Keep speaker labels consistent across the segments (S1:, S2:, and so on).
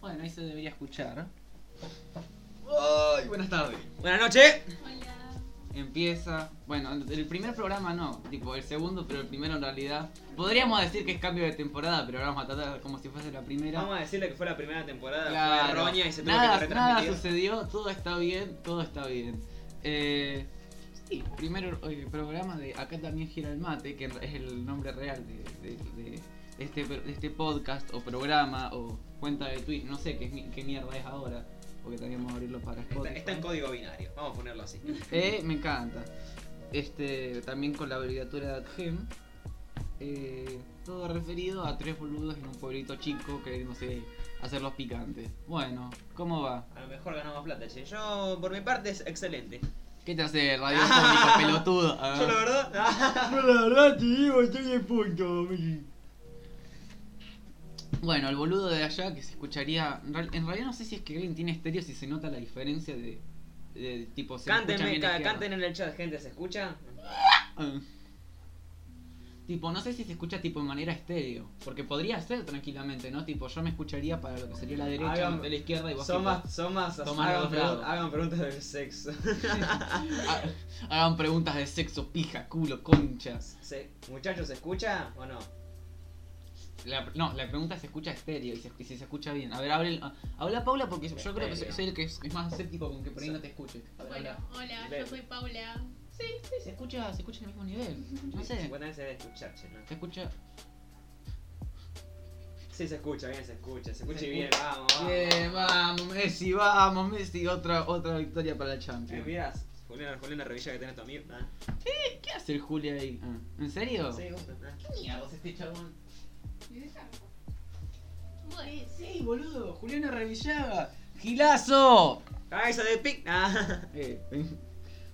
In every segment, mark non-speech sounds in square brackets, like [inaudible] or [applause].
S1: Bueno, ahí se debería escuchar.
S2: ¡Ay! Buenas tardes.
S1: Buenas noches.
S3: Hola.
S2: Empieza. Bueno, el primer programa no, tipo el segundo, pero el primero en realidad. Podríamos decir que es cambio de temporada, pero ahora vamos a tratar como si fuese la primera.
S4: Vamos a decirle que fue la primera temporada,
S2: Claro.
S4: fue errónea y se tuvo
S2: nada,
S4: que
S2: nada
S4: retransmitir.
S2: sucedió, todo está bien, todo está bien. Eh, sí, primer eh, programa de Acá también gira el mate, que es el nombre real de, de- de- de este, pro- de este podcast o programa o cuenta de Twitch, no sé qué, mi- qué mierda es ahora, porque también vamos a abrirlo para
S4: Está,
S2: Spotify.
S4: está en código binario, vamos a ponerlo así.
S2: Eh, me encanta. Este, también con la abreviatura de ADGEM. Eh, todo referido a tres boludos en un pueblito chico que, no sé, hacerlos picantes. Bueno, ¿cómo va?
S4: A lo mejor ganamos plata, che. Yo, por mi parte, es excelente.
S2: ¿Qué te hace [laughs] radiofónico, pelotudo? Ah.
S4: Yo, la [laughs] verdad,
S2: Yo la verdad te digo, estoy en punto, amigo. Bueno, el boludo de allá que se escucharía. En real- en realidad no sé si es que alguien tiene estéreo si se nota la diferencia de. de tipo se escucha
S4: cántenme,
S2: bien la
S4: ca-
S2: izquierda.
S4: canten en el chat, gente, ¿se escucha?
S2: Ah. Tipo, no sé si se escucha tipo en manera estéreo. Porque podría ser tranquilamente, ¿no? Tipo, yo me escucharía para lo que sería la derecha,
S4: Hagan-
S2: no sé, la izquierda y vos.
S4: Son
S2: tipo,
S4: más, son más,
S2: Son más
S4: hagan,
S2: los lados.
S4: pregun- hagan preguntas del sexo.
S2: ha- hagan preguntas de sexo, pija, culo, conchas.
S4: [laughs] Se- Muchachos, ¿se escucha o no?
S2: La- no, la pregunta se escucha estéreo y, se, y si se escucha bien. A ver, abre el- ah, habla Paula porque yo creo que soy,
S4: Estéreo.
S2: soy el que es, es más escéptico con que por ahí no te escuche. A ver,
S3: Bueno,
S2: habla.
S3: hola,
S4: Ven.
S3: yo soy Paula. Sí,
S2: Sí, se escucha, se escucha en el mismo nivel. No sé.
S4: Vos también se debe escuchar, che, ¿no?
S2: Se escucha.
S4: Sí, se escucha, bien, se escucha, se escucha
S2: Se
S4: y bien,
S2: escucha.
S4: vamos, vamos.
S2: Bien, vamos, Messi, vamos, Messi. Otra, otra victoria para la
S4: Eh,
S2: Champions.
S4: mirá, Juliana, Juliana Revilla que tenés tu amigo. Ah,
S2: ¿Qué hace el Julio ahí? Ah, ¿En serio?
S4: sí, gusta, ah.
S2: ¿Qué mierda es este chabón?
S3: bueno.
S2: Sí, boludo, Juliano Revillaga. ¡Gilazo!
S4: Cabeza de pic. Ah. [laughs]
S2: Eh,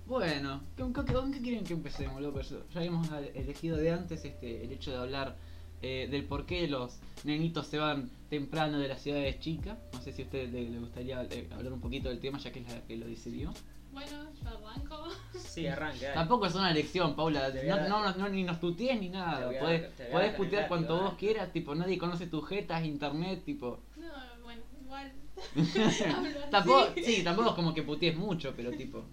S2: bueno, ¿con, con- con qué quieren que empecemos, loco? Yo- Ya habíamos a- elegido de antes este, el hecho de hablar eh, del por qué los nenitos se van temprano de las ciudades chicas. No sé si a ustedes les, les gustaría eh, hablar un poquito del tema, ya que es la que lo decidió.
S3: Bueno, yo arranco. [laughs]
S4: Sí, arranca. dale.
S2: Tampoco es una elección, Paula.
S4: Te voy a
S2: No,
S4: dar-
S2: no, no- ni nos tutees ni nada.
S4: Te voy a dar-
S2: Podés,
S4: te voy a
S2: podés
S4: dar
S2: putear
S4: el
S2: cuanto
S4: látigo,
S2: vos
S4: eh.
S2: quieras, tipo, nadie conoce tus jetas, internet, tipo.
S3: No, bueno, igual.
S2: Tampoco,
S3: Sí.
S2: sí, tampoco es como que putees mucho, pero tipo,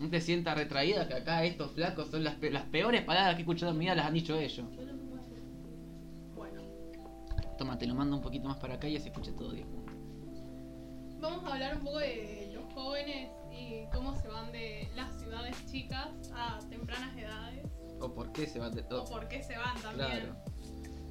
S2: no te sientas retraída que acá estos flacos son las, pe- las peores palabras que he escuchado en mi vida, las han dicho ellos.
S3: Bueno,
S2: Toma, te lo mando un poquito más para acá y ya se escucha todo bien.
S3: vamos a hablar un poco de los jóvenes y cómo se van de las ciudades chicas a tempranas edades.
S2: O por qué se va de
S3: O por qué se van también.
S2: Oh, Claro.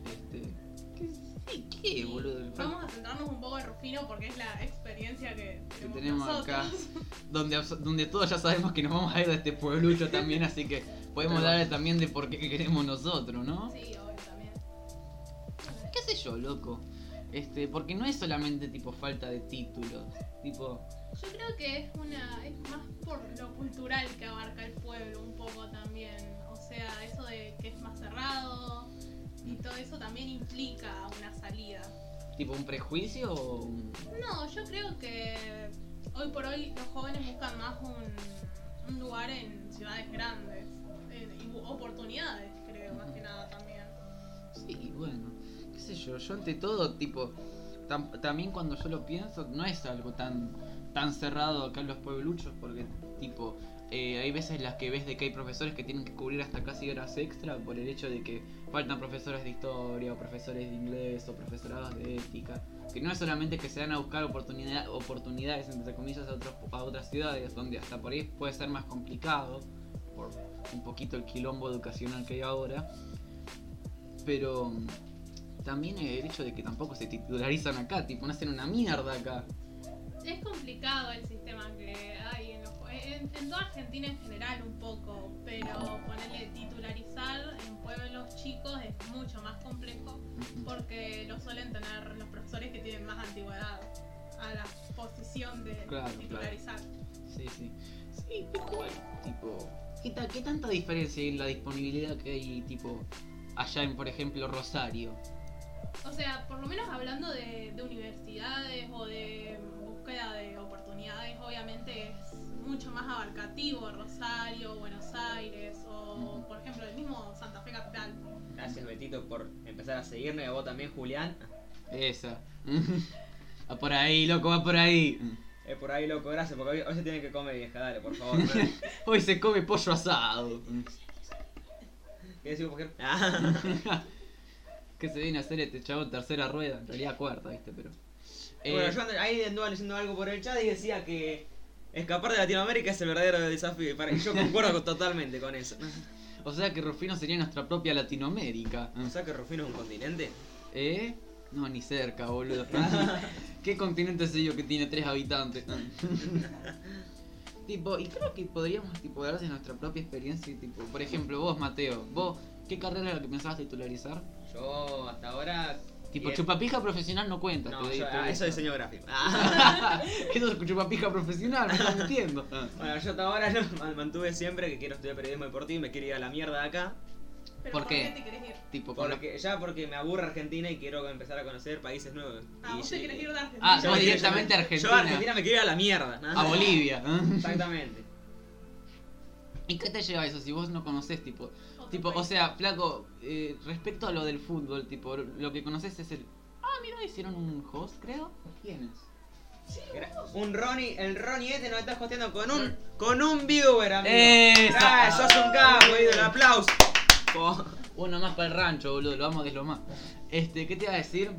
S2: Este. ¿Qué, sí, qué, boludo? El flaco
S3: Vamos a centrarnos un poco en Rufino porque es la experiencia que
S2: que
S3: tenemos,
S2: tenemos
S3: nosotros. [laughs]
S2: acá. Donde, abs- donde todos ya sabemos que nos vamos a ir de este pueblucho también, así que podemos hablar también de por qué queremos nosotros, ¿no?
S3: Sí, obvio también.
S2: qué sé yo, loco. Este, porque no es solamente tipo falta de título, tipo,
S3: Yo creo que es una es más por lo cultural que abarca el pueblo un poco también, o sea, eso de que es más cerrado y todo eso también implica una salida.
S2: tipo un prejuicio o un-
S3: No, yo creo que hoy por hoy los jóvenes buscan más un, un lugar en ciudades grandes eh, y bu- oportunidades, creo, más que nada también.
S2: Sí, bueno, qué sé yo, yo ante todo, tipo, tam- también cuando yo lo pienso, no es algo tan, tan cerrado acá en los puebluchos, porque, tipo, eh, hay veces las que ves de que hay profesores que tienen que cubrir hasta casi horas extra por el hecho de que faltan profesores de historia, o profesores de inglés, o profesorados de ética, que no es solamente que se van a buscar oportunidad, oportunidades, entre comillas, a, otros, a otras ciudades, donde hasta por ahí puede ser más complicado, por un poquito el quilombo educacional que hay ahora, pero mm, también el hecho de que tampoco se titularizan acá, tipo, no hacen una mierda acá.
S3: Es complicado el sistema que hay en, los, jue- en, en toda Argentina en general un poco, pero ponerle titularizar en pueblos chicos es mucho más complejo porque lo suelen tener los profesores que tienen más antigüedad a la posición de
S2: Claro, claro.
S3: titularizar.
S2: Sí, sí. Sí, pero igual, tipo, ¿qué, ta- ¿qué tanta diferencia hay en la disponibilidad que hay, tipo, allá en, por ejemplo, Rosario?
S3: O sea, por lo menos hablando de, de universidades o de búsqueda de oportunidades, obviamente es mucho más abarcativo Rosario, Buenos Aires o,
S2: Ujú.
S3: por ejemplo, el mismo Santa Fe Capital.
S4: Gracias, Betito, por empezar a seguirme. A vos también, Julián.
S2: Esa. [laughs] Va por ahí, loco, va por ahí.
S4: Es por ahí, loco, gracias, porque hoy, hoy se tiene que comer vieja, dale,
S2: [laughs]
S4: por favor. ¿no?
S2: Hoy se come pollo asado. [laughs]
S4: ¿Qué decimos, mujer? Ah.
S2: ¿Qué se viene a hacer este chabón? Tercera rueda, en realidad cuarta, viste, pero. Eh,
S4: [laughs] Bueno, yo ando- ahí anduve leyendo algo por el chat y decía que escapar de Latinoamérica es el verdadero desafío. Y para- y yo concuerdo con- totalmente con eso.
S2: O sea que Rufino sería nuestra propia Latinoamérica.
S4: O sea que Rufino es un continente.
S2: ¿Eh? No, ni cerca, boludo. [laughs] ¿Qué continente es ello que tiene tres habitantes? [laughs] tipo, y creo que podríamos tipo hablar de nuestra propia experiencia y tipo, por ejemplo, vos Mateo, vos, ¿qué carrera era la que pensabas titularizar?
S4: Yo hasta ahora.
S2: Tipo,
S4: Bien.
S2: chupapija profesional no cuenta.
S4: No,
S2: te doy-
S4: yo-
S2: te
S4: ah,
S2: doy
S4: eso es
S2: esa.
S4: diseño gráfico. Ah.
S2: [laughs] Eso es chupapija profesional, me estás
S4: [laughs]
S2: mintiendo.
S4: Bueno, yo hasta ahora yo [laughs] man- mantuve siempre que quiero estudiar periodismo deportivo y me quiero ir a la mierda de acá.
S3: Pero
S2: ¿Por
S3: ¿por,
S2: qué?
S3: qué? te querés ir?
S2: tipo, con la-
S4: Porque, ya porque me aburre Argentina y quiero empezar a conocer países nuevos.
S3: Ah,
S4: Y-
S3: vos te
S4: y-
S3: querés ir de Argentina.
S2: Ah,
S4: yo
S2: vos
S4: me quiero-
S2: directamente a
S4: yo me-
S2: Argentina. Ah,
S4: Yo a Argentina me quiero ir a la mierda.
S2: a Bolivia. ¿eh?
S4: Exactamente.
S2: [laughs] ¿Y qué te lleva a eso si vos no conocés, tipo,
S3: Otro
S2: Tipo, o
S3: país.
S2: sea, flaco, eh, respecto a lo del fútbol, tipo, lo que conoces es el. Ah, mira, hicieron un host, creo. ¿Quién es?
S4: Era un Ronnie, el Ronnie este nos está hosteando con un con un viewer, amigo.
S2: Eh, ¡Esa!
S4: Ah, sos un capo, ídolo, aplauso. Po.
S2: Uno más para el rancho, boludo, lo amo desde lo más. Este, ¿qué te iba a decir?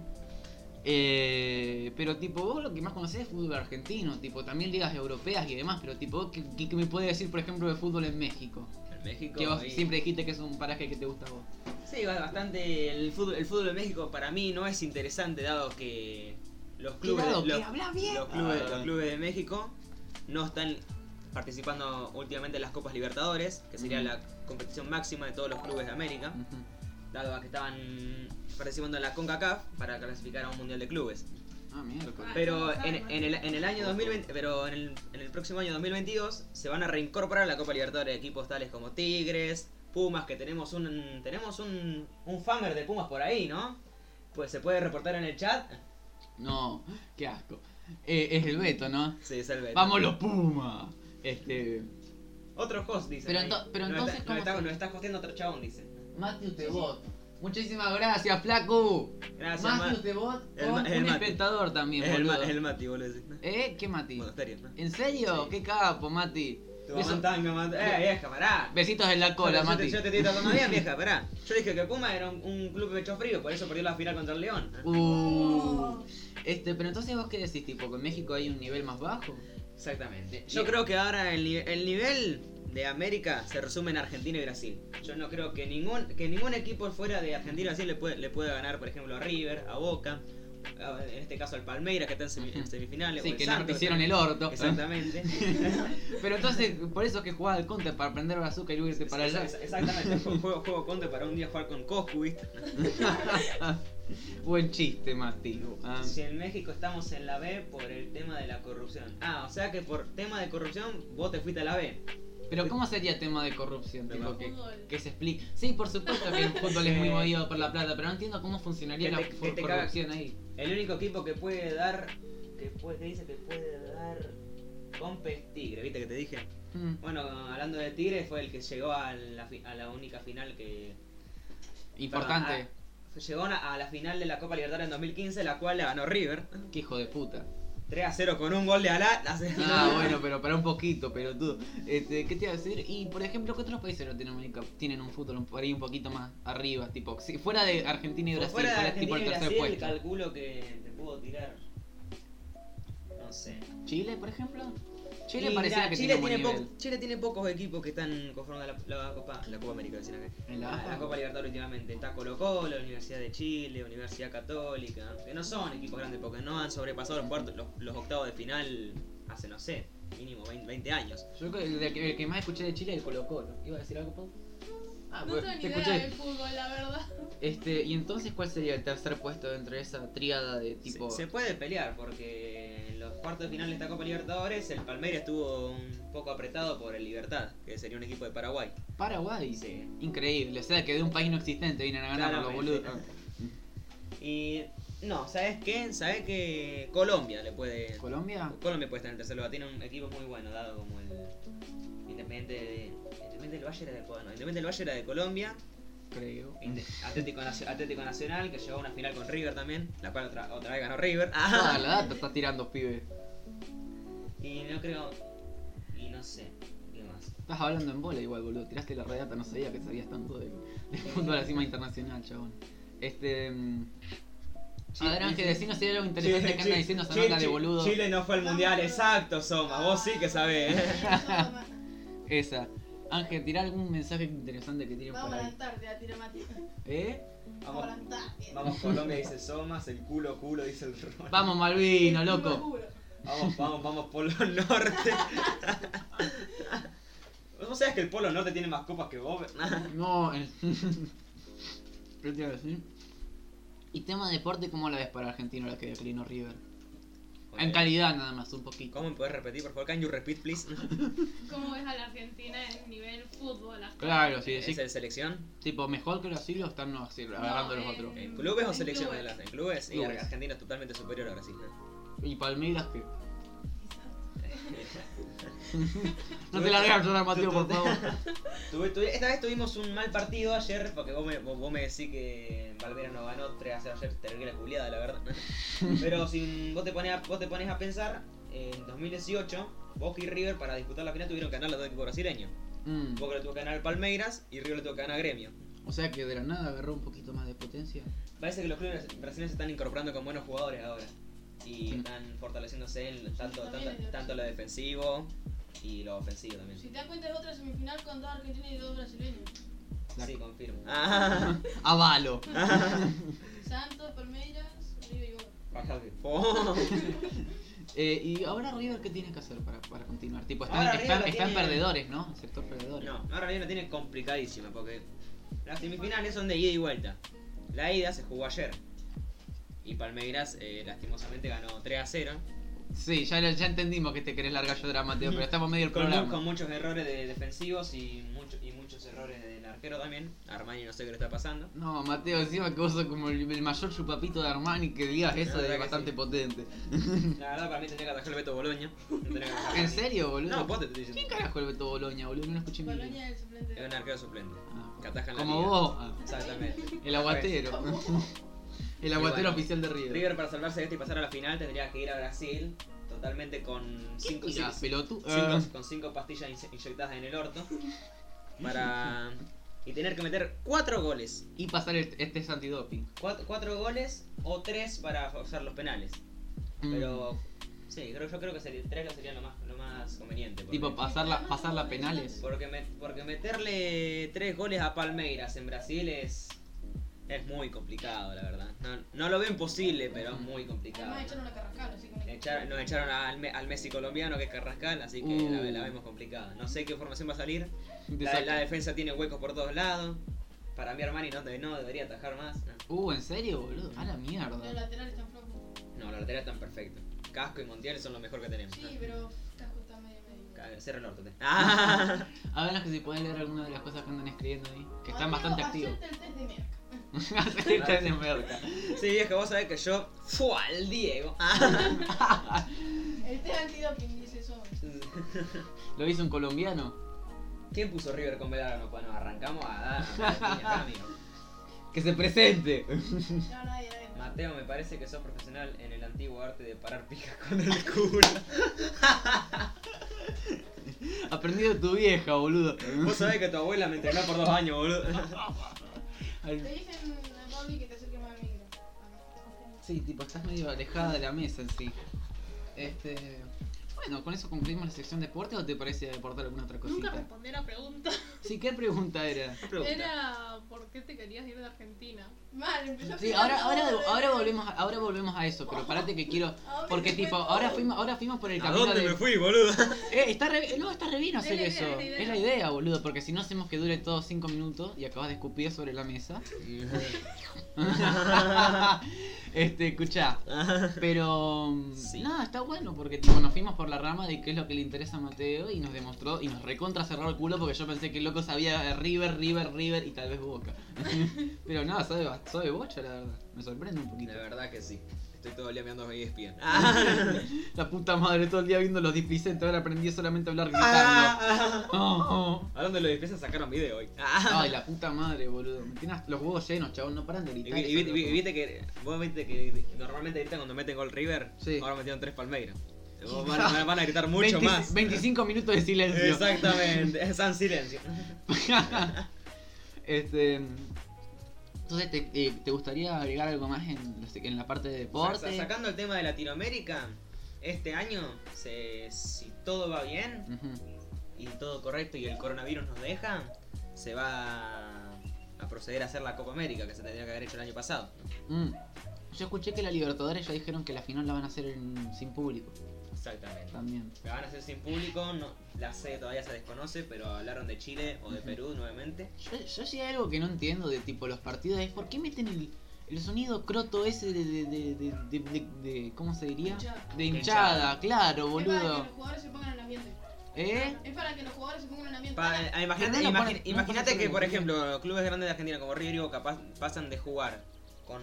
S2: Eh, pero tipo, vos lo que más conocés es fútbol argentino, tipo, también ligas europeas y demás, pero tipo, vos ¿qué, qué- qué me puedes decir, por ejemplo, de fútbol en México?
S4: En México.
S2: Que vos
S4: ahí-
S2: siempre dijiste que es un paraje que te gusta a vos.
S4: Sí, va bastante el fútbol, el fútbol de México para mí no es interesante dado que los clubes
S2: Cuidado,
S4: los,
S2: que hablas bien.
S4: los clubes,
S2: Ah.
S4: los clubes de México no están participando últimamente en las Copas Libertadores, que sería
S2: Mm.
S4: la competición máxima de todos los clubes de América,
S2: Ujú.
S4: dado a que estaban participando en la CONCACAF para clasificar a un Mundial de Clubes.
S2: Ah, miércoles.
S4: Pero en, en el, en el año 2020, pero en el, en el próximo año 2022 se van a reincorporar a la Copa Libertadores equipos tales como Tigres, Pumas, que tenemos un tenemos un, un famer de Pumas por ahí, ¿no? Pues se puede reportar en el chat.
S2: No, qué asco. Eh, es el Beto, ¿no?
S4: Sí, es el Beto.
S2: ¡Vamos los Puma! Este.
S4: Otro host, dice.
S2: Pero ento- pero entonces,
S4: Nos
S2: ¿cómo
S4: está,
S2: se-
S4: nos está hosteando otro chabón, dice.
S2: Matthew Tebot. Muchísimas gracias, Flaco.
S4: Gracias,
S2: Matthew
S4: Ma-
S2: Tebot.
S4: El
S2: con
S4: Ma- el
S2: un
S4: Mati.
S2: espectador también,
S4: Es el, ma-
S2: boludo.
S4: es el Mati, boludo. sí.
S2: ¿Eh? ¿Qué Mati?
S4: Monasterio, ¿no?
S2: ¿En serio?
S4: Sí.
S2: ¡Qué capo, Mati!
S4: Tu
S2: Beso-
S4: mamá está- mi mamá está- Eh, vieja, pará.
S2: Besitos en la cola,
S4: yo, te,
S2: Mati.
S4: yo te estoy tratando bien, vieja, pará. Yo dije que Pumas era un, un club pecho frío, por eso perdió la final contra el León.
S2: Uh, este, pero entonces vos qué decís, tipo, que en México hay un nivel más bajo.
S4: Exactamente. Yo
S2: Mira.
S4: creo que ahora el, nive- el nivel de América se resume en Argentina y Brasil. Yo no creo que ningún que ningún equipo fuera de Argentina y Brasil le, puede- le pueda ganar, por ejemplo, a River, a Boca, a- en este caso al Palmeiras que está en,
S2: [laughs]
S4: semi- en semifinales. o
S2: Sí,
S4: el
S2: que nos
S4: Santos,
S2: hicieron el orto.
S4: Exactamente.
S2: [laughs] Pero entonces, por eso es que jugaba al counter para aprender bazooka y irse para allá.
S4: Es- es- Este, Exactamente.
S2: [laughs]
S4: Juego, juego, juego contra para un día jugar con Coscu, ¿viste?
S2: Buen chiste, Mati. Ah.
S4: Si en México estamos en la B por el tema de la corrupción. Ah, o sea que por tema de corrupción vos te fuiste a la B.
S2: Pero ¿cómo sería tema de corrupción?
S4: Tema
S2: Tipo,
S3: de
S2: que,
S3: fútbol.
S2: que se explique. Sí, por supuesto que el fútbol es muy
S4: Sí.
S2: movido por la plata, pero no entiendo cómo funcionaría
S4: Que
S2: la
S4: te- que
S2: fu-
S4: te
S2: corrupción ahí.
S4: El único equipo que puede dar. que puede, que dice que puede dar. Compe es Tigre, ¿viste que te dije?
S2: Mm.
S4: Bueno, hablando de Tigre, fue el que llegó a la, fi- a la única final que.
S2: Importante.
S4: a- llegó a a la final de la Copa Libertadores en 2015, la cual la ganó River.
S2: Qué hijo de puta.
S4: 3 a 0 con un gol de Alá.
S2: Ah, bueno, pero para un poquito, pero tú. Este, ¿Qué te iba a decir? Y por ejemplo, ¿qué otros países de Latinoamérica tienen un fútbol un- por ahí un poquito más arriba? Tipo, si fuera de Argentina y Brasil,
S4: fuera de
S2: fuera tipo
S4: Argentina
S2: el
S4: y
S2: tercer
S4: Brasil,
S2: puesto.
S4: calculo que te puedo tirar. No sé.
S2: ¿Chile, por ejemplo? Chile
S4: Y
S2: pareciera
S4: mirá,
S2: que
S4: Chile
S2: tiene, un buen
S4: po-
S2: nivel.
S4: Chile tiene pocos equipos que están conformando la, la Copa, la Copa América, decían acá.
S2: ¿En la
S4: Ah,
S2: AFA?
S4: la Copa Libertadores últimamente. Está Colo Colo, la Universidad de Chile, Universidad Católica. Que no son equipos grandes porque no han sobrepasado los, cuartos, los, los octavos de final hace, no sé, mínimo 20, 20 años.
S2: Yo creo que el que, el que más escuché de Chile es el Colo Colo. ¿Iba a decir algo, Pau? Ah,
S3: No
S2: pues,
S3: tengo ni
S2: te
S3: idea
S2: escuché.
S3: del fútbol,
S2: [laughs]
S3: la verdad.
S2: Este, y entonces, ¿cuál sería el tercer puesto entre esa tríada de
S4: Se-
S2: tipo.
S4: Se, puede pelear porque en los cuartos de final de esta Copa Libertadores el Palmeiras estuvo un poco apretado por el Libertad, que sería un equipo de Paraguay.
S2: Paraguay?
S4: Sí.
S2: Increíble, o sea que de un país no existente vienen a ganar los
S4: Claramente.
S2: boludos.
S4: Y no, ¿sabes qué? ¿Sabes que Colombia le puede...
S2: ¿Colombia?
S4: Colombia puede estar en el tercer lugar, tiene un equipo muy bueno, dado como el Independiente, de- Independiente del Valle era de, bueno, Independiente del Valle era de Colombia, [laughs]
S1: creo.
S4: Inde-
S2: [laughs]
S4: Atlético, Nacio- Atlético Nacional, que llegó a una final con River también, la cual otra, otra vez ganó River.
S2: Toda Ah, la data está tirando, pibe.
S4: [laughs] Y no creo. Y no sé. ¿Qué más?
S2: Estás hablando en bola igual, boludo. Tiraste la redata, no sabía que sabías tanto del, del fútbol encima internacional, chabón. Este. mm, a ver, Ángel, decinos si hay algo interesante que andan diciendo esa nota de boludo.
S4: Chile no fue al mundial, exacto, Soma. Vos sí que
S2: [laughs]
S4: sabés. ¿eh?
S2: Esa. Ángel, tirá algún mensaje interesante que tiren por
S5: Vamos a la
S2: ahí.
S5: Antártida, tira Mati.
S2: ¿Eh?
S5: Vamos a la
S4: Vamos,
S5: Antártida.
S4: vamos Colombia, dice Somas. El culo, culo, dice el Ron.
S2: Vamos, Malvino, loco.
S4: Vamos, vamos, vamos, Polo Norte. [laughs] ¿Vos sabés que el Polo Norte tiene más copas que vos?
S2: No, el... [laughs] ¿Qué te iba a decir? Y tema de deporte, ¿cómo la ves para Argentino la que declinó River? En calidad nada más, un poquito.
S4: ¿Cómo me podés repetir, por favor? Can you repeat, please?
S3: ¿Cómo ves a la Argentina en nivel fútbol? acá?
S2: Claro, sí, sí.
S4: [laughs] ¿Es en selección?
S2: Tipo, mejor que los hilos están así, agarrando los
S3: eh,
S2: otros.
S4: ¿En clubes o
S3: En
S4: selección?
S3: clubes.
S4: En clubes. Y
S2: Clubes.
S4: Argentina es totalmente superior a Brasil.
S2: Y Palmeiras que. no te largas, Jonathan Mateo, por favor.
S4: Tuve- tuve- esta vez tuvimos un mal partido ayer, porque vos me, vos, vos me decís que Valvera no ganó 3 a 0 ayer, te regué la culiada, la verdad. Pero si vos te pones a, vos te pones a pensar, en 2018, Boca y River para disputar la final tuvieron que ganar los dos equipos brasileños.
S2: Mm,
S4: Boca le tuvo que ganar al Palmeiras y River le tuvo que ganar a Gremio.
S2: O sea que de la nada agarró un poquito más de potencia.
S4: Parece que los clubes brasileños se están incorporando con buenos jugadores ahora. Y
S2: Mm.
S4: están fortaleciéndose en tanto,
S5: también
S4: tanto,
S5: en el
S4: tanto lo defensivo y lo ofensivo también.
S5: Si te das cuenta es otra semifinal con dos argentinos y dos brasileños.
S4: Sí, confirmo. Ah,
S2: Avalo.
S5: Santos, Palmeiras, River y Boca.
S4: [laughs] bajate. Oh. Po.
S2: Eh, y ahora River, ¿qué tiene que hacer para, para continuar? Tipo, están,
S4: Ahora River
S2: están,
S4: lo
S2: están
S4: tiene-
S2: perdedores, ¿no? El sector perdedor.
S4: No, ahora bien la tiene complicadísima porque las semifinales son de ida y vuelta. La ida se jugó ayer. Y Palmeiras eh, lastimosamente ganó 3 a 0.
S2: Sí, ya, ya entendimos que te querés largar yo dramateo, pero estamos medio el
S4: Con, mu-
S2: programa.
S4: con muchos errores de defensivos y, mucho- y muchos errores del arquero también. Armani no sé qué le
S2: [clears throat]
S4: está pasando.
S2: No, Mateo, encima que vos sos como el, el mayor chupapito de Armani que digas eso
S4: La verdad
S2: es
S4: que
S2: bastante
S4: sí.
S2: potente.
S4: La verdad para mí tendría que atajar el
S2: [clears throat]
S4: Beto Boloña. No tendría que atajar
S2: ¿En
S4: a mí.
S2: serio, boludo?
S4: No, vos te estoy
S2: ¿Quién
S4: diciendo.
S2: carajo el Beto Boloña, boludo? No lo escuché en mi vida.
S5: Bolonia del suplente.
S4: Es un arquero suplente.
S2: Ah,
S4: Que ataja en la
S2: Como
S4: liga.
S2: vos. Ah,
S4: Exactamente.
S2: El [laughs] aguatero. El aguatero
S4: Pues,
S2: oficial
S4: bueno.
S2: de River.
S4: River para salvarse de esto y pasar a la final tendría que ir a Brasil totalmente con
S2: ¿Qué
S4: 5
S2: tirás, pelotu- Ah,
S4: Eh, con cinco pastillas inse- inyectadas en el
S2: [laughs]
S4: orto para y tener que meter 4 goles.
S2: y pasar el- este es antidoping.
S4: 4 goles o 3 para forzar los penales.
S2: Mm.
S4: Pero sí, creo, yo creo que 3 sería lo más, lo más conveniente.
S2: Mm, [laughs]
S4: porque-
S2: Tipo, pasarla, pasarla a penales.
S4: Porque, me- porque meterle tres goles a Palmeiras en Brasil es, es muy complicado, la verdad. No, no lo veo imposible, pero es muy complicado.
S5: Además echaron a Carrascal, así con el...
S4: Echar- nos echaron al, Me- al Messi colombiano, que es Carrascal, así que la,
S2: Uh.
S4: la vemos complicada. No sé qué formación va a salir.
S2: Te
S4: La,
S2: saca-
S4: la defensa tiene huecos por todos lados. Para mí Armani no, de- no debería atajar más.
S2: Uh, ¿en serio, boludo? A la
S5: Los
S2: mierda.
S5: laterales están flojos.
S4: No, los laterales están perfectos. Casco y Montiel son lo mejor que tenemos.
S5: Sí, pero Casco está medio medio.
S4: Ca- Cierra el orto. te- ¡Ah! [laughs]
S2: Háganos que si pueden leer alguna de las cosas que andan escribiendo ahí. Que están
S5: Mateo,
S2: bastante activos.
S5: hacerte el test de merca.
S2: [laughs] Están en verga.
S4: Sí, es que vos sabés que yo... ¡Fua! al Diego! ¡Ah!
S5: El test antidoping dice eso.
S2: Lo hizo un colombiano.
S4: ¿Quién puso River con Belgrano? Bueno, arrancamos a dar. a dar piña, amigo.
S2: Que se presente. [laughs]
S5: No, nadie, nadie.
S4: Mateo, me parece que sos profesional en el antiguo arte de parar pijas [laughs] con el culo.
S2: Aprendido de tu vieja, boludo.
S4: Vos sabés que tu abuela me entrenó por dos años, boludo.
S5: Te dicen a Pauli que te acerque más al micro.
S2: Sí, tipo, estás medio alejada de la mesa en sí. Este. Bueno, ¿con eso concluimos la sección de deporte o te parece aportar alguna otra
S3: Nunca
S2: cosita?
S3: respondí la pregunta.
S2: Sí, ¿qué pregunta era?
S4: [laughs]
S3: Era ¿por qué te querías ir de Argentina?
S5: Mal, empezó a
S2: Sí, ahora, ahora, ahora, volvemos, a- ahora volvemos a eso, pero parate que quiero.
S5: Ahora
S2: Porque,
S5: te
S2: tipo,
S5: cuento.
S2: ahora fuimos, ahora fuimos por el
S4: ¿A
S2: camino
S4: dónde
S2: de.
S4: me fui, boludo? [laughs]
S2: Eh, está re, no, está re bien hacer
S3: Es la
S2: eso.
S3: idea, es la idea.
S2: Es la idea, boludo, porque si no hacemos que dure todos 5 minutos y acabas de escupir sobre la
S4: [laughs]
S2: mesa. este, escuchá.
S4: Ah.
S2: Pero
S4: Sí.
S2: nada, está bueno porque tipo nos fuimos por la rama de qué es lo que le interesa a Mateo y nos demostró y nos recontra cerró el culo porque yo pensé que el loco sabía de River, River, River y tal
S4: [laughs]
S2: vez Boca. Pero nada, sabe, ba- sabe bocha la verdad. Me sorprende un poquito.
S4: La verdad que sí. Estoy todo el día mirando a E ESPN. Ah,
S2: [laughs] La puta madre, todo el día viendo los displicentes, ahora aprendí solamente a hablar gritando.
S4: ah, ah.
S2: Oh, oh.
S4: Hablando de los despensas, sacaron video hoy. Ah.
S2: Ay, la puta madre, boludo. Me tienes los huevos llenos, chabón, no paran de
S4: Y,
S2: gritar.
S4: vi- y vi-
S2: eso,
S4: vi-
S2: loco.
S4: viste que, vos viste que normalmente gritan cuando meten gol River,
S2: Sí.
S4: ahora metieron tres Palmeiras. Vos Van, van- van a gritar mucho
S2: 20
S4: más.
S2: 25 minutos de silencio.
S4: Exactamente, San Silencio.
S2: Este. Entonces, ¿te, eh, te gustaría agregar algo más en, la sec- en la parte de deporte?
S4: Sa- sa- Sacando el tema de Latinoamérica, este año, se- si todo va bien
S2: Ujú.
S4: y todo correcto y el coronavirus nos deja, se va a proceder a hacer la Copa América que se tendría que haber hecho el año pasado.
S2: Mm. Yo escuché que la Libertadores ya dijeron que la final la van a hacer en- sin público
S4: Exactamente.
S2: también.
S4: La van a hacer sin público, no, la sede todavía se desconoce, pero hablaron de Chile o de
S2: Ujú.
S4: Perú nuevamente.
S2: Yo, yo sí hay algo que no entiendo de tipo los partidos es por qué meten el, el sonido croto ese de, de, de, de, de- de- de- ¿cómo se diría?
S5: Hinchada.
S2: De hinchada, claro,
S5: Es para que
S2: boludo.
S5: los jugadores se pongan en ambiente.
S2: ¿Eh?
S5: Es para que los jugadores se pongan en ambiente.
S4: Pa-
S5: Ahora,
S4: ah, Imagínate,
S2: Pero no lo
S4: imagi-
S2: ponen- no
S4: imagínate
S2: ponen
S4: que, por
S2: solo en el
S4: ejemplo, clubes grandes de Argentina como River y Boca pas- pasan de jugar con,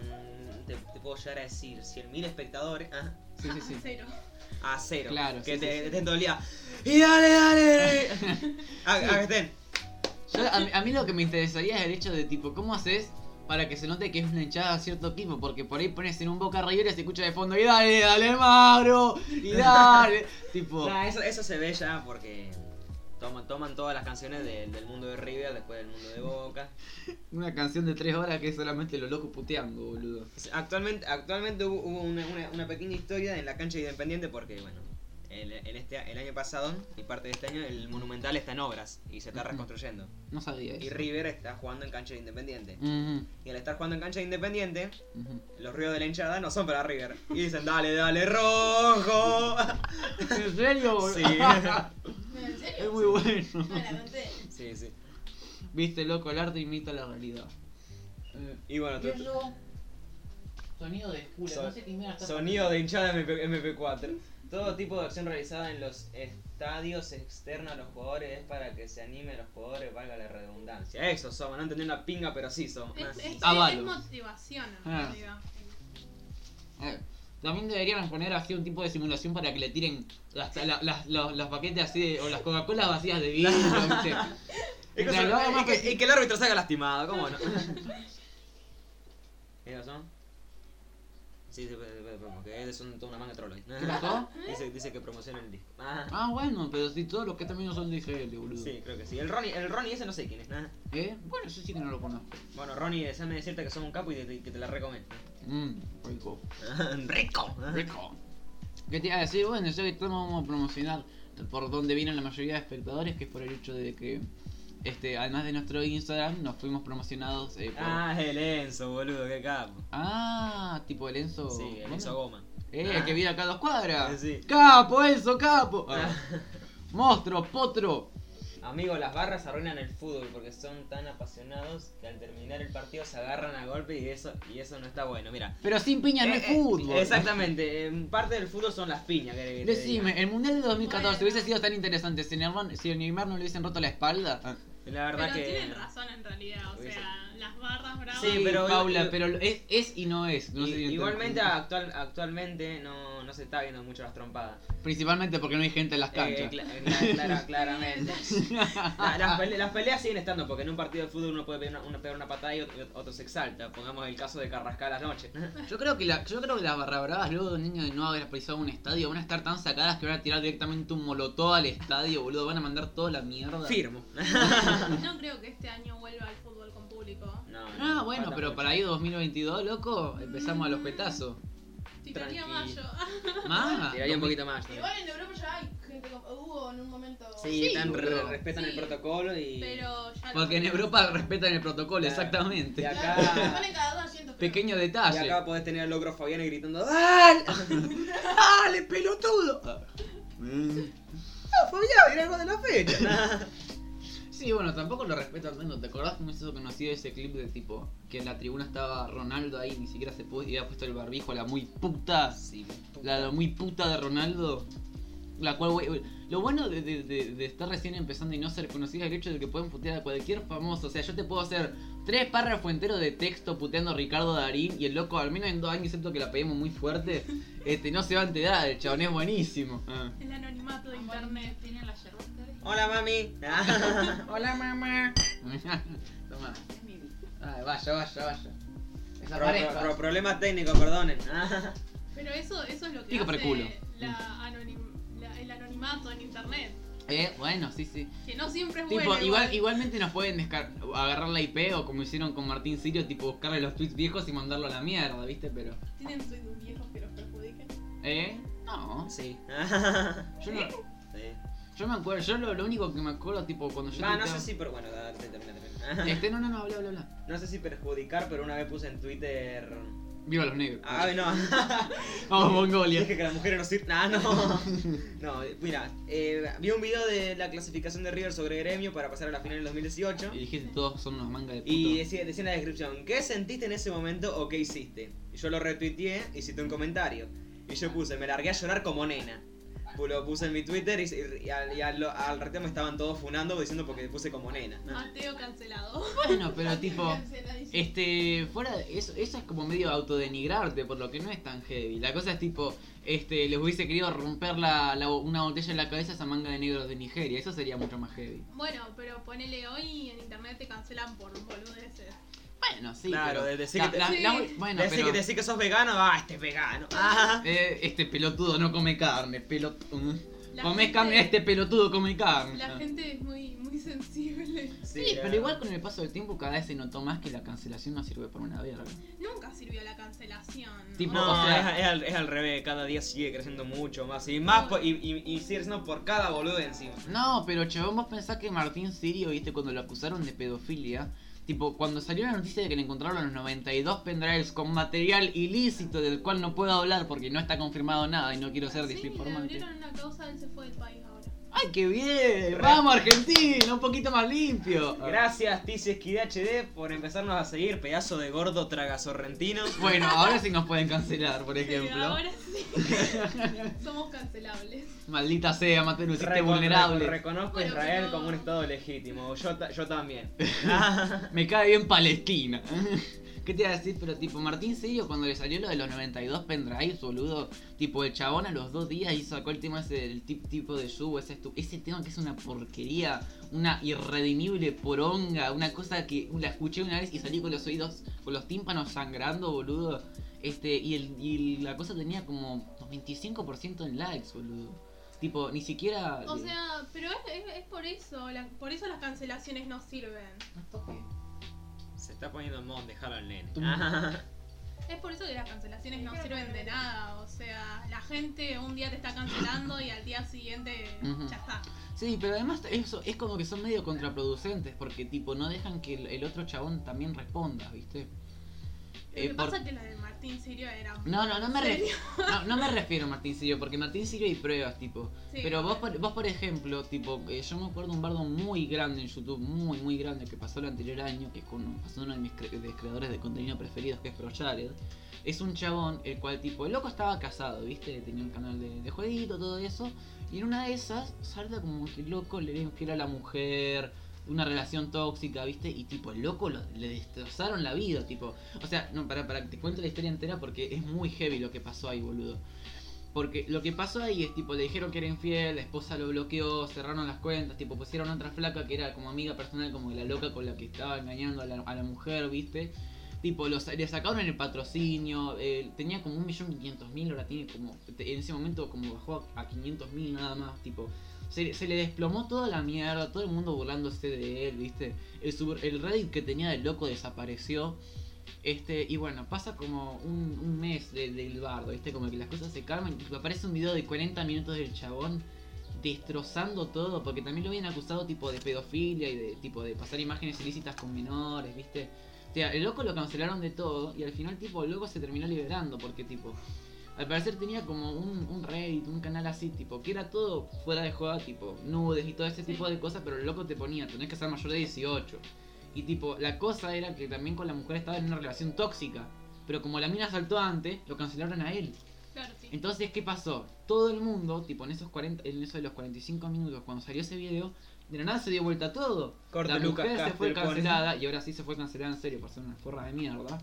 S4: te, te puedo llegar a decir, 100.000 espectadores ah,
S2: Sí, sí, sí.
S3: Cero.
S4: a cero.
S2: Claro,
S4: que
S2: sí,
S4: te,
S2: sí, sí.
S4: te estén todo el día, ¡Y dale, dale!
S2: [laughs]
S4: dale". a, a que estén.
S2: Yo- a, mí- a mí lo que me interesaría es el hecho de tipo, ¿cómo haces para que se note que es una hinchada a cierto equipo? Porque por ahí pones en un boca River y se escucha de fondo, y dale, dale, Magro, y [laughs] dale. tipo,
S4: Nah, eso, eso se ve ya porque toman, toman todas las canciones del- del mundo de River, después del mundo de Boca.
S2: una canción de tres horas que es solamente los locos puteando, boludo.
S4: Actualmente, actualmente hubo, hubo una, una- una pequeña historia en la cancha de Independiente porque, bueno, el, en este, el año pasado y parte de este año el Monumental está en obras y se está
S2: Ujú.
S4: reconstruyendo.
S2: No sabía
S4: Y
S2: eso.
S4: River está jugando en cancha de Independiente.
S2: Ujú,
S4: Y al estar jugando en cancha de Independiente,
S2: ujú.
S4: los ruidos de la hinchada no son para River. Y dicen, dale, dale, rojo.
S2: [laughs] ¿En serio? boludo? [laughs]
S4: Sí.
S5: ¿En serio?
S2: es muy bueno.
S5: Claramente.
S4: Sí, sí.
S2: Viste, loco, el arte imita la realidad.
S4: Y bueno, otro-
S2: Sonido de culo,
S4: Son- no
S2: sé qué mierda
S4: sonido de hinchada MP, MP4. Todo tipo de acción realizada en los estadios externos a los jugadores es para que se animen los jugadores, valga la redundancia. Eso somos, no entendí una pinga, pero sí somos.
S3: Es, es-
S2: Avalo.
S3: es motivación, en
S2: Ah.
S3: realidad.
S2: También deberían poner así un tipo de simulación para que le tiren las, la- las, los, los paquetes así de- o las Coca-Colas vacías de [laughs] vidrio, ¿viste?
S4: Y que,
S2: Mientras lo haga más
S4: y que-
S2: pesi-
S4: y que el árbitro salga lastimado, ¿cómo [laughs] no? ¿Esos son? Sí, sí, pero- pero- pero que es un- toda una manga de trolo.
S2: ¿Qué pasó?
S4: [laughs] Dice, dice que promociona el disco. Ah,
S2: Ah, bueno, pero si todos los que también no son de IGL, boludo.
S4: sí, creo que sí. El Ronnie, el Ronnie ese no sé quién es. ah.
S2: ¿Eh? Bueno, yo sí que no lo conozco.
S4: Bueno, Ronnie, déjame decirte que sos un capo y te- que te la recomiendo. Ah.
S2: Mmm, rico.
S4: [laughs] ¡Rico!
S2: Rico. ¿Qué te iba a decir? Bueno, ya que estamos vamos a promocionar por donde vienen la mayoría de espectadores, que es por el hecho de que, este, además de nuestro Instagram, nos fuimos promocionados eh, por... Ah.
S4: Ah, el Enzo, boludo, qué capo.
S2: tipo el Enzo...
S4: Sí, el
S2: Gómez.
S4: Enzo Goma.
S2: Eh, el que vive acá a dos cuadras.
S4: Sí.
S2: Capo, Enzo, capo. Ah. Monstruo, potro.
S4: Amigo, las barras arruinan el fútbol porque son tan apasionados que al terminar el partido se agarran a golpe y eso, y eso no está bueno, mira.
S2: Pero sin piña no
S4: Eh,
S2: es
S4: eh,
S2: fútbol.
S4: Exactamente, en parte del fútbol son las piñas. que- que-
S2: Decime, el mundial de 2014 hubiese sido tan interesante si a Neymar, si a Neymar no le hubiesen roto la espalda. Ah.
S4: La verdad
S3: Pero
S4: que...
S3: tienen razón en realidad, o
S4: Hubiese-
S3: sea, las barras bravas.
S4: Sí,
S2: Sí,
S4: pero-
S2: Paula, pero es, es y no es. No
S4: I-
S2: sé si
S4: igualmente
S2: entendés.
S4: actual, actualmente no, no se está viendo mucho las trompadas.
S2: Principalmente porque no hay gente en las
S4: Eh,
S2: canchas.
S4: cla- eh,
S2: [laughs]
S4: cla- clara- claramente. La- las, pele- las peleas siguen estando porque en un partido de fútbol uno puede pegar una, uno pega una patada y ot- y ot- otro, se exalta. Pongamos el caso de Carrascal anoche.
S2: Yo creo que la, yo creo que las barrabravas luego de niño de no haber pisado un estadio van a estar tan sacadas que van a tirar directamente un molotov al estadio, boludo, van a mandar toda la mierda.
S4: Firmo.
S3: [laughs] No creo que este año vuelva al fútbol con público.
S4: No,
S2: Ah, bueno,
S4: falta
S2: pero
S4: mucho.
S2: para ahí 2022, loco, empezamos a los petazos.
S3: Tiraría
S4: Tranquilo.
S3: mayo. [laughs]
S2: Más.
S4: Ah, Tiraría un poquito más.
S5: Igual en Europa ya hay gente como. Hubo en un momento.
S4: Sí, tan re-
S2: boludo.
S4: respetan el
S3: Sí.
S4: protocolo y.
S3: Pero ya lo-
S2: Porque en Europa respetan el protocolo,
S4: Claro.
S2: exactamente.
S4: Ya.
S5: Claro,
S4: acá-
S5: se ponen cada dos asientos, creo.
S2: Pequeño
S4: Y
S2: detalle.
S4: acá podés tener al logro Fabián gritando [laughs] ¡Dale!
S2: ¡Dale, pelotudo!
S4: ¡Ah, Fabián! ¡Era algo de la fecha!
S2: Sí, bueno, tampoco lo respetan tanto. ¿Te acordás cómo es eso conocido ese clip de tipo que en la tribuna estaba Ronaldo ahí, ni siquiera se pudo, y había puesto el barbijo a la muy puta,
S4: sí,
S2: la, la muy puta de Ronaldo? La cual, güey, güey, lo bueno de, de- de- de estar recién empezando y no ser conocido es el hecho de que pueden putear a cualquier famoso. O sea, yo te puedo hacer Tres párrafos enteros de texto puteando a Ricardo Darín y el loco, al menos en dos años, excepto que la pedimos muy [laughs] fuerte, este, no se va a enterar, el chabón es buenísimo. Ah.
S3: El anonimato de internet.
S5: tienen la yerba ustedes?
S4: [laughs] Hola, mami.
S2: [laughs] Ah, Hola [laughs] mamá. Toma.
S5: Es mi vida.
S2: Ay, Ah, vaya, vaya, vaya.
S4: Pro- pro- pro-
S2: Desaparezca.
S4: problemas técnicos, perdonen.
S2: Ah,
S3: Pero eso, eso es lo que
S2: Pico para
S3: hace
S2: el culo. Mm.
S3: La anonim- la- el anonimato en internet.
S2: Eh, bueno, sí, sí.
S3: Que no siempre es
S2: Tipo,
S3: bueno.
S2: igual, igualmente nos pueden descar- agarrar la IP o como hicieron con Martín Sirio, tipo buscarle los tweets viejos y mandarlo a la mierda, ¿viste? Pero.
S3: Tienen tweets viejos que los perjudiquen.
S2: ¿Eh? No.
S4: Sí.
S2: Yo, no,
S4: Ah, Sí.
S2: yo me acuerdo, yo lo, lo único que me acuerdo, tipo, cuando yo.
S4: Va, no
S2: tuiteaba-
S4: sé si. Pero, bueno, da, te- termina, termina.
S2: Este, no, no, no, bla, bla, bla.
S4: No sé si perjudicar, pero una vez puse en Twitter.
S2: Viva los negros.
S4: Ah, no.
S2: Vamos, Mongolia.
S4: [laughs] Dije que las mujeres no sirven. Ah, no. [laughs] No, mira, eh, vi un video de la clasificación de River sobre gremio para pasar a la final del 2018.
S2: Y dijiste, todos son unos mangas de puto.
S4: Y decía, decía en la descripción, ¿qué sentiste en ese momento o qué hiciste? Y yo lo retuiteé y cité un comentario. Y yo puse, me largué a llorar como nena. Pu- Lo puse en mi Twitter y, y al, y al- al ratito me estaban todos funando diciendo porque puse como nena.
S3: Ateo Ah, cancelado.
S2: Bueno, pero Ah,
S3: [laughs]
S2: tipo.
S5: Canceladísimo.
S2: Este, fuera, de- eso, eso es como medio autodenigrarte, por lo que no es tan heavy. La cosa es tipo, este, les hubiese querido romper la, la bo- una botella en la cabeza a esa manga de negros de Nigeria, eso sería mucho más heavy.
S3: Bueno, pero ponele hoy en internet te cancelan por boludeces.
S2: Bueno, sí.
S4: Claro,
S2: pero-
S4: de- decir
S2: la-
S4: que te-
S2: la- la-
S3: Sí.
S2: Bueno,
S4: decir,
S2: pero,
S4: que, decir que sos vegano, ah, este es vegano. [laughs] Ah.
S2: eh, este pelotudo no come carne, pelotudo.
S3: La
S2: Comés
S3: gente-
S2: carne, este pelotudo come carne.
S3: La
S2: Ah.
S3: gente es muy, muy sensible.
S2: Sí, pero igual con el paso del tiempo cada vez se notó más que la cancelación no sirve para una verga.
S3: Nunca sirvió la cancelación.
S2: Tipo,
S4: No,
S2: o sea-
S4: es, es al, es al revés, cada día sigue creciendo mucho más y más por- y, y, y sigue creciendo por cada boludo encima.
S2: No, pero chabón, vos pensás que Martín Sirio, viste, cuando lo acusaron de pedofilia, tipo, cuando salió la noticia de que le encontraron los 92 pendrives con material ilícito del cual no puedo hablar porque no está confirmado nada y no quiero ser
S3: Ah, Sí, le
S2: desinformante.
S3: abrieron una causa, él se fue del país ahora.
S2: ¡Ay, qué bien! ¡Vamos, Argentina! Un poquito más limpio.
S4: Gracias, Tizi Esquide HD, por empezarnos a seguir, pedazo de gordo tragasorrentino.
S2: [laughs] Bueno, ahora sí nos pueden cancelar, por
S3: Sí,
S2: ejemplo.
S3: ahora sí.
S2: [laughs]
S3: Somos cancelables.
S2: Maldita sea, Mateo, lo hiciste
S4: Recon-
S2: vulnerable.
S4: Reconozco a
S3: Bueno,
S4: Israel
S3: pero-
S4: como un Estado legítimo. Yo, ta- yo también.
S2: Me cae bien Palestina. [laughs] ¿Qué te iba a decir? Pero tipo, Martín Sirio cuando le salió lo de los 92 pendrives, boludo, tipo, el chabón a los dos días y sacó el tema ese del tip- tipo de yugo, ese, estu- ese tema que es una porquería, una irredimible poronga, una cosa que la escuché una vez y salí con los oídos, con los tímpanos sangrando, boludo. Este, y, el, y la cosa tenía como 25% en likes, boludo. Tipo, ni siquiera...
S3: O sea, pero es, es- es por eso, la- por eso las cancelaciones no sirven.
S4: Se está poniendo en mod, dejalo al nene. Ah.
S3: Es por eso que las cancelaciones no sirven de nada. O sea, la gente un día te está cancelando y al día siguiente
S2: Ujú.
S3: ya está.
S2: Sí, pero además eso es como que son medio contraproducentes porque tipo no dejan que el, el otro chabón también responda, ¿viste?
S3: Lo
S2: Eh,
S3: que
S2: por-
S3: pasa es que la de Martín Sirio era.
S2: No, no, no me, ref-
S3: serio.
S2: no, no me refiero a Martín Sirio, porque Martín Sirio hay pruebas, tipo.
S3: Sí.
S2: Pero vos por, vos, por ejemplo, tipo, eh, yo me acuerdo un bardo muy grande en YouTube, muy, muy grande, que pasó el anterior año, que con, pasó uno de mis cre- de creadores de contenido preferidos, que es Prochared. Es un chabón, el cual, tipo, el loco estaba casado, ¿viste? Tenía un canal de, de jueguito, todo eso. Y en una de esas, salta como que el loco le era infiel a la mujer, una relación tóxica, ¿viste? Y, tipo, el loco lo- le destrozaron la vida, tipo. O sea, no, para, para que te cuente la historia entera, porque es muy heavy lo que pasó ahí, boludo. Porque lo que pasó ahí es tipo, le dijeron que era infiel, la esposa lo bloqueó, cerraron las cuentas, tipo, pusieron otra flaca que era como amiga personal, como la loca con la que estaba engañando a la, a la mujer, ¿viste? Tipo, los, le sacaron el patrocinio, eh, tenía como un millón quinientos mil, ahora tiene como, en ese momento como bajó a quinientos mil nada más, tipo, se, se le desplomó toda la mierda, todo el mundo burlándose de él, ¿viste? El, sub- el Reddit que tenía del loco desapareció. Este, y bueno, pasa como un, un mes de- del bardo, ¿viste? Como que las cosas se calman. y Aparece un video de 40 minutos del chabón destrozando todo, porque también lo habían acusado tipo de pedofilia y de tipo de pasar imágenes ilícitas con menores, ¿viste? O sea, el loco lo cancelaron de todo y al final tipo el loco se terminó liberando porque tipo al parecer tenía como un, un Reddit, un canal así, tipo, que era todo fuera de juego, tipo, nudes y todo ese tipo de cosas, pero el loco te ponía, tenés que ser mayor de 18. Y tipo, la cosa era que también con la mujer estaba en una relación tóxica. Pero como la mina saltó antes, lo cancelaron a él.
S3: Claro, sí.
S2: Entonces, ¿qué pasó? Todo el mundo, tipo en esos 40, en eso de los 45 minutos, cuando salió ese video, de la nada se dio vuelta todo.
S4: Corte,
S2: [laughs] la
S4: Lucas
S2: mujer se fue
S4: Casper, pone.
S2: cancelada, y ahora sí se fue cancelada en serio por ser una forra de mierda.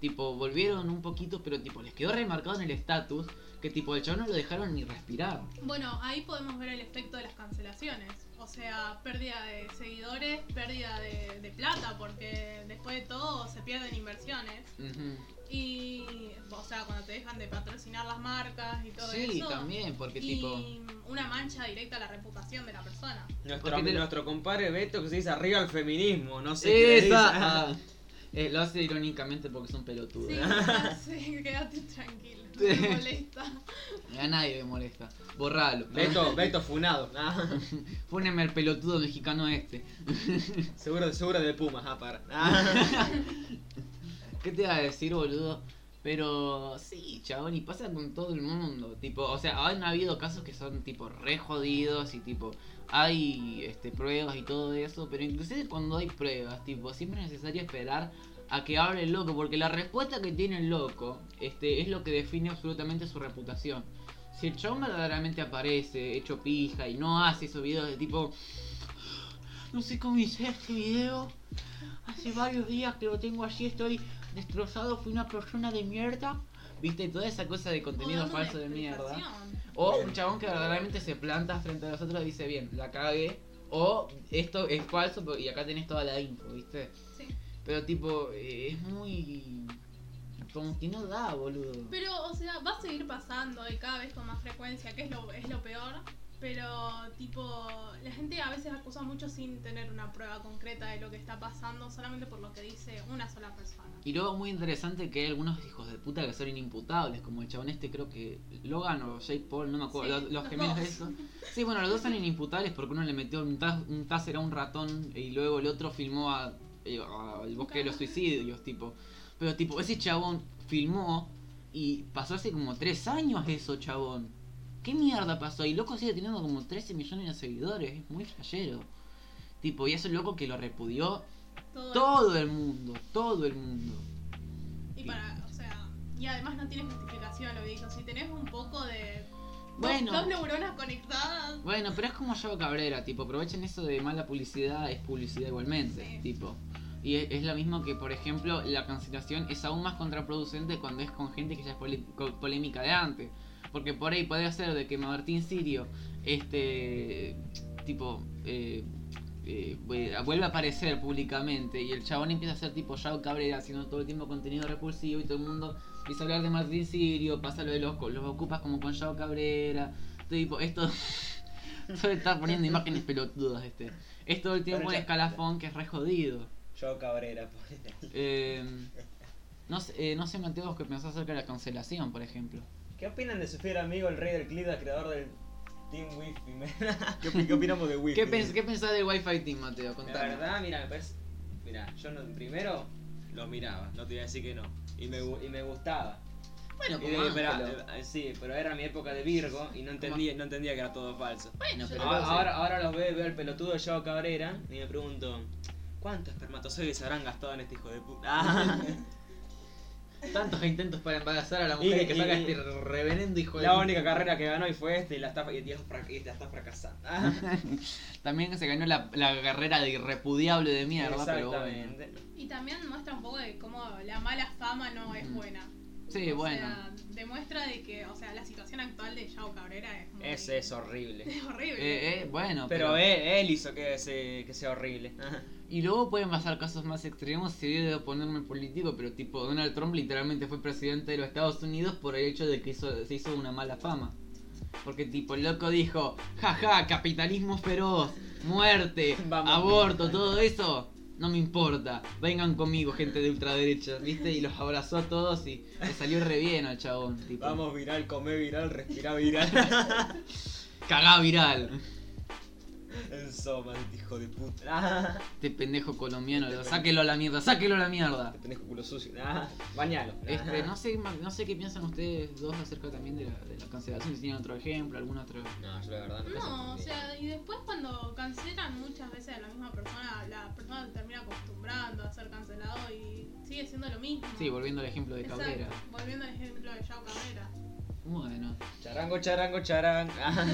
S2: Tipo, volvieron un poquito, pero tipo, les quedó remarcado en el estatus que tipo el chabón no lo dejaron ni respirar.
S3: Bueno, ahí podemos ver el efecto de las cancelaciones. O sea, pérdida de seguidores, pérdida de, de plata, porque después de todo se pierden inversiones.
S2: Ujú.
S3: Y, o sea, cuando te dejan de patrocinar las marcas y todo
S2: Sí,
S3: eso.
S2: también, porque
S3: y
S2: tipo.
S3: una mancha directa a la reputación de la
S2: [laughs]
S3: persona.
S4: Nuestro,
S2: Porque te-
S4: nuestro compadre Beto que se dice arriba al feminismo, no sé qué le dice.
S2: ¡Esa! Ah, eh, lo hace irónicamente porque es un pelotudo.
S3: Sí, [laughs] sí, quédate tranquilo, no me
S2: Sí.
S3: molesta.
S2: ¿eh? A nadie le molesta. Borralo.
S4: [laughs] Beto, Beto funado. Ah, [laughs]
S2: Póneme el pelotudo mexicano este.
S4: seguro, seguro de Pumas, ah, para.
S2: [laughs]
S4: Ah.
S2: ¿Qué te va a decir, boludo? Pero sí, chabón, y pasa con todo el mundo. Tipo, o sea, han habido casos que son tipo re jodidos y tipo hay este, pruebas y todo eso, pero inclusive cuando hay pruebas, tipo, siempre es necesario esperar a que hable el loco, porque la respuesta que tiene el loco este, es lo que define absolutamente su reputación. Si el chabón verdaderamente aparece, hecho pija y no hace esos videos de tipo, no sé cómo hice este video, hace varios días que lo tengo allí, estoy destrozado, fui una persona de mierda, viste, toda esa cosa de contenido
S3: O dando una
S2: falso de mierda.
S3: explicación.
S2: O un chabón que verdaderamente se planta frente a nosotros y dice, bien, la cagué. O esto es falso pero- y acá tenés toda la info, ¿viste?
S3: Sí.
S2: Pero tipo, eh, es muy... Como que no da, boludo.
S3: Pero, o sea, va a seguir pasando y cada vez con más frecuencia, que es lo, es lo peor. Pero, tipo, la gente a veces acusa mucho sin tener una prueba concreta de lo que está pasando, solamente por lo que dice una sola persona.
S2: Y luego muy interesante que hay algunos hijos de puta que son inimputables, como el chabón este creo que Logan o Jake Paul, no me acuerdo,
S3: Sí,
S2: los, los
S3: los
S2: gemelos
S3: dos.
S2: esos. Sí, bueno, los dos son inimputables porque uno le metió un, tas- un taser a un ratón y luego el otro filmó a, eh, a- al bosque de los suicidios, tipo. Pero tipo, ese chabón filmó y pasó hace como tres años eso, chabón. ¿Qué mierda pasó? Y loco sigue teniendo como 13 millones de seguidores, es muy fallero. Tipo, y es un loco que lo repudió
S3: Todo.
S2: todo el mundo, todo el mundo.
S3: Y para, o sea, y además no tiene justificación lo que dijo. Si tenés un poco de. dos-
S2: Bueno.
S3: Dos neuronas conectadas.
S2: Bueno, pero es como Yago Cabrera, tipo, aprovechen eso de mala publicidad, es publicidad igualmente,
S3: Sí.
S2: tipo. Y es, es lo mismo que, por ejemplo, la cancelación es aún más contraproducente cuando es con gente que ya es poli- co- polémica de antes. Porque por ahí podría ser de que Martín Sirio, este, tipo, eh, eh, vu- vuelve a aparecer públicamente y el chabón empieza a ser tipo Yago Cabrera, haciendo todo el tiempo contenido repulsivo y todo el mundo empieza a hablar de Martín Sirio, pasa lo de los, co- los ocupas como con Yago Cabrera, tipo, esto... [laughs] Yo le estaba poniendo imágenes pelotudas este. Es todo el tiempo un
S4: Bueno, ya-
S2: escalafón que es re jodido.
S4: Yo cabrera, ponele.
S2: Eh, no, sé, eh, no sé, Mateo, vos qué pensás acerca de la cancelación, por ejemplo.
S4: ¿Qué opinan de su fiel amigo, el rey del clida, creador del Team Wifi? [laughs] men? ¿Qué, opi- qué opinamos de Wifi?
S2: ¿Qué, pens- qué pensás del Wi-Fi Team, Mateo?
S4: La
S2: Contame.
S4: verdad, mira, me parece. Mira, yo no- primero lo miraba, no te voy a decir que no. Y me, gu- y me gustaba.
S2: Bueno,
S4: Y
S2: como
S4: de- pero-
S2: Ángelo.
S4: eh, sí, pero era mi época de Virgo y no entendía, no entendía que era todo falso.
S2: Bueno, pero
S4: Ahora,
S2: vos-
S4: ahora, ahora los veo, veo el pelotudo de Yao Cabrera y me pregunto, ¿cuántos espermatozoides habrán gastado en este hijo de [laughs] puta?
S2: [laughs] tantos intentos para embarazar a la mujer
S4: Y-
S2: y que saca
S4: y-
S2: este reverendo hijo de...
S4: la única carrera que ganó y fue esta y la está, y la fra- y la está fracasando. Ah,
S2: También se ganó la, la carrera de irrepudiable de mierda, pero bueno.
S4: Exactamente.
S3: Y también muestra un poco de cómo la mala fama no es
S2: Mm.
S3: buena.
S2: Sí,
S3: O
S2: bueno.
S3: sea, demuestra de que, o sea, la situación actual de Yao Cabrera es muy.
S4: Ese es [laughs] horrible.
S3: Es horrible.
S2: Eh, eh, bueno,
S4: Pero Ah. él, él hizo que, ese- que sea horrible. [laughs]
S2: Y luego pueden pasar casos más extremos si de oponerme político, pero tipo Donald Trump literalmente fue presidente de los Estados Unidos por el hecho de que hizo- se hizo una mala fama. Porque tipo el loco dijo, jaja, capitalismo feroz, muerte,
S4: [laughs] Vamos.
S2: aborto, todo eso, no me importa, vengan conmigo gente de ultraderecha, ¿viste? Y los abrazó a todos y le salió re bien al chabón, tipo,
S4: viral, come viral, respira [laughs] viral.
S2: cagá viral.
S4: El Soma, hijo de puta.
S2: Este pendejo colombiano, lo- sáquelo a la mierda, sáquelo a la mierda.
S4: tenés culo sucio. Ah, bañalo.
S2: Este, no sé, ma- no sé qué piensan ustedes dos acerca también de la, de la cancelación, si tienen otro ejemplo, algún otro...
S4: No, yo la verdad no
S3: No, o sea, y después cuando cancelan muchas veces a la misma persona, la persona se termina acostumbrando a ser cancelado y sigue siendo lo mismo.
S2: Sí, volviendo al ejemplo de
S3: Exacto,
S2: Cabrera.
S3: Volviendo al ejemplo de Yao Cabrera.
S2: Bueno,
S4: Charango, charango, charango. Ah.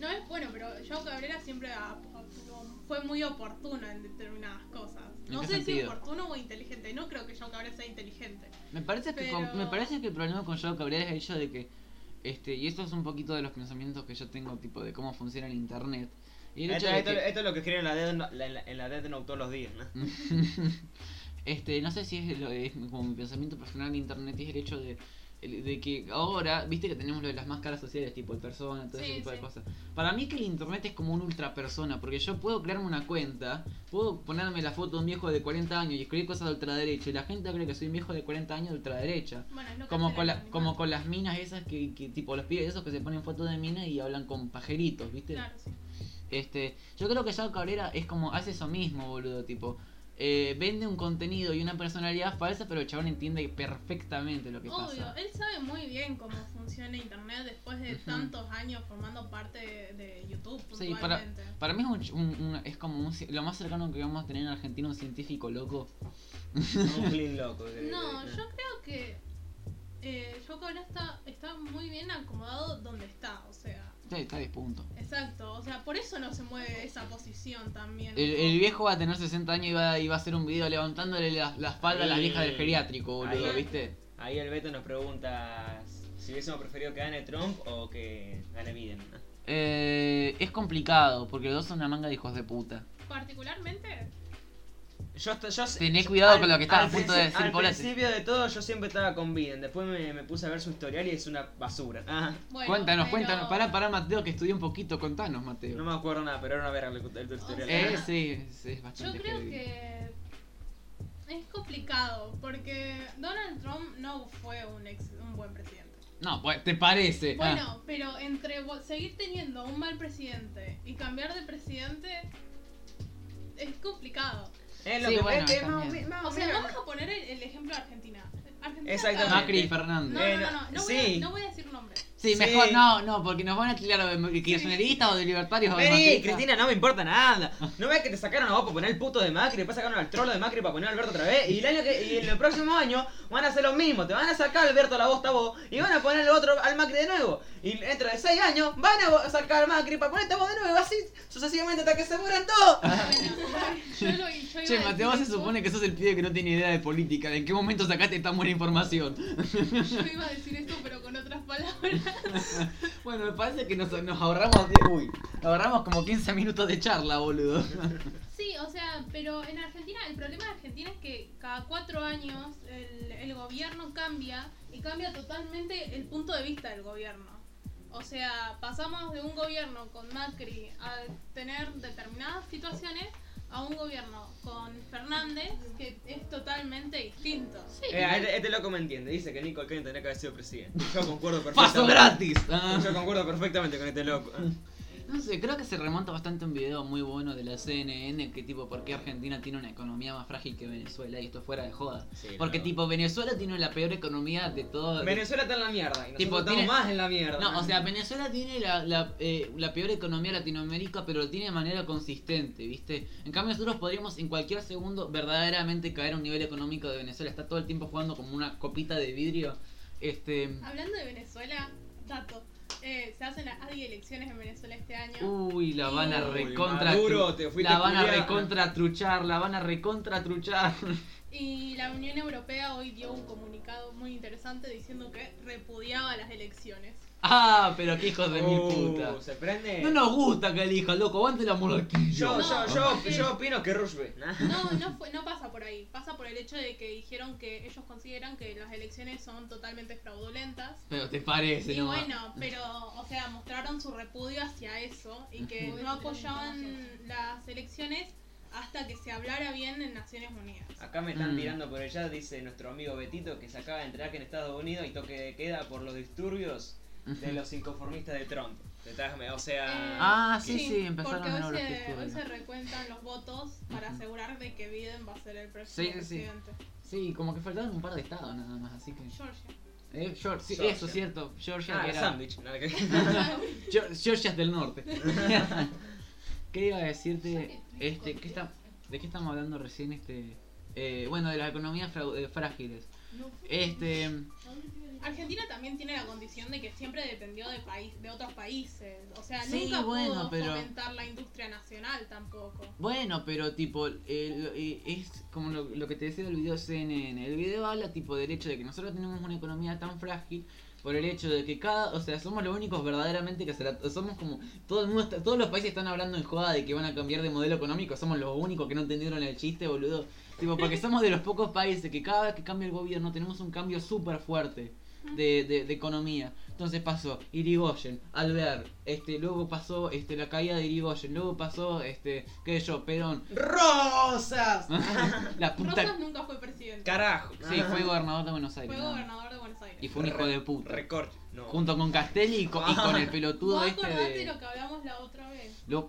S3: No es bueno, pero Joao Cabrera siempre a- a- fue muy oportuno en determinadas cosas.
S2: ¿En
S3: No
S2: qué
S3: sé si
S2: sentido?
S3: oportuno o inteligente. No creo que Joao Cabrera sea inteligente.
S2: me parece, que con-
S3: Pero-
S2: me parece que el problema con Joao Cabrera es el hecho de que, este, y esto es un poquito de los pensamientos que yo tengo, tipo, de cómo funciona el internet. Y el hecho
S4: [laughs] esto,
S2: de
S4: esto-
S2: que-
S4: esto es lo que escriben en la Death, Note- en la- en la Death Note todos los días, [laughs] ¿no?
S2: Este, no sé si es, lo- es como mi pensamiento personal de internet y es el hecho de, el- de que ahora, viste que tenemos lo de las máscaras sociales, tipo el persona, todo ese
S3: Sí,
S2: tipo de
S3: sí.
S2: cosas. Para mí que el internet es como un ultra persona, porque yo puedo crearme una cuenta, puedo ponerme la foto de un viejo de 40 años y escribir cosas de ultraderecha y la gente cree que soy un viejo de 40 años de ultraderecha.
S3: Bueno, es lo que
S2: Como
S3: hace
S2: con,
S3: el
S2: la,
S3: anonimato.
S2: como con las minas esas que, que tipo los pibes esos que se ponen fotos de minas y hablan con pajeritos, ¿viste?
S3: Claro, sí.
S2: Este, yo creo que Jao Cabrera es como, hace eso mismo, boludo, tipo, eh, vende un contenido y una personalidad falsa, pero el chabón entiende perfectamente lo que
S3: Obvio,
S2: pasa.
S3: él sabe muy bien cómo funciona internet después de
S2: Ujú.
S3: tantos años formando parte de, de YouTube
S2: Sí, para-
S3: puntualmente.
S2: Para mí es, un ch- un- un- es como un ci- lo más cercano que vamos a tener en Argentina un científico loco.
S4: Un flin loco. que-
S3: No,
S4: que-
S3: yo creo que eh, Joao Cabrera está, está muy bien acomodado donde está, o sea.
S2: Sí, está a 10 puntos.
S3: Exacto, o sea, por eso no se mueve esa posición también.
S2: El, el viejo va a tener 60 años y va, y va a hacer un video levantándole la, la espalda a las
S4: Ahí.
S2: viejas del geriátrico, boludo,
S4: Ahí.
S2: ¿viste?
S4: Ahí el Beto nos pregunta si hubiésemos preferido que gane Trump o que gane Biden. ¿no?
S2: Eh, es complicado, porque los dos son una manga de hijos de puta.
S3: Particularmente,
S4: Yo, estoy- yo-
S2: Tenés cuidado
S4: al-
S2: con lo que estaba
S4: al
S2: a punto
S4: princi-
S2: de decir,
S4: Al
S2: Pola, te-
S4: principio de todo yo siempre estaba con Biden, después me, me puse a ver su historial y es una basura. Ah,
S3: bueno.
S2: cuéntanos,
S3: pero-
S2: cuéntanos. Pará, pará, Mateo, que estudió un poquito. Contanos, Mateo.
S4: no me acuerdo nada, pero era una verga el, el tutorial. Ah,
S2: Eh, sí, sí, es
S3: Yo
S2: bastante
S3: creo
S2: heavy.
S3: que es complicado porque Donald Trump no fue un, ex- un buen presidente.
S2: No, pues, ¿te parece? Ah,
S3: Bueno, pero entre vo- seguir teniendo un mal presidente y cambiar de presidente es complicado.
S4: Es eh, lo
S2: Sí,
S4: que
S2: bueno,
S4: es- es más o
S2: también.
S4: me- más o
S3: O sea,
S4: menos.
S3: vamos a poner el, el ejemplo de Argentina. Argentina
S4: Exactamente.
S3: está-
S2: Macri y
S3: No,
S2: Fernández.
S3: no, no, no, no voy, a,
S4: Sí.
S3: no voy a decir nombres.
S2: [laughs] sí,
S4: sí.
S2: mejor no, no, porque nos van a tirar o de kirchneristas o de libertarios o de
S4: Vení,
S2: macristas.
S4: Cristina, no me importa nada. ¿No ves que te sacaron a vos para poner el puto de Macri? Después sacaron al trolo de Macri para poner a Alberto otra vez. Y el año que, y en el próximo año van a hacer lo mismo. Te van a sacar a Alberto la bosta a vos y van a poner el otro al Macri de nuevo. Y dentro de seis años van a vo- sacar al Macri para ponerte a vos de nuevo. Así sucesivamente hasta que se mueran todos.
S3: Bueno, yo lo, yo iba
S2: Che,
S3: a
S2: Mateo, vos
S3: decir
S2: se
S3: eso.
S2: supone que sos el pibe que no tiene idea de política. ¿En qué momento sacaste tan buena información? [laughs]
S3: Yo iba a decir esto, pero con otras palabras.
S2: Bueno, me parece que nos, nos ahorramos de... Uy, ahorramos como 15 minutos de charla, boludo.
S3: Sí, o sea, pero en Argentina, el problema de Argentina es que cada cuatro años el, el gobierno cambia y cambia totalmente el punto de vista del gobierno. O sea, pasamos de un gobierno con Macri a tener determinadas situaciones a un gobierno con Fernández que es totalmente distinto.
S4: Eh, este, este loco me entiende. Dice que Nicole Kane tendría que haber sido presidente. Yo concuerdo
S2: ¡Paso
S4: perfectamente.
S2: gratis! Ah.
S4: Yo concuerdo perfectamente con este loco.
S2: No sé, creo que se remonta bastante a un video muy bueno de la CNN que tipo por qué Argentina tiene una economía más frágil que Venezuela y esto fuera de joda.
S4: Sí,
S2: Porque
S4: loco.
S2: tipo Venezuela tiene la peor economía de todo.
S4: Venezuela está en la mierda. Y nosotros
S2: Tipo,
S4: estamos
S2: tiene-
S4: más en la mierda.
S2: No, o sea, Venezuela tiene la, la, eh, la peor economía de Latinoamérica, pero lo tiene de manera consistente, ¿viste? En cambio, nosotros podríamos en cualquier segundo verdaderamente caer a un nivel económico de Venezuela. Está todo el tiempo jugando como una copita de vidrio. Este.
S3: Hablando de Venezuela, dato, eh, se hacen las hay elecciones en Venezuela este año.
S2: Uh, Uy, la van a
S4: Uy,
S2: recontra.
S4: Maduro, te fuiste
S2: La van a
S4: culiá.
S2: recontra truchar, la van a recontra truchar.
S3: Y la Unión Europea hoy dio un comunicado muy interesante diciendo que repudiaba las elecciones.
S2: Ah, pero qué hijos de mil
S4: Uh,
S2: puta.
S4: Se prende.
S2: No nos gusta que elija, loco, aguante la moroquilla.
S4: Yo,
S3: No,
S4: yo, yo,
S3: no.
S4: yo opino que Rushbe.
S3: No, no, fue- no pasa por ahí. Pasa por el hecho de que dijeron que ellos consideran que las elecciones son totalmente fraudulentas.
S2: Pero te parece,
S3: Y
S2: ¿no?
S3: bueno, pero, o sea, mostraron su repudio hacia eso y que
S5: Ujú.
S3: no apoyaban las elecciones hasta que se hablara bien en Naciones Unidas.
S4: Acá me están
S2: Mm.
S4: tirando por allá, dice nuestro amigo Betito, que se acaba de enterar que en Estados Unidos hay toque de queda por los disturbios de los inconformistas de Trump. De Tajme, O
S3: Eh,
S4: sea.
S2: Ah, sí, sí, empezaron
S3: porque
S2: a
S3: hoy
S2: hablar
S3: se-
S2: los disturbios.
S3: Hoy se recuentan los votos para
S2: Ujú.
S3: asegurar de que Biden va a ser el
S2: Sí, sí.
S3: próximo presidente.
S2: Sí, como que faltaban un par de estados nada más, así que.
S3: Georgia.
S2: Eh, Georgia, sí,
S4: Georgia.
S2: eso es cierto. Georgia
S4: Ah,
S2: que era.
S4: sándwich. nada que-
S2: Geor- Georgia es del norte. [laughs] ¿Qué iba a decirte?
S3: Qué
S2: Este,
S3: triste.
S2: ¿qué está, ¿De qué estamos hablando recién? Este. eh, bueno, de las economías frau- eh, frágiles. Este.
S3: Argentina también tiene la condición de que siempre dependió de país, de otros países. O sea,
S2: Sí,
S3: nunca
S2: bueno,
S3: pudo
S2: pero-
S3: fomentar la industria nacional tampoco.
S2: Bueno, pero tipo, el- eh, es como lo, lo que te decía del video CNN. El video habla tipo del hecho de que nosotros tenemos una economía tan frágil por el hecho de que cada, o sea, somos los únicos verdaderamente que se la- somos como todo el mundo está- todos los países están hablando en joda de que van a cambiar de modelo económico, somos los únicos que no entendieron el chiste, boludo. Tipo, porque somos de los pocos países que cada vez que cambia el gobierno tenemos un cambio súper fuerte de, de- de economía. Entonces pasó Irigoyen, Albert, este, luego pasó este, la caída de Irigoyen, luego pasó este, qué sé yo,
S3: [laughs]
S2: Perón.
S4: [laughs] ¡Rosas!
S2: la puta
S3: Rosas nunca fue presidente.
S4: Carajo.
S2: Ah. Sí, fue gobernador de Buenos Aires.
S3: fue
S2: nada.
S3: gobernador de Buenos Aires.
S2: Y fue un hijo de puta.
S4: Recorte. No.
S2: Junto con Castelli y co- y con, el pelotudo
S3: ¿Vos
S2: este
S3: acordate
S2: de.
S3: lo que hablamos la otra vez?
S2: Lo...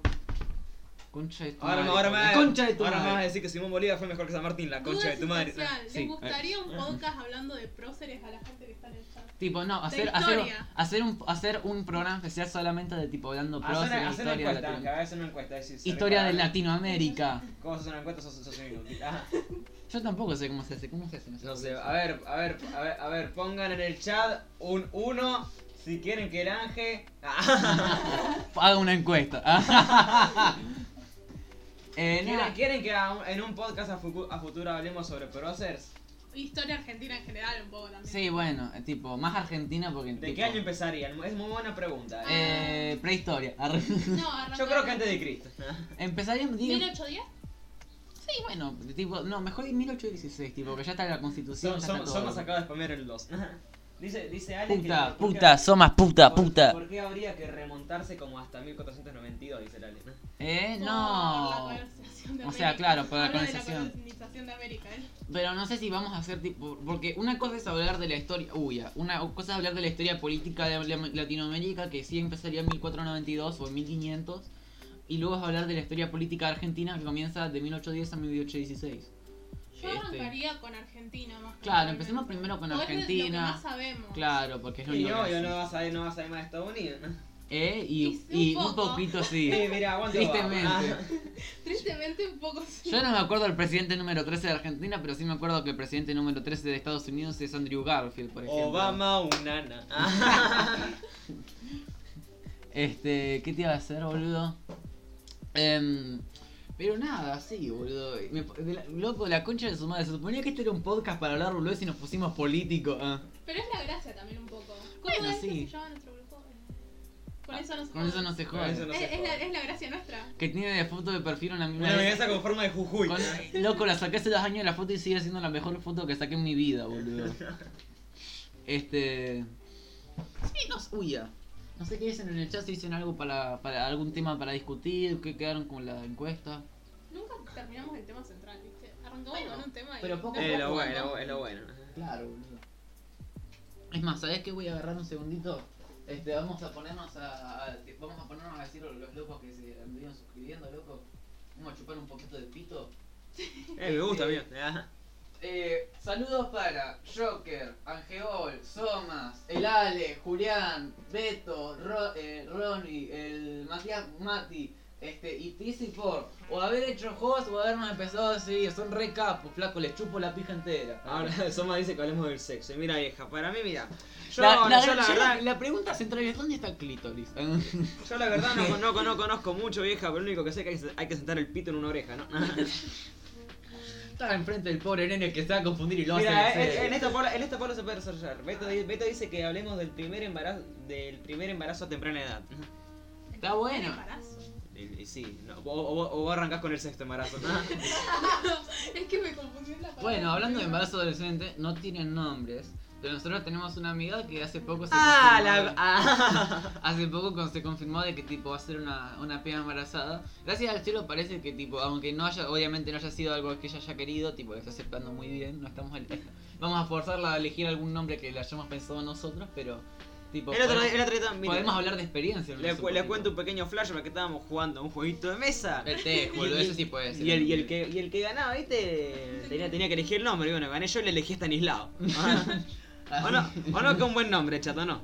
S2: Concha de tu
S4: Ahora, me-
S2: madre.
S4: ahora me
S2: la Concha de tu
S4: ahora me vas a
S2: madre.
S4: decir que Simón Bolívar fue mejor que San Martín, la concha
S3: Duda
S4: de tu madre.
S3: existencial.
S2: Sí. Ah.
S3: ¿Les gustaría un podcast hablando de próceres a la gente que está en el chat?
S2: Tipo, no, hacer, hacer,
S3: historia.
S2: hacer, un, hacer un programa especial solamente de tipo hablando pros
S4: Haz
S2: en
S4: una, haz una
S2: historia, de
S4: encuesta,
S2: Latino-
S4: Ángel, haz una encuesta. decís, ¿sale
S2: historia
S4: para-
S2: de Latinoamérica.
S4: ¿Cómo haces una encuesta? Sos, sos un inútil. Ah,
S2: Yo tampoco sé cómo se hace, cómo se hace.
S4: no sé, a ver, a ver, a ver, a ver, pongan en el chat un 1 si quieren que el Ángel. [laughs] Ah,
S2: Haga una encuesta. [laughs] eh, nada.
S4: ¿quieren, quieren que a un- en un podcast a, fucu- a futuro hablemos sobre próceres?
S3: Historia argentina en general un poco también.
S2: Sí, bueno, eh, tipo, más Argentina porque.
S4: ¿De
S2: tipo,
S4: qué año empezarían? Es muy buena pregunta. ¿eh?
S2: Eh, prehistoria. [laughs] Arre-
S3: No, arrancamos.
S4: Yo creo que antes de Cristo.
S2: Empezaríamos. digo-
S3: ¿1810?
S2: Sí, bueno, de tipo, no, mejor en 1816, tipo, que ya está la constitución.
S4: Son,
S2: ya está
S4: son,
S2: todo.
S4: somos acabados de spamear el 2. [laughs] Dice, dice Alex
S2: Puta,
S4: que-
S2: puta, somas puta,
S4: ¿Por-
S2: puta.
S4: ¿Por qué habría que remontarse como hasta 1492? Dice Lale.
S2: Eh,
S3: Por
S2: no.
S3: la colonización de
S2: O sea,
S3: América.
S2: claro, por la
S3: Habla de
S2: colonización.
S3: colonización de América, ¿eh?
S2: Pero no sé si vamos a hacer tipo. Porque una cosa es hablar de la historia. Uy, ya, una cosa es hablar de la historia política de la- Latinoamérica, que sí empezaría en 1492 o en 1500. Y luego es hablar de la historia política de Argentina, que comienza de 1810 a 1816.
S3: Yo
S2: Este.
S3: arrancaría con Argentina más que
S2: Claro,
S3: con-
S2: empecemos primero con
S3: O es lo que
S2: Argentina.
S3: más sabemos.
S2: Claro, porque es lo
S4: Y
S2: único.
S4: no,
S2: que
S4: yo
S2: sé.
S4: no vas a ver, no vas a ver más de Estados Unidos.
S2: ¿Eh? Y,
S3: Y sí,
S2: y
S3: un
S2: un
S3: poco.
S2: poquito sí.
S4: Sí, mira, aguanta. Ah.
S2: Tristemente.
S3: Tristemente un poco sí.
S2: Yo no me acuerdo del presidente número 13 de Argentina, pero sí me acuerdo que el presidente número 13 de Estados Unidos es Andrew Garfield, por ejemplo.
S4: Ah, Obama Ah, Unana.
S2: Este, ¿qué te iba a hacer, boludo? Em, pero nada, sí, boludo. Me- de la- loco, la concha de su madre. Se suponía que este era un podcast para hablar, boludo, si nos pusimos político. ah.
S3: Pero es la gracia también un poco. ¿Cómo
S2: Bueno,
S3: es
S2: sí. Ah,
S3: que se llama nuestro grupo? Con eso no se
S2: Con eso no se
S4: Con eso
S2: jode.
S4: no
S3: Es,
S4: se
S3: es la,
S4: jode.
S3: es la gracia nuestra.
S2: Que tiene de foto de perfil una misma.
S4: Una amenaza con forma de Jujuy.
S2: [laughs] Loco, la saqué hace dos años la foto y sigue siendo la mejor foto que saqué en mi vida,
S4: [laughs]
S2: boludo. Este. Sí, no sé. Uy, ya. No sé qué dicen en el chat, si dicen algo para, para algún tema para discutir, que quedaron con la encuesta.
S3: Nunca terminamos el tema central, ¿viste? Arrancamos
S2: Bueno,
S3: con un tema y...
S2: pero poco a
S4: Es
S2: poco.
S4: Eh, lo bueno, es lo- es lo bueno.
S2: Claro, boludo. Es más, ¿sabés qué? Voy a agarrar un segundito. Este, vamos a ponernos a, a- Vamos a ponernos a decir a los locos que se anduvieron suscribiendo, loco. Vamos a chupar un poquito de pito.
S4: Eh, me gusta, bien.
S2: Eh, saludos para Joker, Angeol, Somas, el Ale, Julián, Beto, Ro- eh, Ronnie, el Matías Mati, este, y Tizi por O haber hecho host o habernos empezado así, son re capos, flaco, les chupo la pija entera.
S4: Ahora [laughs] Soma dice que hablemos del sexo. Y mira, vieja, para mí, mira. Yo
S2: la,
S4: no,
S2: la-
S4: yo la
S2: yo
S4: verdad.
S2: la- la pregunta central es ¿dónde está el clítoris? [laughs]
S4: Yo la verdad no, no, no conozco mucho, vieja, pero lo único que sé es que hay que se- hay que sentar el pito en una oreja, ¿no?
S2: Estaba enfrente del pobre nene que se va a confundir y lo hace.
S4: Mira,
S2: en
S4: eh, en,
S2: serio.
S4: en esta polo, en esta polo se puede desarrollar. Beto, di- Beto dice que hablemos del primer embarazo, del primer embarazo a temprana edad.
S2: Está bueno.
S3: Embarazo. [laughs]
S4: Y, y sí, no, o, o- o vos arrancás con el sexto embarazo. [laughs]
S3: Es que me confundí en la palabra.
S2: Bueno, hablando de embarazo adolescente, no tienen nombres. Pero nosotros tenemos una amiga que hace poco se
S4: ah,
S2: confirmó
S4: la...
S2: de-
S4: [laughs] ah.
S2: Hace poco con- se confirmó de que tipo va a ser una, una piba embarazada. Gracias al cielo parece que tipo, aunque no haya, obviamente no haya sido algo que ella haya querido, tipo, lo está aceptando muy bien, no estamos al- [laughs] vamos a forzarla a elegir algún nombre que le hayamos pensado nosotros, pero tipo
S4: El otro,
S2: podemos,
S4: el otro día también-
S2: podemos hablar de experiencia.
S4: Le, cu- le cuento un pequeño flashback que estábamos jugando a un jueguito de mesa.
S2: el té, boludo,
S4: Y- y-
S2: eso sí puede ser.
S4: Y el, y el que, y el que ganaba, ¿viste? Tenía, tenía que elegir el nombre. Y bueno, gané yo y le elegí a [laughs] Stanislao.
S2: Ah,
S4: O no, o no, que un buen nombre, chato, no.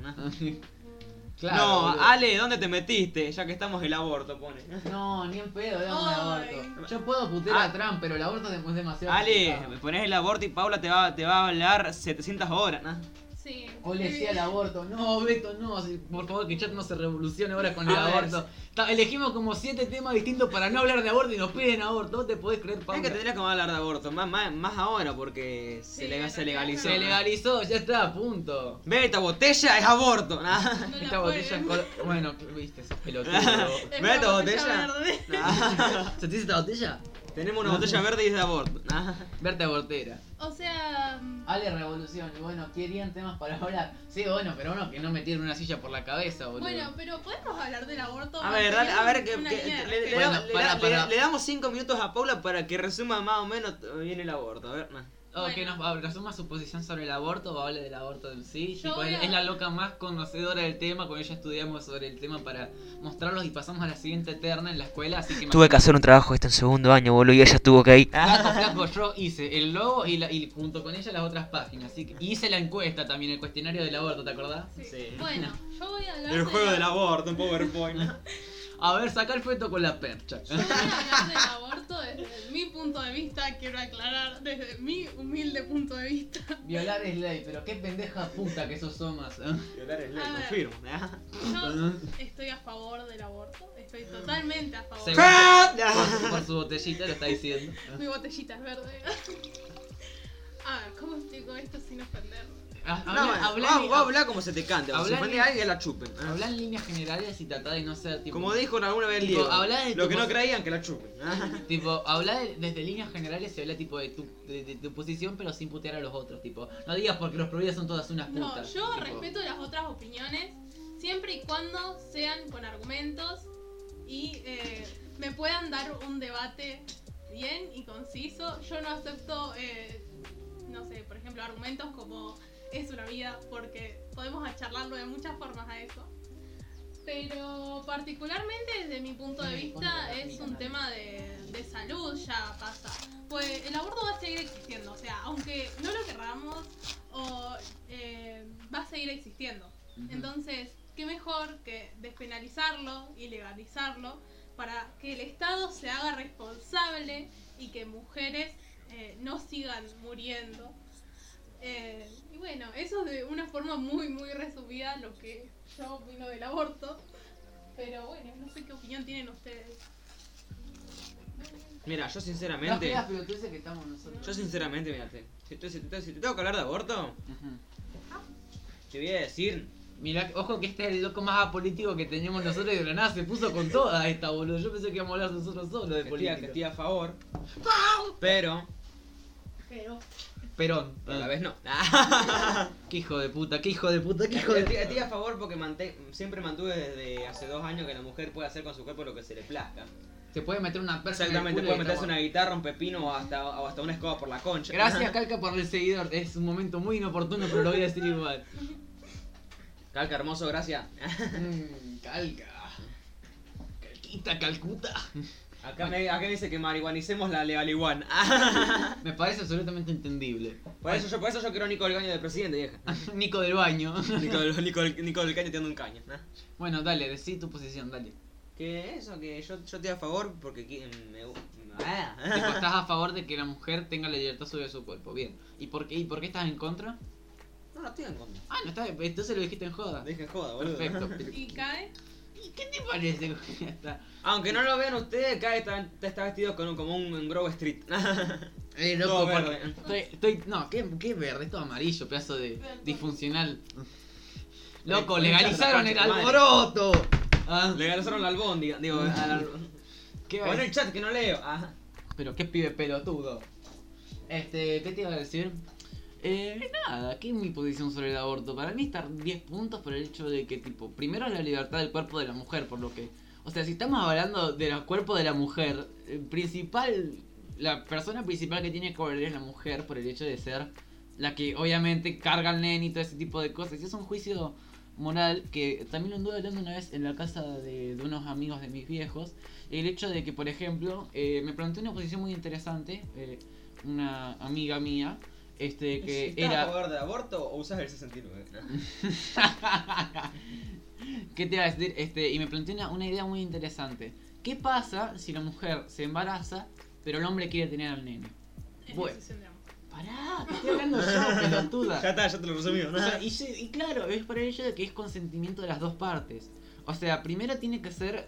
S2: claro,
S4: no,
S2: boludo.
S4: Ale, ¿dónde te metiste? Ya que estamos el aborto, pone.
S2: No, ni en pedo, veamos
S3: Ay.
S2: el aborto. Yo puedo putear
S4: Ah.
S2: a Trump, pero el aborto es demasiado.
S4: Ale,
S2: complicado.
S4: me pones el aborto y Paula te va, te va a hablar 700 horas. ¿no?
S3: Sí.
S2: O le decía al aborto, no, Beto, no, si- por favor que chat no se revolucione ahora con el
S4: A ver,
S2: aborto. Ta- Elegimos como siete temas distintos para no hablar de aborto y nos piden aborto, ¿Vos te podés creer,
S4: Es
S2: Paula?
S4: que tendrías que hablar de aborto, más, más, más ahora porque se,
S3: Sí,
S4: le-
S3: en
S4: se
S3: realidad
S4: legalizó.
S2: Se legalizó, ya está, punto.
S4: Beta, botella es aborto. Nah.
S3: No la
S2: Esta botella
S3: jueguen. [laughs]
S2: col- Bueno, viste, sos [laughs] pelotudo.
S3: Es
S4: ¿Ves
S3: una
S4: esta botella?
S3: verde.
S4: Nah.
S2: ¿Se te dice esta botella?
S4: [laughs] Tenemos una botella verde y es de aborto. Nah.
S2: Verte abortera.
S3: O sea. mm,
S2: Ale Revolución, y bueno, querían temas para hablar. Sí, bueno, pero bueno, que no me tiren una silla por la cabeza, boludo.
S3: Bueno, pero podemos hablar del aborto.
S4: A ver, dale, a ver, que,
S3: Una
S4: que-
S3: línea de
S4: le, le
S3: respeto.
S4: damos-
S2: Bueno,
S4: le
S2: para,
S4: da-
S2: para.
S4: le- le damos 5 minutos a Paula para que resuma más o menos eh, bien el aborto. A ver, nah.
S2: O que
S3: Bueno.
S2: nos hab- nos suma su posición sobre el aborto o hable del aborto en sí.
S3: Yo
S2: Tipo,
S3: voy
S2: es,
S3: a-
S2: es la loca más conocedora del tema, con ella estudiamos sobre el tema para mostrarlos y pasamos a la siguiente eterna en la escuela, así que
S6: Tuve que hacer un trabajo este en segundo año, boludo, y ella tuvo que ir.
S2: [laughs] Flaco, flaco, yo hice el logo y, la- y junto con ella las otras páginas. Así que y hice la encuesta también, el cuestionario del aborto, ¿te acordás?
S3: Sí.
S4: Sí.
S3: Bueno, yo voy a hablar.
S4: El juego del
S3: aborto.
S4: aborto en PowerPoint.
S2: A ver, saca el feto con la percha.
S3: Yo voy a hablar del aborto desde mi punto de vista, quiero aclarar, desde mi humilde punto de vista.
S2: Violar es ley, pero qué pendeja puta que sos ¿eh? somas.
S4: Violar es ley,
S3: A ver.
S4: confirmo. nah.
S3: Yo estoy a favor del aborto, estoy totalmente a favor.
S2: Se va.
S4: Ah, nah.
S2: Por, por su botellita lo está diciendo.
S3: Mi botellita es verde. [laughs] A ver, ¿cómo explico esto sin ofenderme?
S2: Ah,
S4: No,
S2: Habla,
S4: man,
S2: habla
S4: vos-
S2: en-
S4: vos hablá como se te cante. vos. Si
S2: habla
S4: ofende
S2: en-
S4: a alguien, la chupen. ah.
S2: habla en líneas generales y trata de no ser tipo.
S4: Como dijo alguna vez el
S2: Tipo,
S4: Diego.
S2: habla de
S4: Lo
S2: tu
S4: que no
S2: pos-
S4: creían, que la chupen.
S2: [laughs]
S4: ah.
S2: Tipo, habla de- desde líneas generales y habla tipo de tu, de, de tu posición, pero sin putear a los otros. Tipo, no digas porque los prohibidos son todas unas
S3: No,
S2: putas.
S3: yo
S2: tipo.
S3: respeto las otras opiniones siempre y cuando sean con argumentos y eh, me puedan dar un debate bien y conciso. Yo no acepto, eh, no sé, por ejemplo, argumentos como es una vida, porque podemos charlarlo de muchas formas a eso. Pero particularmente desde mi punto de vista es un tema de, de salud, ya pasa. Pues el aborto va a seguir existiendo, o sea, aunque no lo querramos, o, eh, va a seguir existiendo.
S2: Ujú.
S3: Entonces, qué mejor que despenalizarlo y legalizarlo para que el Estado se haga responsable y que mujeres eh, no sigan muriendo. Eh, y bueno, eso es de una forma muy, muy resumida lo que yo opino del aborto. Pero bueno, no sé qué opinión tienen ustedes.
S4: Mira, yo
S2: No
S4: sinceramente.
S2: creas pelotudeces que estamos nosotros.
S4: Yo sinceramente, mira, te- si, te, si te- si te tengo que hablar de aborto,
S2: Ujú.
S4: te voy a decir.
S2: Mirá, ojo que este es el loco más apolítico que teníamos nosotros y de la nada se puso con toda esta, boludo. Yo pensé que íbamos a hablar nosotros solos de
S4: que estoy, a- que estoy
S2: política.
S4: a favor. Pero,
S5: Pero.
S2: Perón. eh,
S4: a la vez no. [laughs]
S2: Qué hijo de puta, qué hijo de puta, qué [laughs] hijo de
S4: Estoy,
S2: puta.
S4: estoy a favor porque manté- siempre mantuve desde hace dos años que la mujer puede hacer con su cuerpo lo que se le plazca.
S2: Se puede meter una persona.
S4: Exactamente, puede meterse una guitarra, un pepino o hasta, o hasta una escoba por la concha.
S2: Gracias, Calca, por el seguidor. Es un momento muy inoportuno, pero lo voy a decir igual.
S4: [laughs] Calca hermoso, gracias.
S2: Mm, calca. Calquita, Calcuta.
S4: Acá me, acá dice que marihuanicemos la legaliguan.
S2: Me parece absolutamente entendible.
S4: Ah,
S2: [laughs]
S4: Por eso yo, por eso yo quiero a Nico del Caño de presidente, vieja.
S2: Nico del baño.
S4: Nico, [laughs] del- Nico, del- Nico del Caño tirando un caño. ¿no?
S2: Bueno, dale, decí tu posición, dale.
S4: Que eso, que yo, yo estoy a favor porque qui- me gu-
S2: Tipo,
S4: ah.
S2: estás a favor de que la mujer tenga la libertad sobre su cuerpo. Bien. ¿Y por qué, y por qué estás en contra?
S4: No, no estoy en contra.
S2: Ah, no está. Entonces lo dijiste en joda.
S4: Dije joda, boludo.
S2: Perfecto.
S3: ¿Y [laughs] cae?
S2: ¿Y qué te parece? [laughs] Ya está.
S4: Aunque no lo vean ustedes, Kai está, está vestido con un- como un, un Grove Street. [laughs]
S2: Eh,
S4: Todo
S2: loco, por-
S4: verde.
S2: estoy, estoy- No, ¿qué, qué verde? Esto amarillo, pedazo de disfuncional. Loco,
S4: Eh,
S2: legalizaron
S4: concha
S2: el
S4: de madre.
S2: alboroto. Ah,
S4: Legalizaron la albóndiga, digo, al-
S2: ¿qué va a
S4: Pon el
S2: decir?
S4: chat que no leo. Ah.
S2: Pero qué pibe pelotudo. Este, ¿qué te iba a decir? Eh, nada, ¿qué es mi posición sobre el aborto? Para mí estar 10 puntos por el hecho de que, tipo, primero la libertad del cuerpo de la mujer, por lo que... O sea, si estamos hablando de los cuerpos de la mujer, el principal... La persona principal que tiene que volver es la mujer por el hecho de ser la que obviamente carga al nene y todo ese tipo de cosas. Y es un juicio moral que también lo anduve hablando una vez en la casa de, de unos amigos de mis viejos. El hecho de que, por ejemplo, eh, me planteó una posición muy interesante, eh, una amiga mía, este que
S4: ¿Estás a
S2: era...
S4: favor del aborto o usas el 69?
S2: ¿Qué te iba a decir? Este, y me planteé una, una idea muy interesante. ¿Qué pasa si la mujer se embaraza, pero el hombre quiere tener al nene?
S3: Es
S2: Bueno.
S3: decisión de ambos.
S2: Pará, te estoy hablando
S4: [laughs]
S2: yo, pelotuda.
S4: Ya está, ya te lo resumí.
S2: O
S4: [laughs]
S2: sea, y, se- y claro, es por ello de que es consentimiento de las dos partes. O sea, primero tiene que ser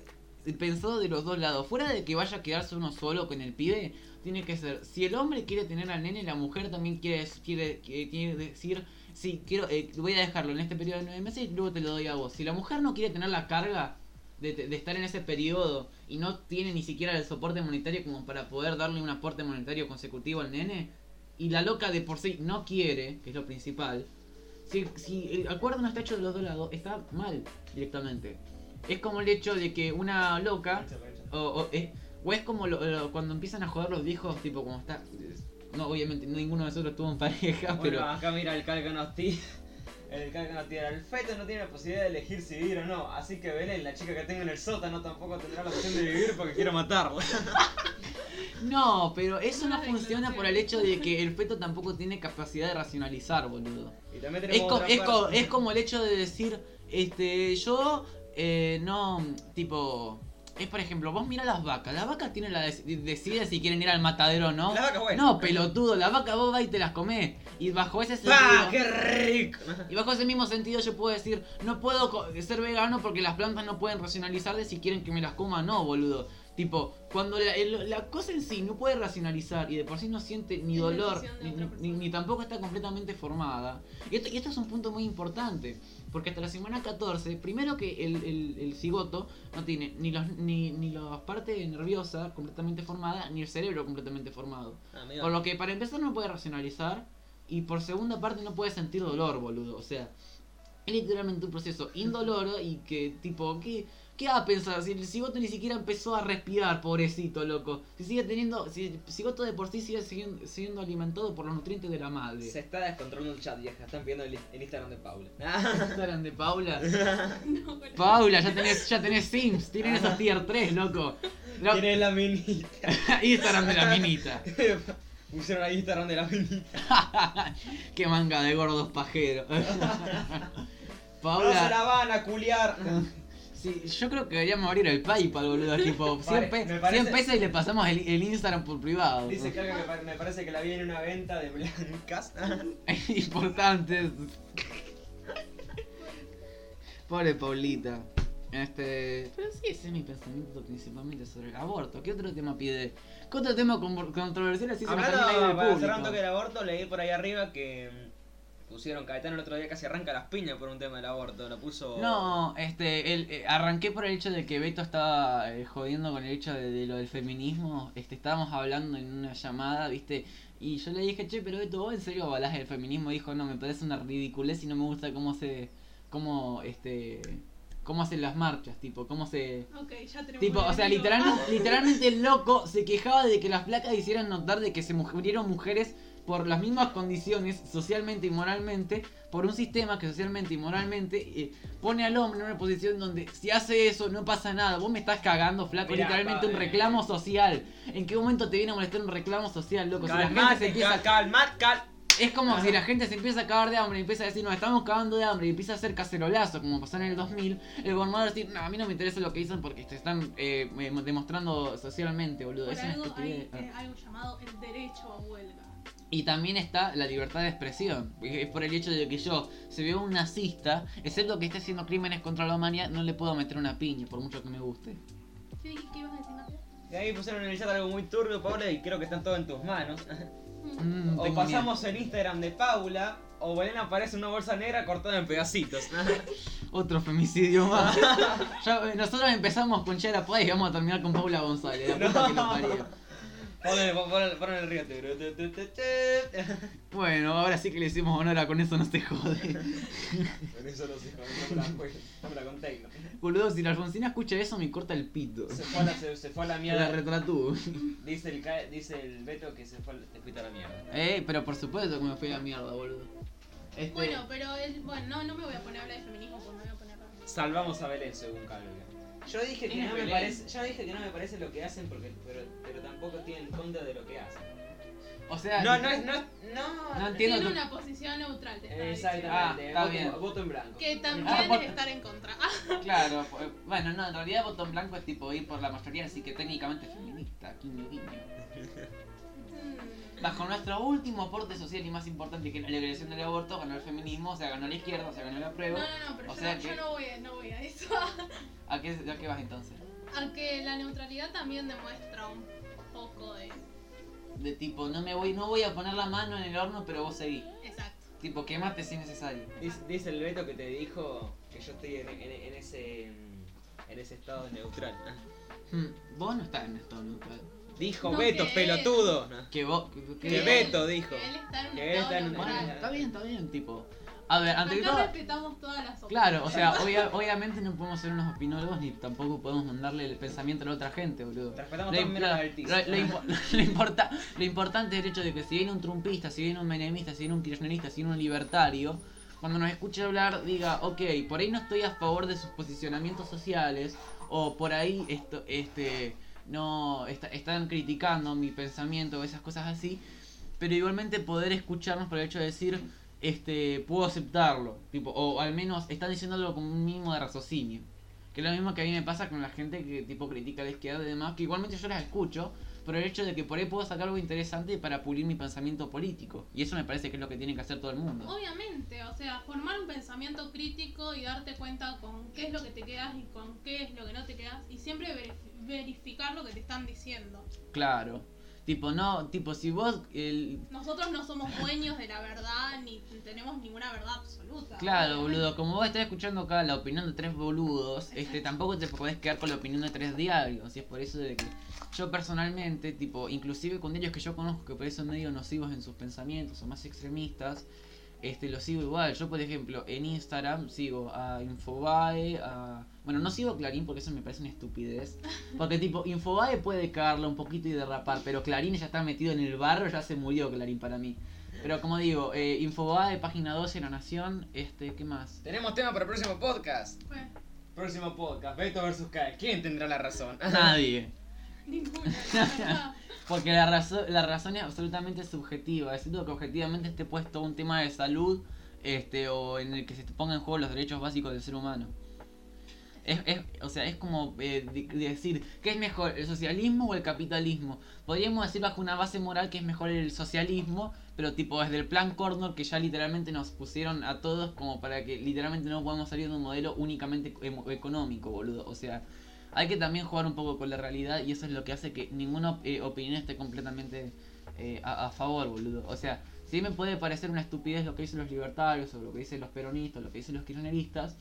S2: pensado de los dos lados. Fuera de que vaya a quedarse uno solo con el pibe, tiene que ser. Si el hombre quiere tener al nene, la mujer también quiere, quiere, eh, quiere- tiene que decir. Sí, quiero, eh, voy a dejarlo en este periodo de nueve meses y luego te lo doy a vos. Si la mujer no quiere tener la carga de, de estar en ese periodo y no tiene ni siquiera el soporte monetario como para poder darle un aporte monetario consecutivo al nene, y la loca de por sí no quiere, que es lo principal, si, si el acuerdo no está hecho de los dos lados, está mal directamente. Es como el hecho de que una loca, o, o es, o es como lo- lo- cuando empiezan a joder los viejos, tipo como está... No, obviamente ninguno de nosotros tuvo [laughs] en pareja, Ah, pero...
S4: Bueno, acá mira el calca nos tira. [laughs] El calca nos tira. El feto no tiene la posibilidad de elegir si vivir o no. Así que Belén, la chica que tengo en el sótano, tampoco tendrá la opción de vivir porque quiero matarla.
S2: No, pero eso
S3: Una
S2: no funciona
S3: declaración.
S2: por el hecho de que el feto tampoco tiene capacidad de racionalizar, boludo.
S4: Y también
S2: Es,
S4: tenemos
S2: co-
S4: otra
S2: es co-
S4: parte.
S2: es como el hecho de decir, este, yo eh, no, tipo, es por ejemplo, vos mira las vacas, las vacas tienen la dec- deciden si quieren ir al matadero o no.
S4: La vaca, bueno.
S2: No, pelotudo, la vaca vos vas y te las comés. Y bajo ese sentido,
S4: ¡Pah! ¡Qué rico!
S2: y bajo ese mismo sentido yo puedo decir, no puedo co- ser vegano porque las plantas no pueden racionalizar de si quieren que me las coma o no, boludo. Tipo, cuando la, el- la cosa en sí no puede racionalizar y de por sí no siente ni
S3: Es
S2: dolor,
S3: decisión de
S2: ni,
S3: otra
S2: ni-
S3: persona.
S2: ni tampoco está completamente formada. Y esto, y esto es un punto muy importante, porque hasta la semana 14, primero que el, el- el cigoto no tiene ni, los, ni, ni la parte nerviosa completamente formada, ni el cerebro completamente formado.
S4: Amigo,
S2: Por lo que para empezar no puede racionalizar y por segunda parte no puede sentir dolor, boludo. O sea, es literalmente un
S4: [laughs]
S2: proceso indoloro y que tipo, ¿qué, qué va a pensar? Si el cigoto ni siquiera empezó a respirar, pobrecito, loco. Si sigue teniendo, si el cigoto de por sí sigue siendo, siendo alimentado por los nutrientes de la madre.
S4: se está descontrolando el chat, vieja. Están viendo el, el Instagram
S2: [laughs]
S4: de Paula. Ah,
S2: Instagram de
S4: [laughs]
S2: Paula.
S3: No, bueno.
S2: Paula, ya tenés, ya tenés Sims, tienen esos tier 3,
S4: [laughs]
S2: loco. Lo-
S4: Ah. Tiene la minita.
S2: [laughs]
S4: [laughs]
S2: Instagram de la minita.
S4: Pusieron ahí Instagram de la minita.
S2: Qué manga de gordos
S4: [laughs]
S2: pajeros.
S4: No se
S2: Paula,
S4: la van a culiar.
S2: sí, yo creo que deberíamos abrir el PayPal,
S4: [laughs]
S2: boludo. Tipo, 100, pe-
S4: me parece-
S2: 100 pesos y le pasamos el, el Instagram por privado.
S4: Dice Calca que pa- me parece que la vi en una venta de blancas. [laughs]
S2: Es importante. Pobre Paulita. Este. Pero sí, ese es mi pensamiento principalmente sobre el aborto. ¿Qué otro tema pide? ¿Qué otro tema con- controversial así se nos termina de ir
S4: Hablando
S2: al
S4: Ah, para cerrar
S2: público?
S4: un toque del aborto, leí por ahí arriba que mm, pusieron Caetano el otro día casi arranca las piñas por un tema del aborto, lo puso
S2: No, este, el, eh, arranqué por el hecho de que Beto estaba eh, jodiendo con el hecho de, de lo del feminismo. Este, estábamos hablando en una llamada, viste, y yo le dije, che, pero Beto, vos en serio avalás el feminismo. Y dijo, no, me parece una ridiculez y no me gusta cómo se, cómo, este, cómo hacen las marchas, tipo, cómo se,
S3: Ok, ya tenemos.
S2: Tipo,
S3: un
S2: o sea,
S3: enemigo.
S2: literal- literalmente el loco se quejaba de que las placas hicieran notar de que se mu- murieron mujeres por las mismas condiciones, socialmente y moralmente, por un sistema que socialmente y moralmente eh, pone al hombre en una posición donde si hace eso no pasa nada. Vos me estás cagando, flaco.
S4: Mirá,
S2: literalmente un
S4: padre.
S2: reclamo social. ¿En qué momento te viene a molestar un reclamo social, loco? Si la gente se
S4: Calmate,
S2: empieza-
S4: cal, calmate, cal.
S2: es como si la gente se empieza a cagar de hambre y empieza a decir, nos estamos cagando de hambre y empieza a hacer cacerolazo, como pasó en el 2000. El gobernador decir, no, a mí no me interesa lo que dicen porque te están eh, eh, demostrando socialmente, boludo.
S3: Por
S2: Es una
S3: algo hay
S2: estupidez.
S3: eh, algo llamado el derecho a huelga.
S2: Y también está la libertad de expresión. Es por el hecho de que yo, si veo un nazista, excepto que esté haciendo crímenes contra la humanidad, no le puedo meter una piña, por mucho que me guste.
S3: ¿Qué, qué ibas a decir, Mate?
S4: Y ahí pusieron en el chat algo muy turbio, Paula, y creo que están todos en
S2: [laughs]
S4: tus manos.
S3: Mm.
S2: Mm,
S4: O
S2: tengo
S4: pasamos el Instagram de Paula, o Belén aparece en una bolsa negra cortada en pedacitos. [laughs]
S2: miedo. Otro femicidio más. Ya, eh, nosotros empezamos con Chara Páez y vamos a terminar con Paula González. La puta que lo parió.
S4: Ponle, ponle, ponle el río. tu, tu, tu, tu, tu.
S2: Bueno, ahora sí que le hicimos honor a con eso no se jode. [laughs]
S4: Con eso los hijos, no me la juego, no me la conté.
S2: Boludo, si la Alfonsina escucha eso me corta el pito.
S4: Se fue a la, se, se fue a la
S2: Me la
S4: mierda.
S2: retratú.
S4: Dice el, ca- dice el Beto que se fue, al- te fuiste a la mierda.
S2: Eh, pero por supuesto que me fui a la mierda, boludo. Este,
S3: Bueno, pero el- bueno, no, no me voy a poner a hablar de feminismo porque me voy a poner a hablar.
S4: Salvamos a Belén según Calvia. Yo dije que
S2: ¿Quién es
S4: no me
S2: Belén?
S4: parece, yo dije que no me parece lo que hacen porque pero, pero tampoco tienen contra de lo que hacen.
S2: O sea,
S4: No, no es no es- no.
S2: No entiendo.
S3: Tiene
S2: tu-
S3: una posición neutral, te está
S2: Ah,
S4: Exactamente.
S2: está
S4: voto,
S2: bien.
S4: voto en blanco.
S3: diciendo. Que también
S2: Ah, por-
S3: es estar en contra. Ah,
S2: claro. eh, Bueno, no, en realidad botón blanco es tipo ir por la mayoría, así que técnicamente es feminista. Guiño, guiño.
S3: mm.
S2: bajo nuestro último aporte social y más importante que la liberación del aborto, ganó el feminismo, o sea, ganó la izquierda, o sea, ganó la
S3: No,
S2: prueba.
S3: no, no, pero
S2: O
S3: yo,
S2: sea
S3: no,
S2: que-
S3: yo no, voy a, no voy a eso. [laughs]
S2: ¿A qué, a qué vas entonces?
S3: a que la neutralidad también demuestra un poco de.
S2: De tipo, no me voy, no voy a poner la mano en el horno, pero vos seguís.
S3: Exacto.
S2: Tipo, quemate si es necesario.
S4: Dice, dice el Beto que te dijo que yo estoy en, en- en ese mm, en ese estado neutral.
S2: Hmm, Vos no estás en estado neutral.
S4: Dijo
S3: No,
S4: Beto,
S3: que-
S4: pelotudo. No.
S2: Que vos. que-
S4: Que
S2: que-
S3: él-
S4: Beto dijo.
S3: Que él está en un
S4: Que él está en un-
S3: estado
S2: Bueno,
S3: neutral.
S2: está bien, está bien, tipo. A ver, ante que
S3: Acá
S2: todo.
S3: respetamos todas las opciones.
S2: Claro, o sea, obvia- obviamente no podemos ser unos opinólogos ni tampoco podemos mandarle el pensamiento a la otra gente, boludo.
S4: Respetamos
S2: Lo,
S4: todo
S2: im-
S4: menos al
S2: lo- lo [laughs] impo- lo importa- lo importante es el hecho de que si viene un trumpista, si viene un menemista, si viene un kirchnerista, si viene un libertario, cuando nos escuche hablar diga, ok, por ahí no estoy a favor de sus posicionamientos sociales, o por ahí esto, este, no, esta- están criticando mi pensamiento o esas cosas así, pero igualmente poder escucharnos por el hecho de decir, este, puedo aceptarlo, tipo, o al menos están diciéndolo con un mínimo de raciocinio. Que es lo mismo que a mí me pasa con la gente que tipo critica a la izquierda y demás, que igualmente yo las escucho, pero el hecho de que por ahí puedo sacar algo interesante para pulir mi pensamiento político. Y eso me parece que es lo que tiene que hacer todo el mundo.
S3: Obviamente, o sea, formar un pensamiento crítico y darte cuenta con qué es lo que te quedas y con qué es lo que no te quedas y siempre verif- verificar lo que te están diciendo.
S2: Claro. Tipo, no, tipo, si vos el,
S3: Nosotros no somos dueños de la verdad ni tenemos ninguna verdad absoluta.
S2: Claro,
S3: obviamente.
S2: boludo, como vos estás escuchando acá la opinión de tres boludos, este tampoco te podés quedar con la opinión de tres diarios, y es por eso de que yo personalmente, tipo, inclusive con ellos que yo conozco que por eso medio nocivos en sus pensamientos o más extremistas, este los sigo igual. Yo, por ejemplo, en Instagram sigo a Infobae, a bueno, no sigo a Clarín porque eso me parece una estupidez, porque tipo Infobae puede cagarla un poquito y derrapar, pero Clarín ya está metido en el barro, ya se murió Clarín para mí. Pero como digo, eh, Infobae, página 12, La Nación, este, ¿qué más?
S7: Tenemos tema para el próximo podcast.
S3: Fue
S7: Próximo podcast, Beto versus Kai. ¿Quién tendrá la razón?
S2: Nadie.
S3: [laughs] ninguna, la
S4: [laughs]
S3: verdad.
S2: Porque la, razo- la razón es absolutamente subjetiva. Es cierto que objetivamente esté puesto un tema de salud este, o en el que se pongan en juego los derechos básicos del ser humano. Es, es- o sea, es como eh, de- decir, ¿qué es mejor, el socialismo o el capitalismo? Podríamos decir bajo una base moral que es mejor el socialismo, pero tipo desde el plan Cornor que ya literalmente nos pusieron a todos como para que literalmente no podamos salir de un modelo únicamente emo- económico, boludo. O sea, hay que también jugar un poco con la realidad y eso es lo que hace que ninguna eh, opinión esté completamente eh, a, a favor, boludo. O sea, si me puede parecer una estupidez lo que dicen los libertarios o lo que dicen los peronistas, lo que dicen los kirchneristas,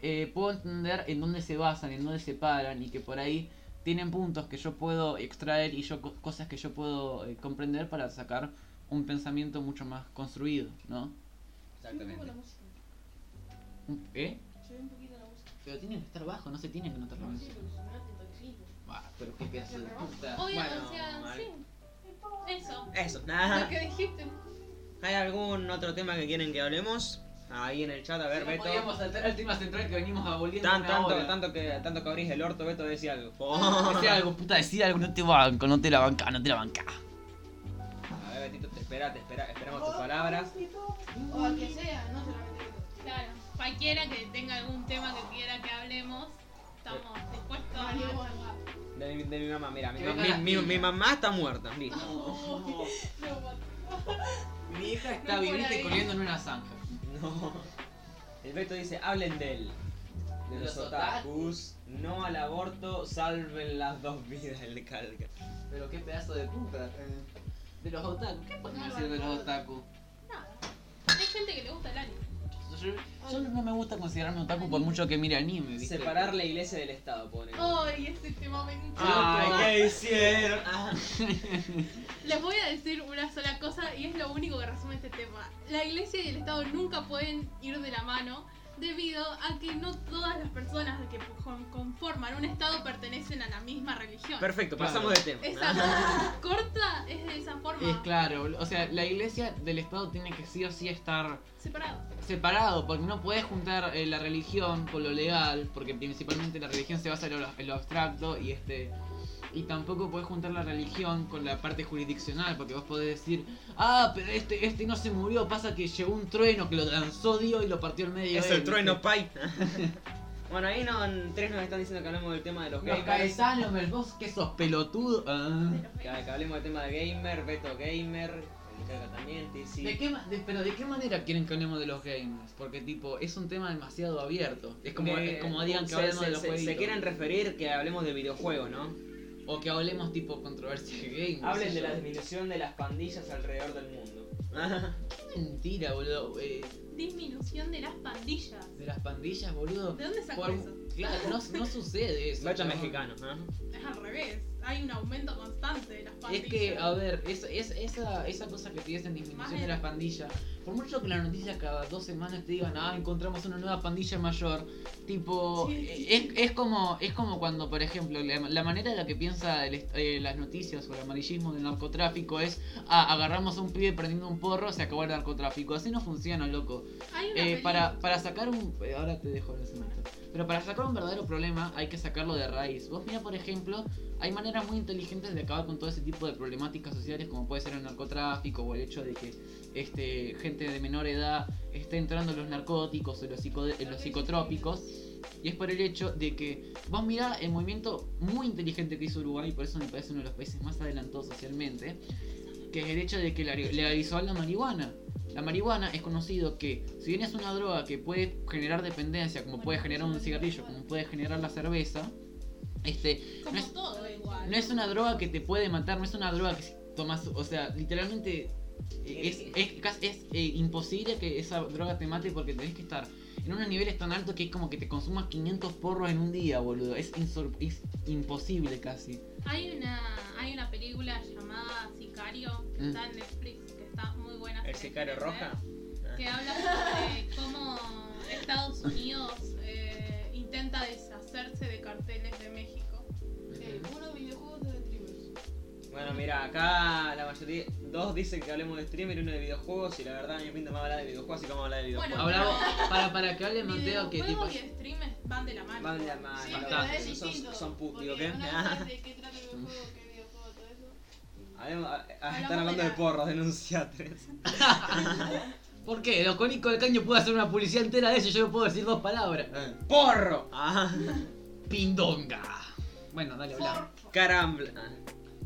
S2: eh, puedo entender en dónde se basan, en dónde se paran y que por ahí tienen puntos que yo puedo extraer y yo co- cosas que yo puedo eh, comprender para sacar un pensamiento mucho más construido, ¿no?
S5: Exactamente. la música.
S2: Un- ¿Eh?
S5: Subí un poquito la música.
S2: Pero tiene que estar bajo, no se tiene que notar la
S5: Sí, porque si no te tranquilo.
S2: Bah, pero qué pedazo de puta.
S3: Obvio,
S4: Bueno,
S3: o sea,
S4: mal.
S3: sí. Eso.
S4: Eso,
S3: Lo
S4: nada.
S3: que dijiste.
S4: ¿Hay algún otro tema que quieren que hablemos? Ahí en el chat, a ver,
S2: No
S4: Beto.
S2: podíamos saltar al tema central que venimos aboliendo
S4: Tan,
S2: una
S4: tanto,
S2: hora.
S4: tanto, que, tanto que abrís el orto, Beto decía
S2: [laughs]
S4: algo. [laughs]
S2: Decía algo, puta, decía algo, no te banco, no te la banca, no te la banca.
S4: A ver, Betito, te espera, te espera, esperamos tus palabras.
S5: O al que sea, no solamente que
S3: Claro. Cualquiera que tenga algún tema que quiera que hablemos, estamos dispuestos a
S5: Vale, bueno.
S3: charlar.
S4: De mi, de mi mamá, mira, mi,
S2: Que
S4: ma-
S2: venga
S4: mi-
S2: la
S4: mi- mi
S2: tía.
S4: mamá está muerta, listo.
S2: Mi hija está
S3: No por
S2: viviente
S3: ahí.
S2: corriendo en una zanja.
S4: No. El Beto dice, hablen de él. De
S2: De
S4: los
S2: los otakus.
S4: otakus, no al aborto, salven las dos vidas, el calca.
S2: Pero qué pedazo de puta. eh. De los otaku, ¿qué podemos decir de los otaku?
S3: Nada. Hay gente que le gusta el anime.
S2: Yo, yo no me gusta considerarme otaku por mucho que mire anime, ¿viste? Oh,
S4: Separar la iglesia del Estado, pone.
S3: Ay, ese tema me encanta.
S4: Ay, ¿qué hicieron? Ah.
S3: Les voy a decir una sola cosa y es lo único que resume este tema. La iglesia y el Estado nunca pueden ir de la mano debido a que no todas las personas que con- conforman un Estado pertenecen a la misma religión.
S4: Perfecto,
S2: Claro.
S4: pasamos de tema.
S3: Esa [laughs] corta es de esa
S2: Es
S3: forma.
S2: claro, o sea, la iglesia del Estado tiene que sí o sí estar
S3: Separado.
S2: separado, porque no puedes juntar eh, la religión con lo legal, porque principalmente la religión se basa en lo, en lo abstracto y este y tampoco puedes juntar la religión con la parte jurisdiccional, porque vos podés decir, ah, pero este este no se murió, pasa que llegó un trueno que lo lanzó Dios y lo partió al medio.
S4: Es
S2: él",
S4: el trueno
S2: ¿viste?
S4: Pai. [laughs] Bueno, ahí no, en tres nos están diciendo que hablemos del tema de los
S2: Los
S4: gamers.
S2: cabezanos, el vos que sos pelotudo. Ah.
S4: Que, que hablemos del tema de gamer, Beto Gamer, el Caca también, TC.
S2: ¿De qué ma- de- pero de qué manera quieren que hablemos de los gamers? Porque tipo, es un tema demasiado abierto. Es como,
S4: Que-
S2: es como digan que
S4: se-
S2: hablemos
S4: se,
S2: de los
S4: se- se
S2: juegos.
S4: quieren referir que hablemos de videojuegos, ¿no?
S2: O que hablemos tipo controversia de gamers.
S4: Hablen de la
S2: las
S4: disminución de las pandillas alrededor del [laughs] mundo.
S2: Mentira, boludo. eh,
S3: Disminución de las pandillas.
S2: de las pandillas, boludo.
S3: ¿De dónde sacó
S2: Por-
S3: eso?
S2: Claro, no, no sucede eso.
S4: Beto
S2: chabón.
S4: mexicano, ¿eh?
S3: Es al revés. Hay un aumento constante de las
S2: Es
S3: pandillas.
S2: que, a ver, es, es- esa, esa cosa que te dicen disminución de las pandillas, por mucho que las noticias cada dos semanas te digan, ah, encontramos una nueva pandilla mayor, tipo,
S3: Sí.
S2: eh, es, es, como, es como cuando, por ejemplo, la, la manera en la que piensa el est- eh, las noticias o el amarillismo del narcotráfico es, ah, agarramos a un pibe prendiendo un porro, se acabó el narcotráfico, así no funciona, loco.
S3: Hay una
S2: Eh,
S3: peli-
S2: para, para sacar un. eh, Ahora te dejo el cemento. Pero para sacar un verdadero problema hay que sacarlo de raíz. Vos mira, por ejemplo, hay maneras muy inteligentes de acabar con todo ese tipo de problemáticas sociales como puede ser el narcotráfico o el hecho de que este gente de menor edad esté entrando en los narcóticos o los, psicode- en los psicotrópicos. Y es por el hecho de que vos mirá el movimiento muy inteligente que hizo Uruguay, por eso me parece uno de los países más adelantados socialmente, que es el hecho de que la- legalizó la marihuana. La marihuana es conocido que, si bien es una droga que puede generar dependencia, como puede generar un cigarrillo, como puede generar la cerveza, este,
S3: Como
S2: no es-
S3: todo igual.
S2: no es una droga que te puede matar, no es una droga que si tomas, o sea, literalmente eh, es, es casi- es, eh, imposible que esa droga te mate porque tenés que estar en unos niveles tan altos que es como que te consumas 500 porros en un día, boludo. Es, insor- es imposible casi.
S3: Hay una, hay una película llamada Sicario que
S2: Mm.
S3: está en Netflix, que está muy buena.
S4: El
S3: si
S4: sicario
S3: querés ver,
S4: roja.
S3: Que habla sobre cómo Estados Unidos eh, intenta deshacerse de carteles de México.
S5: Eh, uno videojuegos de streamers.
S4: Bueno, mira, acá la mayoría, dos dicen que hablemos de streamer y uno de videojuegos y la verdad a mí me pinta más hablar de videojuegos, así que vamos a hablar de videojuegos.
S3: Bueno,
S2: Hablaba, para, para que hable Mateo que tipo...
S3: Videojuegos y streamers van de la mano.
S4: Van de la mano.
S5: Sí,
S4: Bastante.
S5: pero es
S4: Son- son-
S5: distinto.
S4: son putos,
S5: porque
S4: [laughs] ¿qué?
S5: una cosa es de qué trata el videojuego, qué videojuego, todo eso.
S4: Hablemos- ah, ah,
S3: Hablamos
S4: están hablando de
S3: de la-
S4: porros, denunciatres.
S2: ¿Por qué? Los cónicos del caño pudo hacer una publicidad entera de eso y yo no puedo decir dos palabras.
S4: Eh. ¡Porro! Ah, [laughs]
S2: Pindonga. Bueno, dale, habla.
S3: Por-
S4: carambla.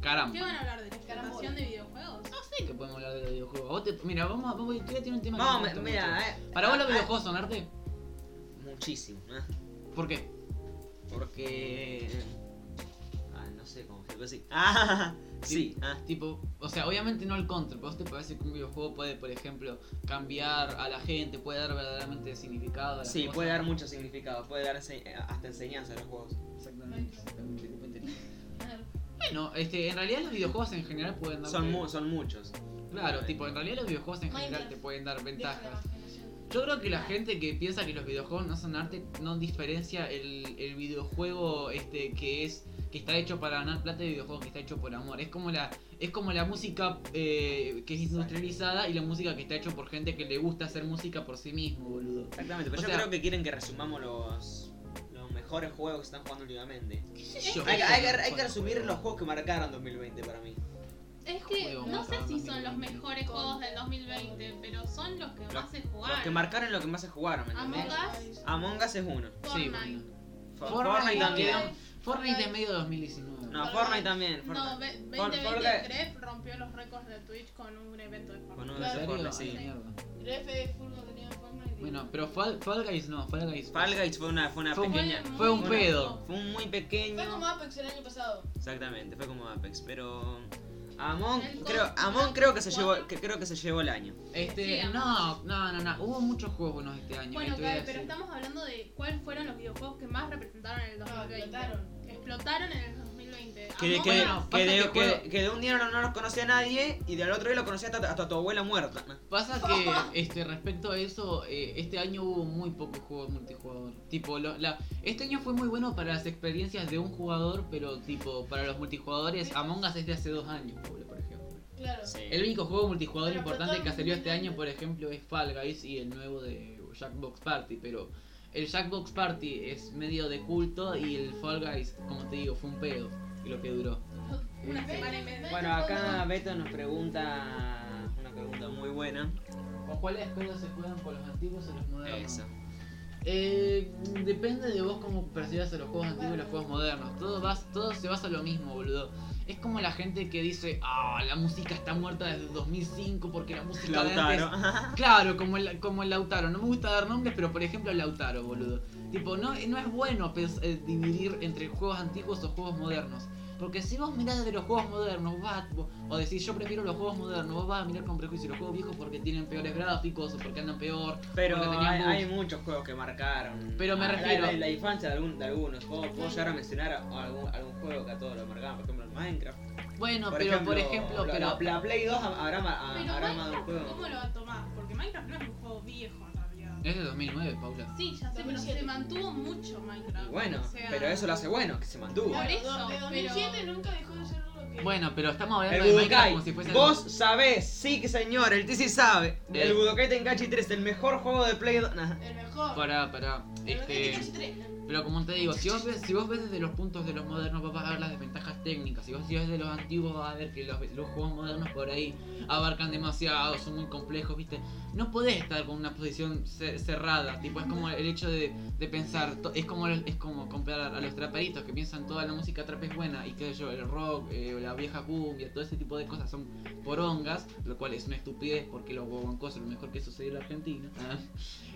S2: Caramba.
S3: ¿Qué van a hablar de la explotación
S5: Carambola.
S3: de videojuegos?
S2: sé que podemos hablar de los videojuegos. Vos te- mira, vamos a. Vos, voy a tirar un tema. que me
S4: Vamos,
S2: gusta mucho.
S4: mira, eh.
S2: ¿Para vos los
S4: ah,
S2: videojuegos son arte?
S4: ah, Muchísimo, ah,
S2: ¿Por qué?
S4: Porque. Ah, no sé cómo decirlo [laughs] así. Ah, sí, ah.
S2: Tipo, o sea, obviamente no el contra, pero vos te parece que un videojuego puede, por ejemplo, cambiar a la gente, puede dar verdaderamente significado a las
S4: Sí,
S2: cosas?
S4: puede dar muchos significados, puede dar ense- eh, hasta enseñanza a los juegos.
S2: Exactamente. exactamente, tipo inteligente. Bueno, este, en realidad los videojuegos en general pueden dar.
S4: Son, mu- son muchos.
S2: Claro, tipo, en realidad los videojuegos en general
S5: Minecraft.
S2: te pueden dar
S5: Deja la
S2: ventajas.
S5: imaginación.
S2: Yo creo que la gente que piensa que los videojuegos no son arte no diferencia el, el videojuego este que es que está hecho para ganar plata y el videojuego que está hecho por amor. Es como la es como la música eh, que es industrializada y la música que está hecho por gente que le gusta hacer música por sí mismo, boludo.
S4: Exactamente, pero
S2: O
S4: yo
S2: sea-
S4: creo que quieren que resumamos los, los mejores juegos que están jugando últimamente.
S2: ¿Qué sé yo?
S4: Hay, que- hay que- hay que resumir los juegos que marcaron 2020 para mí.
S3: Es que
S2: Juego,
S3: no sé
S2: marca,
S3: si son
S2: 2020.
S3: los mejores juegos del 2020, pero son los que más se
S4: Los que
S3: jugaron.
S4: marcaron lo que más se jugaron, ¿me
S3: Among
S4: entendés?
S3: Us,
S4: Among Us es uno.
S2: Sí,
S3: Fortnite.
S2: boludo.
S4: For-
S2: Fortnite también.
S4: también.
S2: Fortnite es medio 2019.
S4: No,
S3: Fortnite.
S4: Fortnite también.
S3: No,
S4: Fortnite.
S3: ve-
S4: Fortnite.
S3: 2023 rompió los récords de Twitch con un evento de
S4: Con
S3: Fortnite.
S4: uno
S2: ¿En
S4: de esos
S2: serio?
S4: Fortnite,
S2: Ay,
S4: sí.
S2: mierda.
S5: El F de full no tenía forma y-
S2: Bueno, pero Fall, Fall Guys no, Fall Guys.
S4: Fall Guys fue una, fue una
S2: Fue un-
S4: pequeña.
S2: fue un
S3: muy
S2: pedo.
S3: bajo.
S4: Fue un muy
S5: Fue
S4: pequeño.
S5: como Apex el año pasado.
S4: Exactamente, fue como Apex, pero. Among
S3: El
S4: creo,
S3: Counter-Strike
S4: Among creo que se llevó
S3: cuatro.
S4: que creo que se llevó el año.
S2: Este,
S3: Sí,
S2: no, no, no, no, hubo muchos juegos buenos este año.
S3: Bueno,
S2: te voy a
S3: Gabe, pero
S2: decir.
S3: estamos hablando de cuáles fueron los videojuegos que más representaron en el
S5: No,
S3: 2020.
S5: explotaron.
S3: Explotaron en el 2020.
S4: Que de,
S3: Among
S4: que,
S2: Bueno,
S3: Us-
S4: que, de,
S2: pasa que
S4: que de-
S2: juego-
S4: que de un día no, no lo conocía a nadie y del otro día lo conocía hasta, hasta tu abuela muerta.
S2: Pasa que este respecto a eso, eh, este año hubo muy pocos juegos multijugador. Tipo, lo- la, este año fue muy bueno para las experiencias de un jugador, pero tipo, para los multijugadores, Among Us es de hace dos años, boludo, por ejemplo.
S5: Claro.
S2: El único juego multijugador
S5: Pero
S2: importante
S5: explotó
S2: que
S5: en
S2: salió este año,
S5: 2020.
S2: por ejemplo, es Fall Guys y el nuevo de Jackbox Party, pero el Jackbox Party es medio de culto y el Fall Guys, como te digo, fue un pedo y lo que duró.
S3: Una semana y media.
S4: Bueno, acá Beto nos pregunta una pregunta muy buena.
S2: ¿Con cuáles juegos se juegan con los antiguos o los modernos?
S4: Esa.
S2: Eh, depende de vos cómo percibas a los juegos antiguos y los juegos modernos. Todo, vas, todo se basa en lo mismo, boludo. Es como la gente que dice, ah, la música está muerta desde 2005 porque la música de antes... Claro, como el, como el Lautaro. No me gusta dar nombres, pero por ejemplo el Lautaro, boludo. Tipo, no, no es bueno pens- eh, dividir entre juegos antiguos o juegos modernos. Porque si vos mirás de los juegos modernos, vos vas, vos- o decís yo prefiero los juegos modernos, vos vas a mirar con prejuicio los juegos viejos porque tienen peores gráficos o porque andan peor.
S4: Pero
S2: porque
S4: hay,
S2: tenían bugs.
S4: hay muchos juegos que marcaron.
S2: Pero me
S4: Ah, la-
S2: refiero-
S4: La, la infancia de, algún- de algunos. Puedo, puedo llegar a mencionar a- algún, algún juego que a todos lo marcaban, por ejemplo el Minecraft.
S2: Bueno, pero por ejemplo,
S4: la,
S2: pero
S4: la- la Play 2 ha- habrá, ma- ha-
S3: Pero
S4: habrá armado Ah, un juego.
S3: Minecraft, ¿cómo lo tomás? Porque Minecraft no es un juego viejo en realidad.
S2: es de 2009, Paula.
S3: Sí, ya sé, pero se
S5: 2007.
S3: mantuvo mucho
S4: Y
S3: Minecraft.
S4: bueno,
S3: o sea-
S4: pero eso lo hace bueno, que se mantuvo.
S3: Por
S5: Claro,
S3: eso,
S5: de 2007 nunca dejó de ser lo que.
S2: Bueno, pero estamos hablando
S4: El
S2: de Minecraft
S4: Budokai,
S2: como si fuese
S4: vos sabés, sí que señor, el TC sabe.
S2: El-
S4: El Budokai Tenkachi 3, el mejor juego de Play 2. Nah.
S5: El mejor.
S2: para para
S5: Pero no tiene
S2: este
S5: casi tres.
S2: Pero como te digo, si vos, ves, si vos ves desde los puntos de los modernos vos vas a ver las desventajas técnicas, si vos si ves desde los antiguos vas a ver que los, los juegos modernos por ahí abarcan demasiado, son muy complejos, viste. No podés estar con una posición ce- cerrada, tipo es como el hecho de, de pensar, to- es como es como comparar a los traperitos que piensan toda la música trap es buena y qué sé yo, el rock, eh, la vieja cumbia, todo ese tipo de cosas son porongas, lo cual es una estupidez porque los huevoncos es lo mejor que sucedió en la Argentina. [laughs]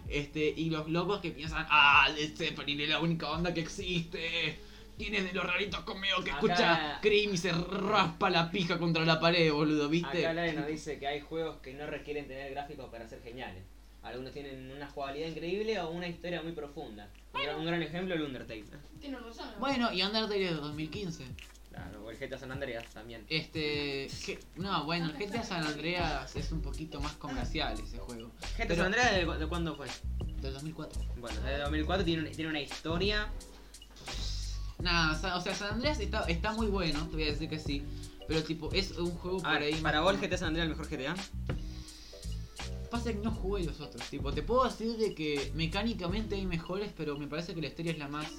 S2: Este, y los locos que piensan, ah, Led Zeppelin es la única banda que existe. ¿Quién es de los raritos conmigo que
S7: Acá-
S2: escucha Cream y se raspa la pija contra la pared, boludo,
S4: Acá
S2: viste?
S4: Lale nos dice que hay juegos que no requieren tener gráficos para ser geniales. Algunos tienen una jugabilidad increíble o una historia muy profunda. Un gran- Un gran ejemplo, el Undertale.
S5: Tiene razón. ¿no?
S2: Bueno, y Undertale es de 2015.
S4: Claro, o el GTA San Andreas también.
S2: Este. que- no, bueno, el GTA San Andreas es un poquito más comercial ese juego.
S4: ¿GTA
S2: Pero-
S4: San Andreas de, cu- de cuándo fue?
S2: Del 2004.
S4: Bueno, desde 2004 tiene, una- tiene una historia.
S2: Nada, o sea- o sea, San Andreas está, está muy bueno, te voy a decir que sí. Pero, tipo, es un juego por
S4: A ver,
S2: ahí. más
S4: Ah, para vos, el
S2: como-
S4: GTA San Andreas, el mejor GTA.
S2: Pasa que no jugué los otros, tipo, te puedo decir de que mecánicamente hay mejores, pero me parece que la historia es la más.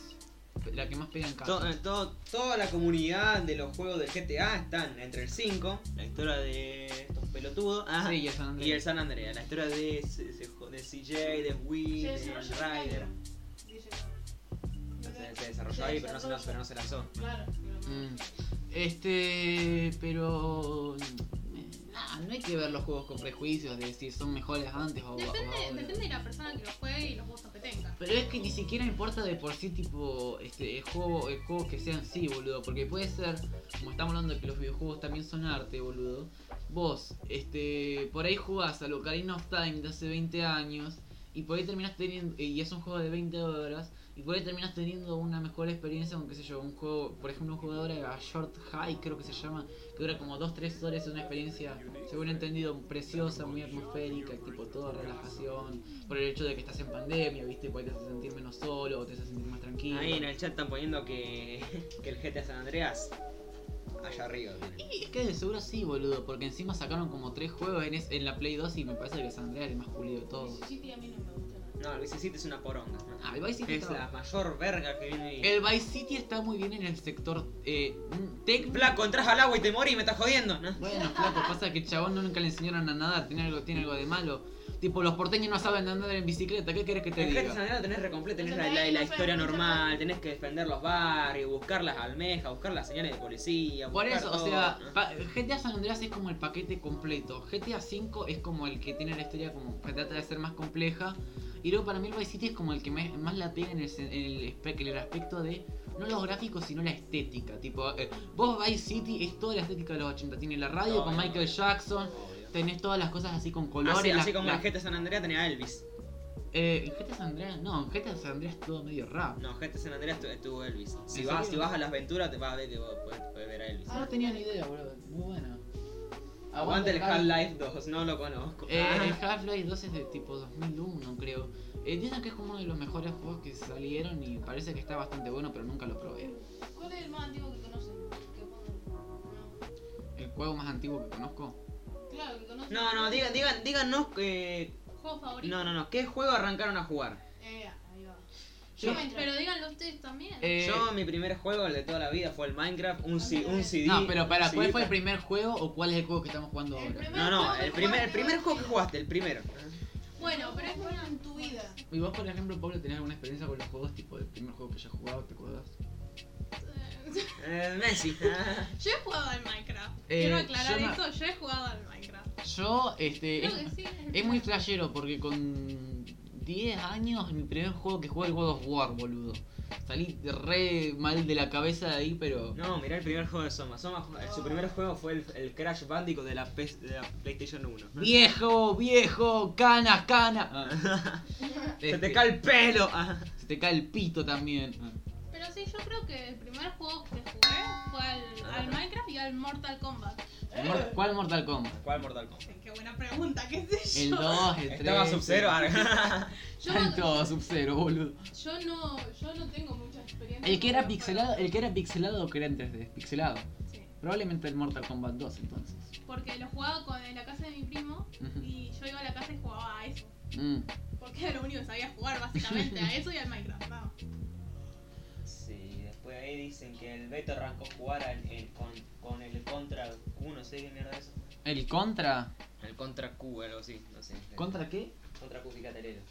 S2: la que más pega en casa.
S4: To- eh, todo- toda la comunidad de los juegos del GTA están entre el 5, la historia de estos pelotudos. ah,
S2: Sí, y el San
S4: Y el
S2: Andreas.
S4: San Andreas, la historia de, ese- ese jo- de CJ, de Wii,
S5: Se
S4: de
S5: desarrolla en
S4: Ryder.
S5: Minecraft, dice.
S4: Se, se desarrolló ahí, pero no, se lanzó, pero no se lanzó.
S5: Claro.
S2: eh, Mm. Este. pero. mm, nah, no hay que ver los juegos con prejuicios de si son mejores antes o. o
S3: Depende,
S2: ahora.
S3: depende de la persona que lo juegue y los gustos que tenga.
S2: Pero es que ni siquiera importa de por sí, tipo, este, el juego, el juego que sea en sí, boludo. Porque puede ser, como estamos hablando de que los videojuegos también son arte, boludo. Vos, este, por ahí jugás al Ocarina of Time de hace 20 años. Y por ahí terminás teniendo, y es un juego de 20 horas. Y por ahí terminás teniendo una mejor experiencia con, qué sé yo, un juego, por ejemplo, un juego de ahora, a Short High, creo que se llama. Que dura como 2-3 horas, es una experiencia, según he entendido, preciosa, muy atmosférica. y Tipo, todo relajación por el hecho de que estás en pandemia, ¿viste? Porque te hace sentir menos solo, te hace sentir más tranquilo.
S4: Ahí en el chat están poniendo que, que el GTA San Andreas allá arriba. miren.
S2: Y es que de seguro sí, boludo, porque encima sacaron como tres juegos en, es- en la Play 2 y me parece que San Andreas es el más pulido de todos.
S5: City a mí no me gusta. nada.
S4: No, el Vice City es una poronga. ¿no?
S2: Ah, el Vice City
S4: es
S2: está-
S4: la mayor verga que viene. ahí.
S2: El Vice City está muy bien en el sector eh, mm, técnico.
S4: Flaco, entras al agua y te morís, me estás jodiendo. ¿no?
S2: Bueno, flaco, pasa que el chabón no nunca le enseñaron a nadar, tiene algo, tiene algo de malo. Tipo, los porteños no saben andar en bicicleta, ¿qué querés que te
S4: En GTA
S2: diga?
S4: San Andreas lo tenés recompleto, tenés la,
S5: Entonces,
S4: la-
S5: ahí
S4: la
S5: no se
S4: historia
S5: ve mucho
S4: normal, tenés que defender los barrios, buscar las almejas, buscar las señales de policía.
S2: Por
S4: buscar
S2: eso, o
S4: todo,
S2: sea,
S4: ¿no?
S2: pa- GTA San Andreas es como el paquete completo. GTA V es como el que tiene la historia como que trata de ser más compleja. Y luego para mí el Vice City es como el que me- más la pega en el, sen- en el espe- en el aspecto de no los gráficos sino la estética. Tipo, eh, vos Vice City es toda la estética de los 80. Tiene la radio
S4: No,
S2: con
S4: no,
S2: Michael
S4: no.
S2: Jackson,
S4: Obvio.
S2: tenés todas las cosas así con colores.
S4: Así,
S2: las-
S4: así como
S2: las-
S4: el GTA San Andreas tenía a Elvis.
S2: eh, en GTA San Andreas, no, en GTA San Andreas es todo medio rap.
S4: No, GTA San Andreas tu- estuvo Elvis. Si
S2: ¿En
S4: vas,
S2: serio?
S4: si vas a las aventuras, te vas a ver que vos podés, podés ver a Elvis.
S2: Ah, no tenía ni idea, boludo. Muy bueno.
S4: Aguanta el Half-Life 2, no lo conozco.
S2: Eh,
S4: Ah.
S2: el Half-Life 2 es de tipo 2001, creo. Eh, dicen que es como uno de los mejores juegos que salieron y parece que está bastante bueno, pero nunca lo probé.
S5: ¿Cuál es el más antiguo que conocen? Que pongan-
S2: El juego más antiguo que conozco.
S5: no. Claro, que conocen.
S4: No, no, digan, digan, díganos eh,
S3: Juego favorito.
S4: No, no, no, ¿qué juego arrancaron a jugar?
S5: Eh, ahí va.
S2: Yo-
S5: me
S3: Pero díganlo ustedes también.
S2: Eh,
S4: Yo, mi primer juego, el de toda la vida, fue el Minecraft, un, C- un CD.
S2: no, pero para,
S4: un
S2: ¿cuál
S4: CD
S2: fue el primer juego o cuál es el juego que estamos jugando
S5: El
S2: ahora?
S5: primer
S4: No, no,
S5: juego
S4: el
S5: que
S4: primer,
S5: jugué
S4: el primer
S5: en
S4: juego que
S5: la
S4: jugaste, el primero.
S3: Bueno, pero es bueno
S5: en tu vida.
S2: ¿Y vos, por ejemplo, Pablo, tenés alguna experiencia con los juegos, tipo el primer juego que hayas jugado, te acordás?
S4: Eh, Messi.
S3: Yo he jugado al Minecraft.
S2: Eh,
S3: Quiero aclarar
S2: yo no-
S3: esto, yo he jugado al Minecraft.
S2: Yo, este.
S3: Creo
S2: Es,
S3: que sí.
S2: es muy flashero porque con 10 años, mi primer juego que jugué el God of War, boludo. Salí re mal de la cabeza de ahí, pero.
S4: no, mirá el primer juego de Soma. Soma ju- su primer juego fue el, el Crash Bandicoot de la, PS de la PlayStation 1.
S2: Viejo, viejo, canas, canas.
S4: Ah.
S2: [laughs]
S4: Se
S2: este.
S4: te cae Ah. el pelo. Ah.
S2: Se te cae el pito también.
S3: Pero sí, yo creo que el primer juego que jugué fue al, al Minecraft y al Mortal Kombat.
S2: El Mor- ¿Cuál Mortal Kombat?
S4: ¿Cuál Mortal Kombat?
S3: Qué buena pregunta, qué
S4: [laughs]
S3: sé
S2: El
S3: yo.
S2: 2, el 3.
S4: Estaba Sub-Zero. ah.
S3: Yo me-
S2: Todo Sub-Zero, boludo.
S5: Yo no, yo no tengo mucha experiencia.
S2: El que era
S5: con los
S2: pixelado, el que era pixelado o que era en 3D, pixelado.
S3: Sí,
S2: Probablemente el Mortal Kombat 2 entonces.
S3: porque lo jugaba con, en la casa de mi primo
S2: Ujú.
S3: y yo iba a la casa y jugaba a eso.
S2: Mm.
S3: Porque era lo único que sabía jugar, básicamente, a eso y al Minecraft. nada más.
S4: Sí, después ahí dicen que el Beto arrancó a jugar al- el- con, con el Contra Q, no sé qué mierda es eso.
S2: El contra.
S4: El Contra Q, algo así, no sé.
S2: ¿Contra qué?
S4: Contra Q Picaterero.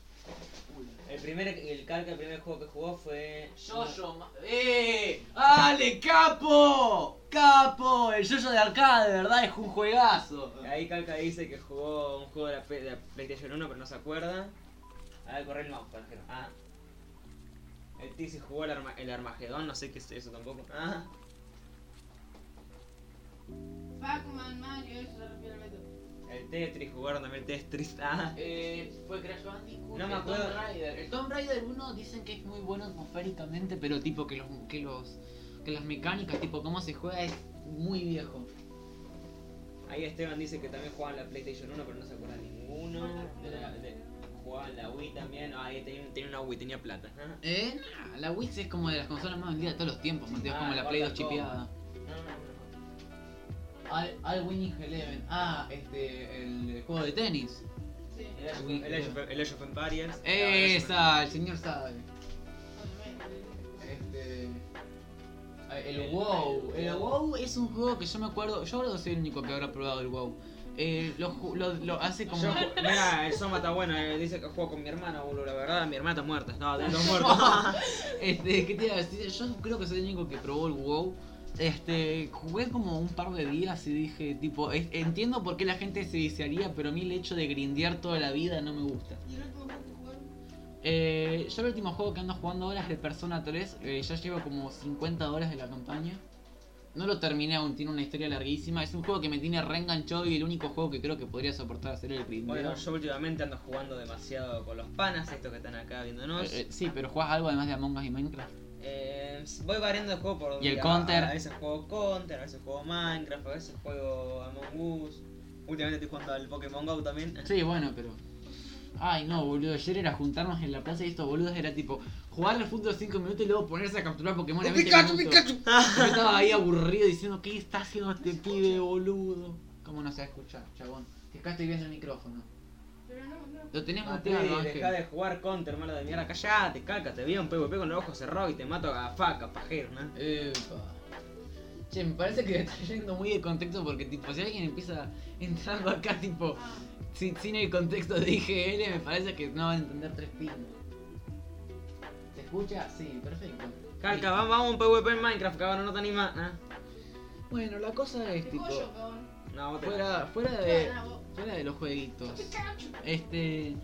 S4: El primer, el calca, el primer juego que jugó fue...
S2: ¡Eh! ¡Ale, capo! ¡Capo! El yoyo de arcade, de verdad, es un juegazo.
S4: Ahí calca dice que jugó un juego de la, P- de la PlayStation 1, pero no se acuerda. A ver, corre el mouse, para que no- Ah. El Tizi jugó el, Arma- el Armagedón, no sé qué es eso tampoco. Ah.
S5: Pac-Man, Mario, eso se refiere al método.
S4: El Tetris, jugaron también el Tetris. Ah.
S2: Eh, fue Crash Bandicoot.
S4: No me
S2: el
S4: acuerdo.
S2: Tomb Raider. El Tomb Raider 1 dicen que es muy bueno atmosféricamente, pero tipo que los que los que las mecánicas, tipo cómo se juega es muy viejo.
S4: Ahí Esteban dice que también jugaba en la PlayStation 1, pero no se acuerda ninguno. De la, de- jugaba en la Wii también. Ah, ahí tenía, tenía una Wii, tenía plata. Ah.
S2: Eh, nah, la Wii es como de las consolas más vendidas de todos los tiempos, Mateo, es
S4: Ah,
S2: como la Play 2
S4: Mortal Kombat.
S2: chipeada. Al, al Winning Eleven, ah, este, el juego de tenis.
S5: Sí,
S4: El Age of- El Age of- el Age of Empires.
S2: Eh, Esa, el señor sabe.
S5: obviamente.
S2: Este. El WoW. El WoW es un juego que yo me acuerdo. Yo creo que soy el único que habrá probado el WoW. Eh, lo, ju- lo, lo hace como.
S4: Yo ju- mira, el Soma está bueno, eh, dice que juego con mi hermana, boludo. La verdad, mi hermana está muerta. No,
S2: [laughs]
S4: de los muertos.
S2: Este, ¿qué te iba a decir? Yo creo que soy el único que probó el WoW. Este, jugué como un par de días y dije, tipo, es- entiendo por qué la gente se viciaría, pero a mí el hecho de grindear toda la vida no me gusta.
S5: ¿Y el último juego que jugaron?
S2: Eh, yo el último juego que ando jugando ahora es el Persona 3. eh, ya llevo como 50 horas de la campaña. No lo terminé aún, tiene una historia larguísima. Es un juego que me tiene reenganchado y el único juego que creo que podría soportar hacer el grindeo.
S4: bueno, yo últimamente ando jugando demasiado con los panas, estos que están acá viéndonos.
S2: Eh, eh, sí, pero jugás algo además de Among Us y Minecraft.
S4: Eh, voy variando de juego por
S2: ¿Y el
S4: día.
S2: Counter?
S4: A veces juego Counter, a veces juego Minecraft, a veces juego Among Us. Últimamente estoy jugando al Pokémon GO también. [laughs]
S2: Sí, bueno, pero. Ay, no, boludo. Ayer era juntarnos en la plaza y estos boludos era tipo jugar al fútbol 5 minutos y luego ponerse a capturar Pokémon.
S4: ¡Oh,
S2: en 20 minutos.
S4: [laughs]
S2: Yo estaba ahí aburrido diciendo, ¿qué está haciendo este pibe, boludo? ¿Cómo no se va a escuchar, chabón? Que acá estoy viendo el micrófono.
S5: Pero no, no.
S2: Lo tenés
S4: Mate,
S2: muteado,
S4: Ah, Dejá
S2: Ángel.
S4: de jugar Counter, malo de mierda. Callate, caca, te veo un PvP con los ojos cerrados y te mato a faca, pajero, ¿no?
S2: Epa. Che, me parece que está yendo muy de contexto porque, tipo, si alguien empieza entrando acá, tipo,
S5: Ah,
S2: sin, sin el contexto de IGL, me parece que no va a entender tres pingos. ¿Se escucha? Sí, perfecto.
S4: Calca, vamos, vamos a un PvP en Minecraft, cabrón, no te anima.
S2: Bueno, la cosa es,
S5: ¿Qué
S2: tipo,
S5: pollo, cabrón?
S4: No, vos te...
S2: fuera, fuera de. Fuera de los jueguitos.
S5: Pikachu.
S2: Este.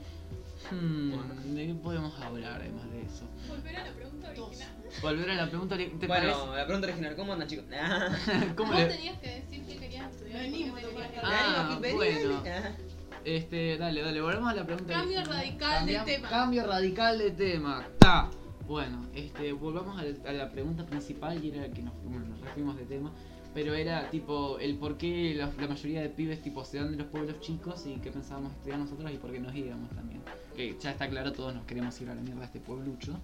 S2: hmm, ¿De qué podemos hablar además de eso?
S3: Volver a la pregunta original.
S2: Volver a la pregunta, ¿te
S4: Bueno, la pregunta original, ¿cómo andan chicos? [laughs] Ah.
S2: parece? [laughs] ¿Cómo
S3: Vos
S2: le-
S3: tenías que decir que querías estudiar
S5: Vení,
S3: porque te
S5: boludo.
S3: querías graduar.
S2: Ah,
S4: [laughs]
S2: bueno. Este, dale, dale, volvemos a la pregunta.
S3: Cambio
S2: original.
S3: radical de
S2: Cambiam-
S3: tema.
S2: Cambio radical de tema. Ta. Bueno, este, volvamos a la, a la pregunta principal y era que nos, bueno, nos refuimos de tema. Pero era tipo el por qué la, la mayoría de pibes tipo se dan de los pueblos chicos y qué pensábamos estudiar nosotros y por qué nos íbamos también. Que ya está claro, todos nos queremos ir a la mierda a este pueblucho.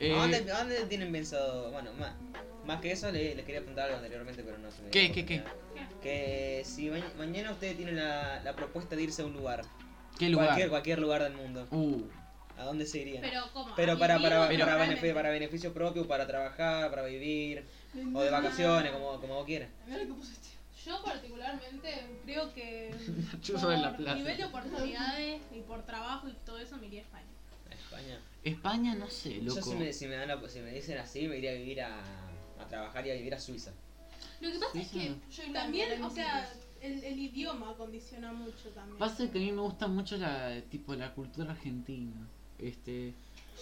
S2: Eh,
S4: ¿A dónde, a dónde tienen pensado? Bueno, más, más que eso, le- les quería preguntar algo anteriormente, pero no se me dio
S2: ¿Qué, qué,
S4: oportunidad. Que si ma- mañana ustedes tienen la, la propuesta de irse a un lugar,
S2: ¿Qué lugar?
S4: Cualquier, cualquier lugar del mundo,
S2: Uh,
S4: ¿a dónde se irían? Pero,
S3: Pero, ¿cómo?
S4: para,
S3: ¿Vivir
S4: para,
S3: o
S4: para,
S3: realmente?
S4: beneficio, para beneficio propio, para trabajar, para vivir, o de vacaciones, como, como vos quieras.
S5: Mira lo que pusiste.
S3: Yo particularmente creo que
S2: [laughs] Yo
S3: por
S2: soy la plaza.
S3: nivel de oportunidades y por trabajo y todo eso me iría a España.
S4: A España.
S2: España no sé,
S4: Yo
S2: loco.
S4: si me, si me dan la- si me dicen así, me iría a vivir a, a trabajar y a vivir a Suiza.
S3: Lo que pasa es
S2: Sí,
S3: que
S2: sí.
S5: Yo
S3: también, o sea, el, el idioma condiciona mucho también.
S2: Pasa que a mí me gusta mucho la tipo la cultura argentina. Este,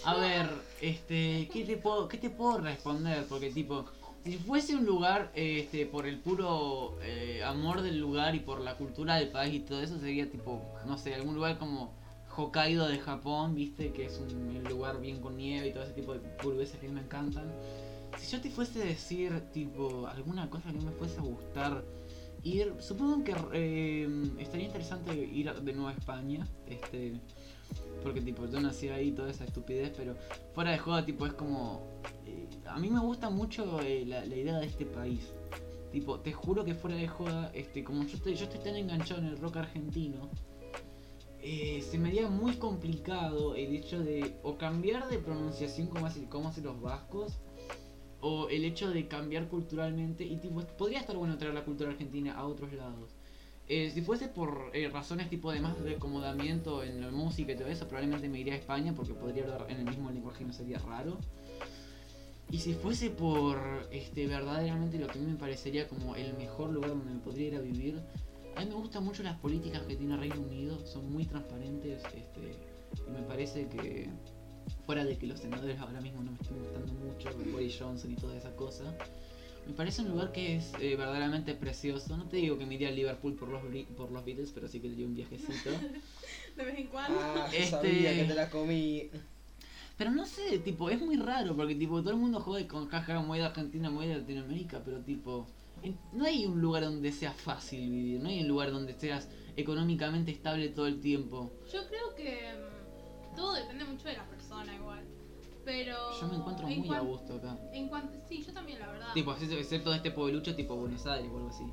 S2: a ver, este, ¿qué te puedo qué te puedo responder? Porque tipo, si fuese un lugar este por el puro eh, amor del lugar y por la cultura del país y todo eso sería tipo, no sé, algún lugar como Hokkaido de Japón, viste que es un lugar bien con nieve y todo ese tipo de pulveses que a mí me encantan. Si yo te fuese a decir tipo alguna cosa que me fuese a gustar Ir, supongo que eh, estaría interesante ir a- de nuevo a España, este, porque tipo yo nací ahí y toda esa estupidez, pero fuera de juego tipo es como, eh, a mí me gusta mucho eh, la, la idea de este país. Tipo, te juro que fuera de joda, este, como yo estoy, yo estoy tan enganchado en el rock argentino, eh, se me haría muy complicado el hecho de o cambiar de pronunciación como hacen, como hacen los vascos, o el hecho de cambiar culturalmente y tipo, podría estar bueno traer la cultura argentina a otros lados. Eh, si fuese por eh, razones tipo de más de acomodamiento en la música y todo eso, probablemente me iría a España porque podría hablar en el mismo lenguaje y no sería raro. Y si fuese por este verdaderamente lo que a mí me parecería como el mejor lugar donde me podría ir a vivir, a mí me gustan mucho las políticas que tiene Reino Unido, son muy transparentes este, y me parece que fuera de que los senadores ahora mismo no me estén gustando mucho, Boris Johnson y toda esa cosa, me parece un lugar que es eh, verdaderamente precioso. No te digo que me iría a Liverpool por los, Bri- por los Beatles, pero sí que le di un viajecito.
S3: De vez en cuando.
S4: Ah,
S2: yo sabía Este- que te
S4: la comí.
S2: Pero no sé, tipo, es muy raro porque tipo todo el mundo jode con jaja, muy de Argentina, muy de Latinoamérica, pero tipo, en- no hay un lugar donde sea fácil vivir, no hay un lugar donde seas económicamente estable todo el tiempo.
S3: Yo creo que mm, todo depende mucho de la persona igual. Pero
S2: Yo me encuentro
S3: en
S2: muy a
S3: cuan-
S2: gusto acá.
S3: En cuanto, sí, yo también la verdad.
S2: Tipo, así debe ser todo este pueblucho tipo Buenos Aires o algo así.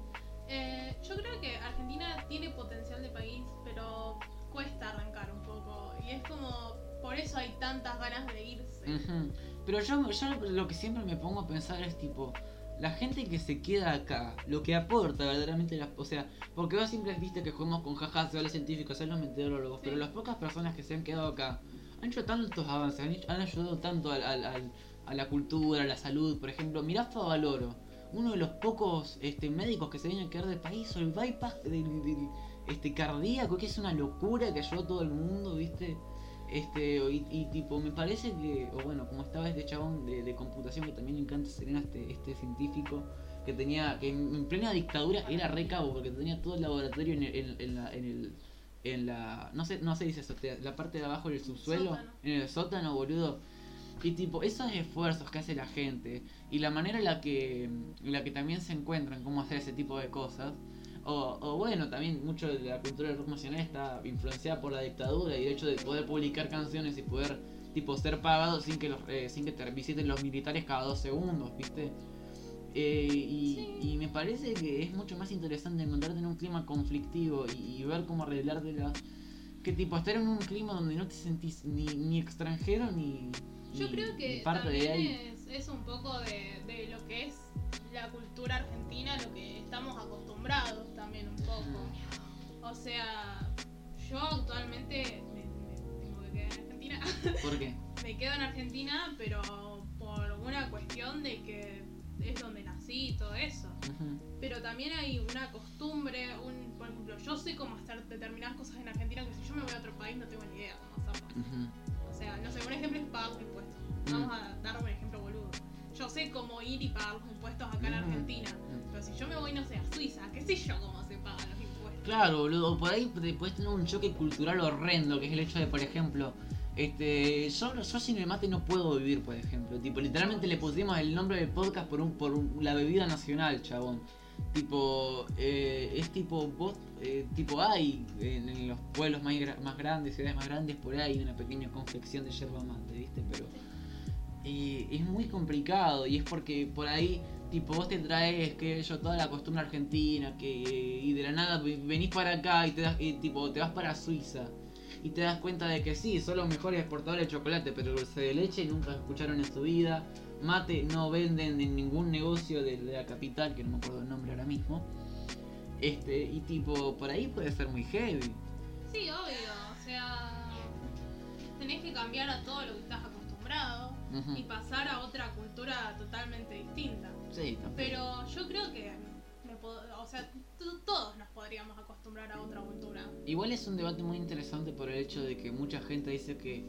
S3: Eh, yo creo que Argentina tiene potencial de país, pero cuesta arrancar un poco. Y es como, por eso hay tantas ganas de irse.
S2: Ujú. Pero yo, yo lo que siempre me pongo a pensar es tipo, la gente que se queda acá, lo que aporta verdaderamente, la- o sea, porque vos siempre viste que jugamos con jajas, se los científicos, se los meteorólogos,
S3: Sí.
S2: pero las pocas personas que se han quedado acá han hecho tantos avances, han, hecho- han ayudado tanto al- al- al- a la cultura, a la salud, por ejemplo, mirá Favaloro, uno de los pocos este, médicos que se vienen a quedar del país, o el bypass del- del- este, cardíaco, que es una locura que ayudó a todo el mundo, ¿viste? Este, y, y tipo, me parece que, o bueno, como estaba este chabón de, de computación que también le encanta Serena, este, este científico, que tenía, que en, en plena dictadura era re cabo, porque tenía todo el laboratorio en, el- en- en la, en el, en la, no sé, no se dice azotea, la parte de abajo del subsuelo,
S3: Sótano.
S2: en el sótano, boludo. Y tipo, esos esfuerzos que hace la gente y la manera en la que, en la que también se encuentran cómo hacer ese tipo de cosas, o, o bueno, también mucho de la cultura del rock nacional está influenciada por la dictadura y el hecho de poder publicar canciones y poder tipo ser pagado sin que los, eh, sin que te visiten los militares cada dos segundos, ¿viste? Eh, y, y me parece que es mucho más interesante encontrarte en un clima conflictivo y, y ver cómo arreglártelas que tipo estar en un clima donde no te sentís ni, ni extranjero ni,
S3: Yo
S2: ni-
S3: creo
S2: ni
S3: que
S2: parte de ahí.
S3: también es, es un poco de, de lo que es la cultura argentina, lo que estamos acostumbrados también un poco.
S2: Mm.
S3: O sea, yo actualmente me, me tengo que quedar en Argentina. [laughs]
S2: ¿Por qué?
S3: me quedo en Argentina, pero por una cuestión de que es donde nací y todo eso.
S2: Ujú.
S3: Pero también hay una costumbre, un, por ejemplo, yo sé cómo hacer determinadas cosas en Argentina que si yo me voy a otro país no tengo ni idea cómo hacerlo.
S2: Ujú.
S3: O sea, no sé, un ejemplo es pagar los impuestos. Vamos a dar un ejemplo boludo. Yo sé cómo ir y pagar los impuestos acá en
S2: Mm.
S3: Argentina. Pero si yo me voy, no sé, a Suiza, qué sé yo cómo se pagan los impuestos.
S2: Claro, boludo, por ahí te puedes tener un choque cultural horrendo, que es el hecho de, por ejemplo, este, yo, yo sin el mate no puedo vivir, por ejemplo. Tipo, literalmente le pusimos el nombre del podcast por un, por un- la bebida nacional, chabón. Tipo, eh, es tipo, vos, eh, tipo, hay en, en los pueblos más, gra- más grandes, ciudades más grandes, por ahí una pequeña confección de yerba mate, ¿viste? Pero eh, es muy complicado y es porque por ahí, tipo, vos te traes, que yo, toda la costumbre argentina, que y de la nada vi- venís para acá y te das, y, tipo, te vas para Suiza y te das cuenta de que sí, son los mejores exportadores de chocolate, pero dulce de leche nunca escucharon en su vida. Mate no venden en ningún negocio de, de la capital, que no me acuerdo el nombre ahora mismo. Este, y tipo, por ahí puede ser muy heavy.
S3: Sí, obvio. O sea, tenés que cambiar a todo lo que estás acostumbrado
S2: Ujú.
S3: y pasar a otra cultura totalmente distinta.
S2: Sí, tampoco.
S3: Pero yo creo que, me pod- o sea, t- todos nos podríamos acostumbrar a otra cultura.
S2: Igual es un debate muy interesante por el hecho de que mucha gente dice que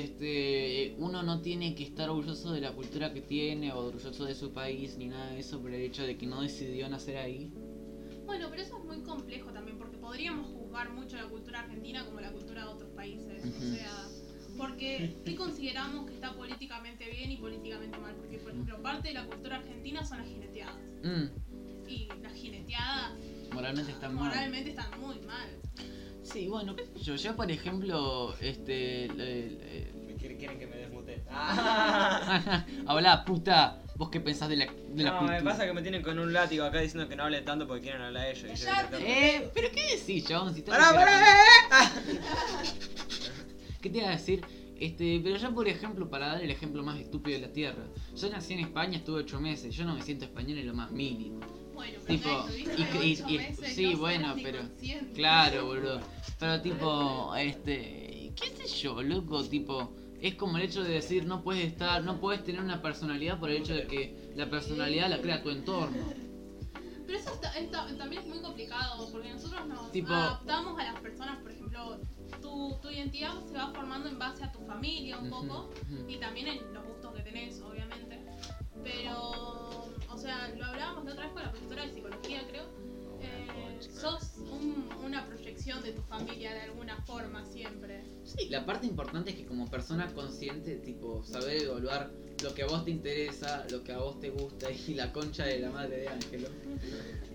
S2: este uno no tiene que estar orgulloso de la cultura que tiene o orgulloso de su país ni nada de eso por el hecho de que no decidió nacer ahí.
S3: Bueno, pero eso es muy complejo también, porque podríamos juzgar mucho la cultura argentina como la cultura de otros países.
S2: Ujú.
S3: O sea, porque ¿qué consideramos que está políticamente bien y políticamente mal? Porque, por ejemplo, parte de la cultura argentina son las jineteadas.
S2: Mm,
S3: Y las jineteadas
S2: moralmente está mal.
S3: moralmente están muy mal.
S2: Sí, bueno, qué sé yo, yo por ejemplo, este el- el-
S4: Me quieren, quieren que me desmute. Ah.
S2: [laughs] habla puta, vos qué pensás de la de la
S4: no,
S2: cultura.
S4: me pasa que me tienen con un látigo acá diciendo que no hablen tanto porque quieren hablar ellos. y yo les
S5: Callate.
S4: tengo-
S2: Eh, pero qué decís, chabón, si estás
S4: ¡Pará,
S2: desesperado.
S4: pará! eh, eh.
S2: ¿Qué te iba a decir? Este, pero yo, por ejemplo, para dar el ejemplo más estúpido de la Tierra, yo nací en España, estuve ocho meses, yo no me siento español en lo más mínimo.
S3: Bueno, pero
S2: Tipo,
S3: nada, estuviste
S2: y que- y-
S3: ocho
S2: y-
S3: meses,
S2: sí,
S3: no serás
S2: bueno,
S3: ni
S2: pero-
S3: consciente.
S2: Claro, boludo. Pero tipo, este, qué sé yo, loco, tipo, es como el hecho de decir no puedes estar, no puedes tener una personalidad por el hecho de que la personalidad la crea tu entorno.
S3: Pero eso está- está- también es muy complicado, porque nosotros nos
S2: Tipo-
S3: adaptamos a las personas, por ejemplo, tu, tu identidad se va formando en base a tu familia un poco,
S2: Ujú, ujú.
S3: y también en los gustos que tenés, obviamente. Pero, o sea, lo hablábamos la otra vez con la profesora de psicología, creo. eh, sos un- una proyección de tu familia de alguna forma siempre.
S2: Sí, la parte importante es que como persona consciente, tipo, saber evaluar lo que a vos te interesa, lo que a vos te gusta [laughs] y la concha de la madre de Ángelo.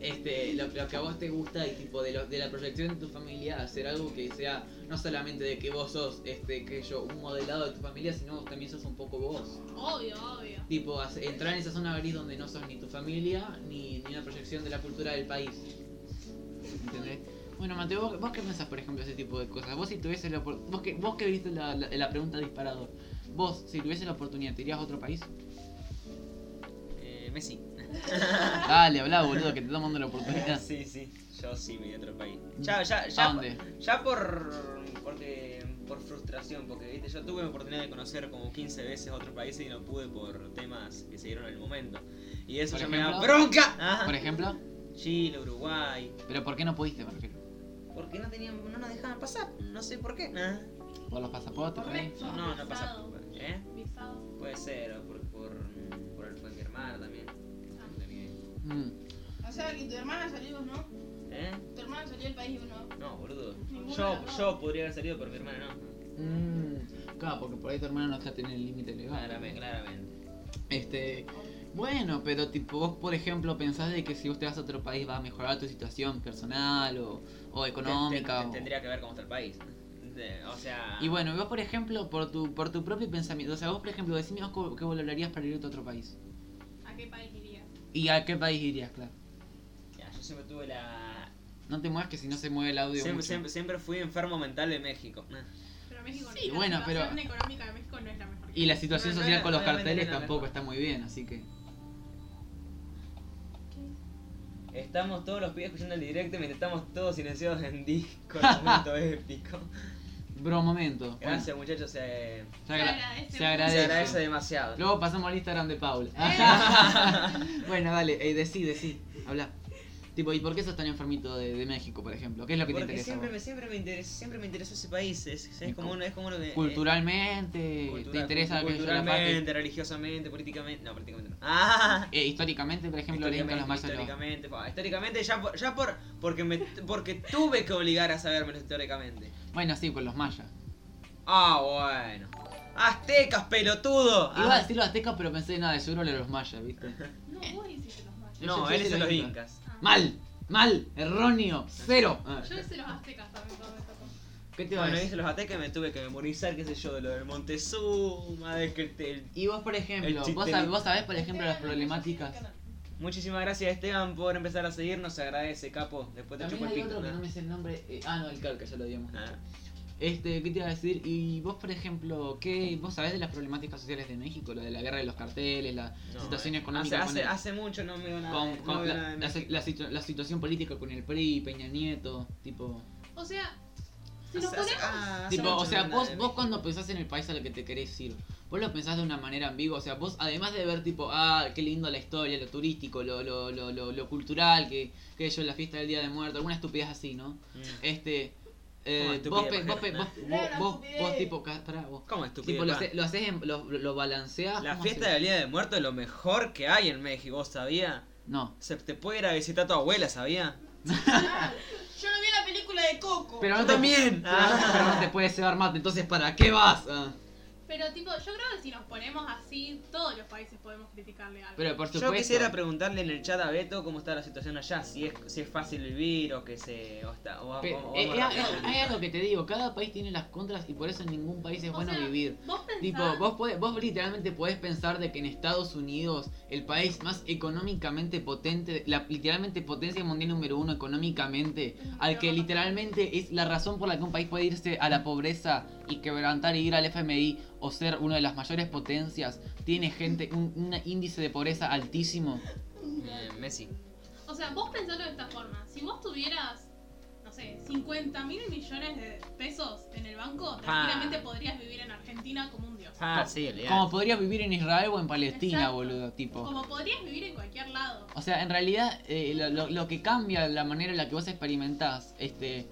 S2: Este, lo, lo que a vos te gusta y tipo de, lo- de la proyección de tu familia, hacer algo que sea no solamente de que vos sos, este, que yo, un modelado de tu familia, sino también sos un poco vos.
S3: Obvio, obio
S2: Tipo, hace- entrar en esa zona gris donde no sos ni tu familia, ni, ni una proyección de la cultura del país. ¿Entendés? Bueno, Mateo, ¿vos, vos qué pensás, por ejemplo, de ese tipo de cosas? Vos si tuvieses la opor- vos que, vos que viste la, la- la pregunta disparador, vos si tuvieses la oportunidad, ¿te irías a otro país?
S4: Eh, Messi.
S2: Dale, habla, boludo, que te estamos dando la oportunidad.
S4: Ah, sí, sí. Yo sí me iría a otro país. Ya, ya, [laughs] ya.
S2: Mm. ¿A dónde?
S4: Ya por. Porque, por frustración, porque viste, yo tuve la oportunidad de conocer como 15 veces otros países y no pude por temas que se dieron en el momento. Y eso
S2: Por
S4: ya me da
S2: ejemplo.
S4: bronca. Ajá.
S2: Por ejemplo,
S4: Chile, Uruguay.
S2: pero ¿por qué no pudiste, por ejemplo?
S4: Porque no tenían, no nos dejaban pasar, no sé por qué. Ah.
S2: ¿Por los pasaportes? por ahí?
S3: Correcto.
S4: No, no pasa.
S3: Pasado.
S4: ¿Eh?
S3: Visado.
S4: Puede ser, o por, por, por el fue mi hermana también. No tenía idea.
S2: Mm.
S5: O sea, que tu hermana salió y vos no.
S4: ¿Eh?
S5: Tu hermana salió del país y vos no.
S4: No, boludo.
S3: Ninguna de
S4: Yo,
S3: las
S4: yo podría haber salido, pero mi hermana no.
S2: Mm. Claro, porque por ahí tu hermano no está teniendo el límite legal.
S4: Claramente, claramente.
S2: Este, bueno, pero tipo vos por ejemplo pensás de que si vos te vas a otro país va a mejorar tu situación personal o, o económica.
S4: Ten- ten-
S2: o-
S4: Tendría que ver cómo está el país. De- O sea.
S2: Y bueno, vos por ejemplo por tu por tu propio pensamiento, o sea vos por ejemplo decime vos co- qué valorarías para irte a otro país.
S3: Ah, ¿A qué país irías?
S2: ¿Y a qué país irías, claro?
S4: Ya, yo siempre tuve la.
S2: No te muevas que si no se mueve el audio.
S4: Siempre,
S2: mucho.
S4: siempre, siempre fui enfermo mental de México.
S3: Pero México
S2: Sí,
S3: la
S2: bueno, pero-
S3: situación económica de México no es la mejor.
S2: Y la situación
S4: No, no,
S2: social con los
S4: obviamente
S2: carteles
S4: no, no.
S2: tampoco está muy bien, así que...
S4: Estamos todos los pibes escuchando el directo mientras estamos todos silenciados en disco.
S2: [laughs]
S4: Un momento épico.
S2: Bro, momento. Bueno,
S4: Gracias, muchachos. Se,
S2: se, agra-
S3: Se agradece
S2: se
S4: se
S2: agradece.
S4: agradece demasiado.
S2: Luego pasamos al Instagram de Paula. [laughs] bueno, dale, eh, decí, decí, habla. Tipo, ¿y por qué sos tan enfermito de, de México, por ejemplo? ¿Qué es lo que te
S4: Porque
S2: interesa? a
S4: siempre
S2: vos?
S4: me, siempre, me interesó, siempre me interesó ese país. Es, es
S2: Y
S4: como,
S2: cu-
S4: una- es como lo que. eh,
S2: Culturalmente, ¿te
S4: cultural-
S2: interesa aquello de la
S4: culturalmente,
S2: parte?
S4: religiosamente, políticamente. No, políticamente no. ¡Ah!
S2: eh, históricamente, por ejemplo, Oriente con los mayas. lo-
S4: históricamente, pa, históricamente, ya por, ya por porque me porque tuve que obligar a sabérmelo históricamente.
S2: Bueno, sí, con los mayas.
S4: Ah, bueno. Aztecas, pelotudo.
S2: Iba a
S4: Ah.
S2: decir los aztecas, pero pensé, nada, de seguro de los mayas, ¿viste?
S3: No, vos hiciste los mayas.
S4: No,
S2: Yo- yo
S4: él
S2: hice
S4: es de
S2: los
S4: los
S2: incas.
S4: incas.
S3: Ah.
S2: Eh. ¡Mal! ¡Mal! ¡Erróneo! ¡Cero! Ah,
S3: Yo hice los aztecas también cuando me tocó.
S2: ¿Qué te iba a
S4: Bueno, hice
S2: decir?
S4: los aztecas y me tuve que memorizar, qué sé yo, de lo del Montezuma, de que el- el
S2: Y vos, por ejemplo,
S4: chiste
S2: vos, sab-
S4: de-
S2: vos sabés, por ejemplo, las
S5: Esteban,
S2: problemáticas.
S4: Muchísimas gracias Esteban por empezar a seguirnos, se agradece, capo. Después te
S2: También
S4: chupo el
S2: hay
S4: pito.
S2: otro que
S4: Ah.
S2: no me sé el nombre. eh, ah, no, el calca, ya lo digamos.
S4: Ah.
S2: Este, ¿qué te iba a decir? Y vos, por ejemplo, ¿qué, ¿vos sabés de las problemáticas sociales de México? Lo de la guerra de los carteles, la
S4: No,
S2: situación
S4: eh,
S2: económica
S4: Hace,
S2: con
S4: hace,
S2: el-
S4: hace mucho no veo nada.
S2: con-
S4: no
S2: con la,
S4: veo nada Ah, de
S2: la-
S4: México.
S2: la situ- la situación política con el PRI, Peña Nieto, tipo...
S3: O sea, si nos
S4: Hace- hace-
S3: ponemos.
S4: ah, hace
S2: Tipo,
S4: mucho
S2: o
S4: no
S2: sea,
S4: veo nada
S2: vos,
S4: de
S2: vos
S4: México.
S2: cuando pensás en el país al que te querés ir, vos lo pensás de una manera ambigua, o sea, vos además de ver tipo, ah, qué lindo la historia, lo turístico, lo, lo, lo, lo, lo cultural, que, que yo, la fiesta del Día de Muerto, alguna estupidez así, ¿no?
S4: Mm.
S2: Este, eh,
S4: Como estupidez,
S2: vos, pe- vos, pe-
S4: pajero,
S2: vos,
S5: ¿no?
S2: vos,
S5: Era una
S2: vos,
S5: estupidez.
S2: vos, tipo, ca- pará, vos.
S4: ¿Cómo estúpido?
S2: Tipo, lo,
S4: pa?
S2: hace- lo haces, en- lo, lo- lo balanceas.
S4: La
S2: ¿cómo
S4: fiesta
S2: haces?
S4: del Día de Muertos es lo mejor que hay en México, ¿vos sabías?
S2: No.
S4: Se te puede ir a visitar a tu abuela, ¿sabías?
S5: Yo no vi la película de Coco.
S2: Pero no
S4: Yo
S2: te,
S4: también. Ah.
S2: pero no- pero no te puedes cebar mate, entonces, ¿para qué vas? Ah,
S3: Pero, tipo, yo creo que si nos ponemos así, todos los países podemos criticarle algo.
S2: Pero por supuesto.
S4: Yo quisiera preguntarle en el chat a Beto cómo está la situación allá, si es, si es fácil vivir o que se... O está, o,
S2: Pe-
S4: o- o-
S2: eh,
S4: o-
S2: eh, eh, hay algo que te digo, cada país tiene las contras y por eso en ningún país es
S3: O
S2: bueno
S3: sea,
S2: vivir.
S3: Vos pensás.
S2: Tipo, vos, podés- vos literalmente podés pensar de que en Estados Unidos, el país más económicamente potente, la literalmente potencia mundial número uno económicamente, al que literalmente es la razón por la que un país puede irse a la pobreza y quebrantar y ir al FMI o ser una de las mayores potencias, tiene gente, un, un índice de pobreza altísimo.
S4: Eh, Messi.
S3: O sea, vos pensalo de esta forma. Si vos tuvieras, no sé, 50 mil millones de pesos en el
S2: Ah.
S3: banco, tranquilamente podrías vivir en Argentina como un dios.
S4: Ah, sí, olvidate.
S2: Como podrías vivir en Israel o en Palestina,
S3: Exacto.
S2: boludo, tipo.
S3: Como podrías vivir en cualquier lado.
S2: O sea, en realidad eh, lo, lo- lo que cambia la manera en la que vos experimentás este,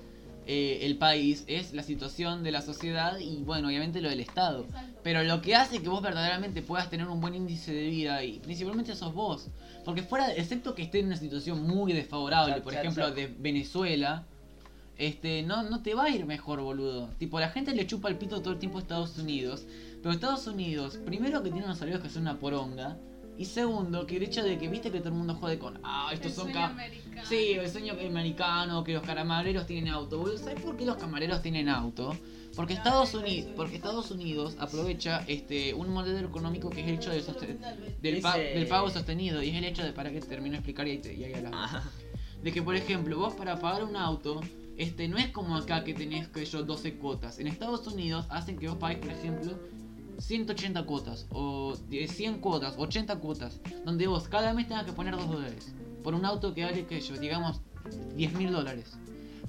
S2: eh, el país es la situación de la sociedad y bueno, obviamente lo del Estado.
S3: Exacto.
S2: Pero lo que hace que vos verdaderamente puedas tener un buen índice de vida y principalmente sos vos. Porque fuera, excepto que esté en una situación muy desfavorable,
S7: Cha,
S2: por
S7: cha,
S2: ejemplo,
S7: cha.
S2: de Venezuela, este, no, no te va a ir mejor, boludo. Tipo, la gente le chupa el pito todo el tiempo a Estados Unidos. Pero Estados Unidos, primero que tiene unos salarios que son una poronga. Y segundo, que el hecho de que viste que todo el mundo jode con, ah, estos
S3: El
S2: son...
S3: sueño
S2: ca-
S3: americano.
S2: Sí, el sueño americano, que los camareros tienen auto. boludo. ¿Sabes por qué los camareros tienen auto? Porque Estados Unidos, porque Estados Unidos aprovecha este un modelo económico que es el hecho del, soste- del, pa-
S4: Dice-
S2: del pago sostenido y es el hecho de para que te termino de explicar y ahí, te- y ahí hablamos.
S4: Ah,
S2: De que por ejemplo, vos para pagar un auto este no es como acá que tenés que yo 12 cuotas. En Estados Unidos hacen que vos pagues, por ejemplo, 180 cuotas o de 100 cuotas, 80 cuotas, donde vos cada mes tengas que poner 2 dólares por un auto que vale que yo, digamos, 10 mil dólares.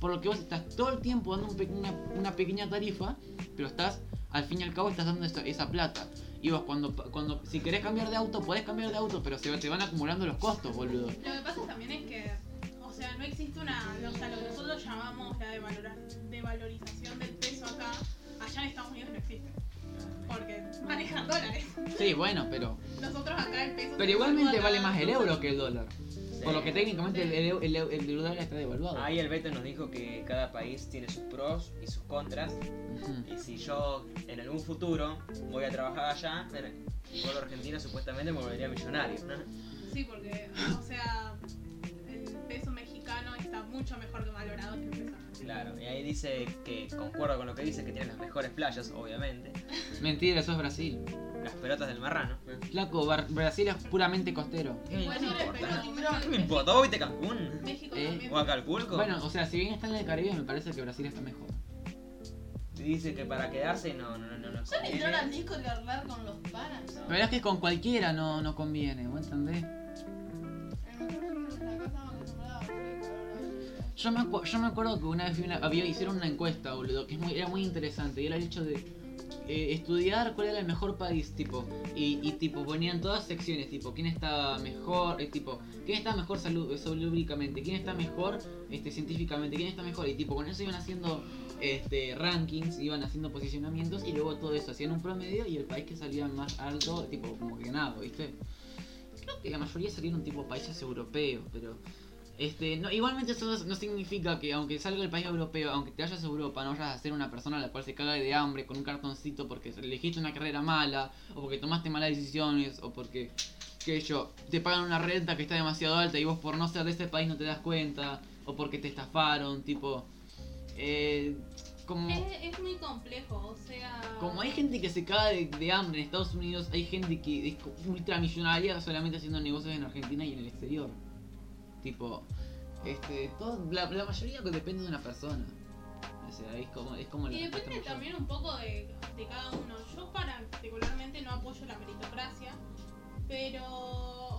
S2: Por lo que vos estás todo el tiempo dando un pequeña- una pequeña tarifa, pero estás, al fin y al cabo, estás dando esa, esa plata. Y vos, cuando, pa- cuando, si querés cambiar de auto, podés cambiar de auto, pero se te van acumulando los costos, boludo.
S3: Lo que pasa también es que, o sea, no existe una, o sea, lo que nosotros llamamos la devalora- devalorización del peso acá, allá en Estados Unidos no existe. Porque manejan dólares.
S2: Sí, bueno, pero.
S3: Nosotros acá el peso.
S2: Pero
S3: se
S2: igualmente
S3: devalúa
S2: vale
S3: cada
S2: más el
S3: dos
S2: euro que el dólar. Por lo que técnicamente el, el- el- el dólar está devaluado.
S4: Ahí el Beto nos dijo que cada país tiene sus pros y sus contras.
S2: Ujú.
S4: Y si yo en algún futuro voy a trabajar allá, en- y vuelvo a Argentina, supuestamente me volvería millonario. ¿no?
S3: Sí, porque, o sea, el peso mexicano está mucho mejor valorado que el peso argentino.
S4: Claro, y ahí dice que concuerdo con lo que dice, que tiene las mejores playas, obviamente.
S2: Mentira, eso es Brasil.
S4: Las pelotas del marrano.
S2: Flaco, Bar- Brasil es puramente costero.
S4: ¿Qué me
S3: Bueno, pero
S4: importa?
S3: tiburón.
S4: [laughs] ¿Qué me importa? ¿Vos viste Cancún?
S3: México
S2: Eh,
S3: también.
S4: ¿O a Calculco?
S2: Bueno, o sea, si bien está en el Caribe, me parece que Brasil está mejor.
S4: Dice que para quedarse no, no, no, no. no
S5: Yo me
S4: conviene.
S5: lloro al disco de hablar con los panas. ¿no?
S2: Pero es que con cualquiera no, no conviene, ¿vos entendés? Yo me, acu- yo me acuerdo que una vez vi una- había, hicieron una encuesta, boludo, que es muy, era muy interesante. Y era el hecho de eh, estudiar cuál era el mejor país, tipo. Y, y, tipo, ponían todas secciones, tipo, quién está mejor, eh, tipo, quién está mejor salud, eh, salúbricamente, quién está mejor este, científicamente, quién está mejor. Y tipo, con eso iban haciendo este, rankings, iban haciendo posicionamientos y luego todo eso. Hacían un promedio y el país que salía más alto, tipo, como que ganaba, ¿viste? Creo que la mayoría salieron tipo países europeos, pero. Este, no, igualmente eso no- no significa que aunque salga el país europeo, aunque te vayas a Europa, no vayas a ser una persona a la cual se caga de hambre con un cartoncito porque elegiste una carrera mala, o porque tomaste malas decisiones, o porque, qué sé yo, te pagan una renta que está demasiado alta y vos por no ser de ese país no te das cuenta, o porque te estafaron, tipo... eh, como...
S3: Es, es muy complejo, o sea.
S2: Como hay gente que se caga de, de hambre en Estados Unidos, hay gente que es ultramillonaria solamente haciendo negocios en Argentina y en el exterior. Tipo, este, todo, la, la mayoría depende de una persona. O sea, es como, es como
S3: Y
S2: la-
S3: depende
S2: estamos-
S3: también un poco de, de cada uno. Yo particularmente no apoyo la meritocracia, pero,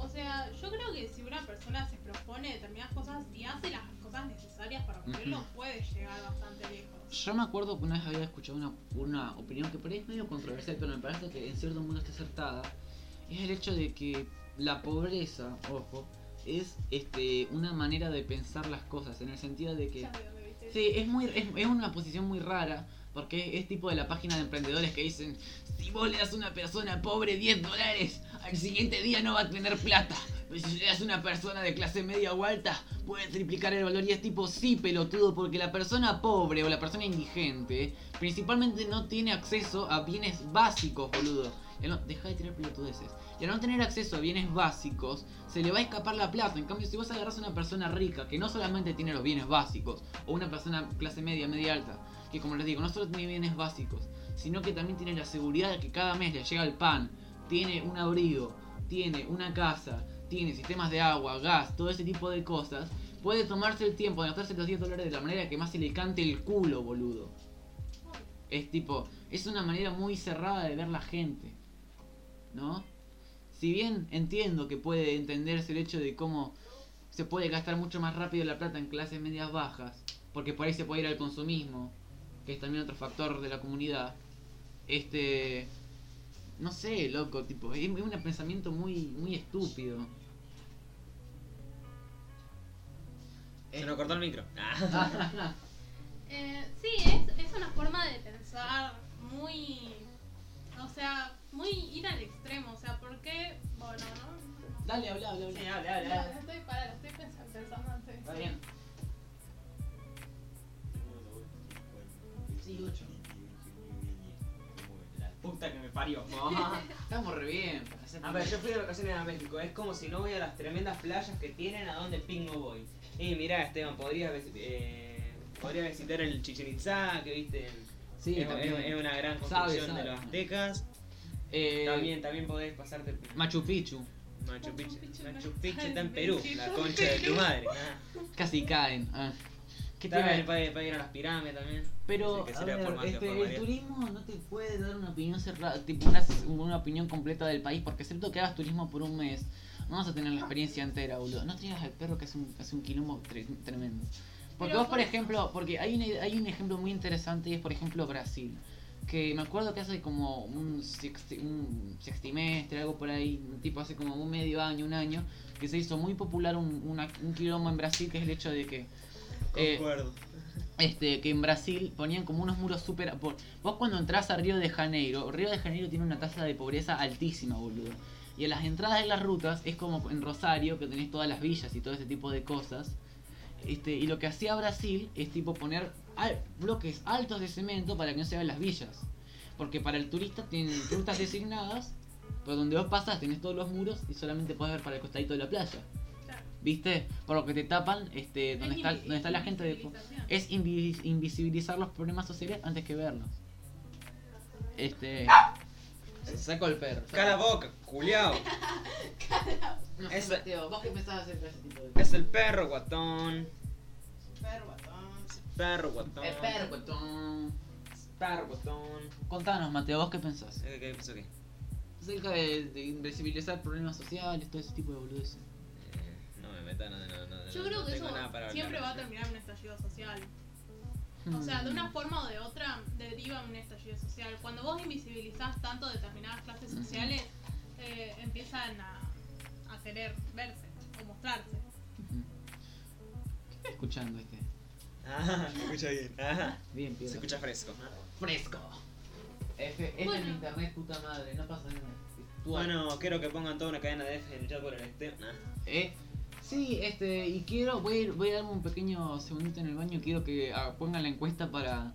S3: o sea, yo creo que si una persona se propone determinadas cosas y hace las cosas necesarias para cumplirlo,
S2: Ujú.
S3: puede llegar bastante lejos.
S2: Yo me acuerdo que una vez había escuchado una, una opinión que por ahí es medio controversial, pero me parece que en cierto modo está acertada. Es el hecho de que la pobreza, ojo, es este una manera de pensar las cosas, en el sentido de que...
S3: Ya sé dónde viste.
S2: Sí, es, muy, es, es una posición muy rara, porque es tipo de la página de emprendedores que dicen, si vos le das a una persona pobre 10 dólares, al siguiente día no va a tener plata. Pero si le das a una persona de clase media o alta, puede triplicar el valor y es tipo, sí, pelotudo, porque la persona pobre o la persona indigente principalmente no tiene acceso a bienes básicos, boludo. Y al no- Deja de tirar pelotudeces. Y al no tener acceso a bienes básicos, se le va a escapar la plata. En cambio, si vos agarrás a una persona rica que no solamente tiene los bienes básicos, o una persona clase media, media alta, que como les digo, no solo tiene bienes básicos, sino que también tiene la seguridad de que cada mes le llega el pan, tiene un abrigo, tiene una casa, tiene sistemas de agua, gas, todo ese tipo de cosas, puede tomarse el tiempo de gastarse los 10 dólares de la manera que más se le cante el culo, boludo. Es tipo, es una manera muy cerrada de ver la gente, ¿no? Si bien entiendo que puede entenderse el hecho de cómo se puede gastar mucho más rápido la plata en clases medias bajas, porque por ahí se puede ir al consumismo, que es también otro factor de la comunidad. Este. No sé, loco, tipo, es es un pensamiento muy, muy estúpido.
S4: Eh, Se nos cortó el micro. [laughs] Ah.
S3: Eh, sí, es, es una forma de pensar muy. O sea, muy ir al extremo. O sea, porque. Bueno, no.
S2: Dale, habla, habla, habla.
S4: Sí, hable, hable, hable.
S5: No, Estoy parada, estoy pensando, pensando antes.
S2: Está bien. Sí, ocho.
S4: La puta que me parió.
S2: Mamá, estamos re bien.
S4: A ver, yo fui de vacaciones a México. Es como si no voy a las tremendas playas que tienen a donde pingo voy. Y mirá, Esteban, podrías, vis- eh, podrías visitar el Chichen Itzá, que viste.
S2: Sí,
S4: es,
S2: también.
S4: es- es una gran
S2: Sabe,
S4: construcción
S2: sabe.
S4: de los aztecas.
S2: Eh,
S4: también, también podés pasarte por
S2: Machu Picchu.
S4: Machu Picchu.
S3: Machu Picchu
S4: Machu
S3: no
S4: Picchu
S3: está
S4: está en
S3: en
S4: Perú,
S3: México.
S4: la concha de tu madre. Ah.
S2: Casi caen. ah. ¿Qué te iba a
S4: También para, para ir a las pirámides también.
S2: Pero
S4: Dice que
S2: a
S4: sería
S2: ver,
S4: forma-
S2: este,
S4: forma
S2: el
S4: variable.
S2: turismo no te puede dar una opinión cerrada, tipo una, una opinión completa del país, porque excepto que hagas turismo por un mes, no vas a tener la experiencia entera, boludo. No tengas al perro que hace un, hace un quilombo tre- tremendo. Porque
S3: Pero
S2: vos, por
S3: por-
S2: ejemplo, porque hay, una- hay un ejemplo muy interesante y es, por ejemplo, Brasil. Que me acuerdo que hace como un, sexti- un sextimestre, algo por ahí, tipo hace como un medio año, un año, que se hizo muy popular un, una- un quilombo en Brasil, que es el hecho de que... eh,
S4: Concuerdo.
S2: este, que en Brasil ponían como unos muros súper... por- Vos cuando entras a Río de Janeiro, Río de Janeiro tiene una tasa de pobreza altísima, boludo. Y en las entradas de las rutas es como en Rosario, que tenés todas las villas y todo ese tipo de cosas. Este, y lo que hacía Brasil es tipo poner al- bloques altos de cemento para que no se vean las villas. Porque para el turista tienen rutas designadas, por donde vos pasas tenés todos los muros y solamente podés ver para el costadito de la playa.
S3: Claro.
S2: ¿Viste? Por lo que te tapan este, donde,
S3: Es
S2: está,
S3: invi-
S2: donde está la gente de...
S3: invisibilización.
S2: Es invi- invisibilizar los problemas sociales antes que verlos. Este. Saco al perro.
S4: Cala boca, culiao.
S2: No
S4: sé,
S2: Mateo, vos qué empezás a hacer ese tipo de
S4: Es el perro guatón.
S5: Pero, guatón.
S4: Perro guatón.
S2: El perro, cuatón.
S4: Perro guatón.
S2: Contanos, Mateo, vos qué pensás.
S4: Eh, ¿Qué pensó qué?
S2: Acerca de, de invisibilizar problemas sociales, todo ese tipo de boludeces.
S4: No me metan, no, no, no.
S3: Yo
S4: no
S3: creo que
S4: tengo
S3: eso
S4: nada para
S3: siempre va a
S4: hablar.
S3: terminar en un estallido social. O sea,
S2: Mm.
S3: de
S2: Hmm.
S3: una forma o de otra deriva un estallido social. Cuando vos invisibilizás tanto determinadas clases
S2: Ujú.
S3: sociales, eh, empiezan a, a querer verse o mostrarse.
S2: Ujú. ¿Qué está escuchando este?
S4: Ah, [laughs] se escucha bien. Ah,
S2: Bien,
S4: se
S2: piedra.
S4: escucha fresco. Ah.
S2: fresco. Este, este
S3: Bueno.
S2: en internet, puta madre, no pasa nada. Tú-
S4: Bueno, quiero que pongan toda una cadena de F en el chat por el este. Ah.
S2: Eh, sí, este, y quiero, voy a, ir- voy a darme un pequeño segundito en el baño, quiero que ah, pongan la encuesta para,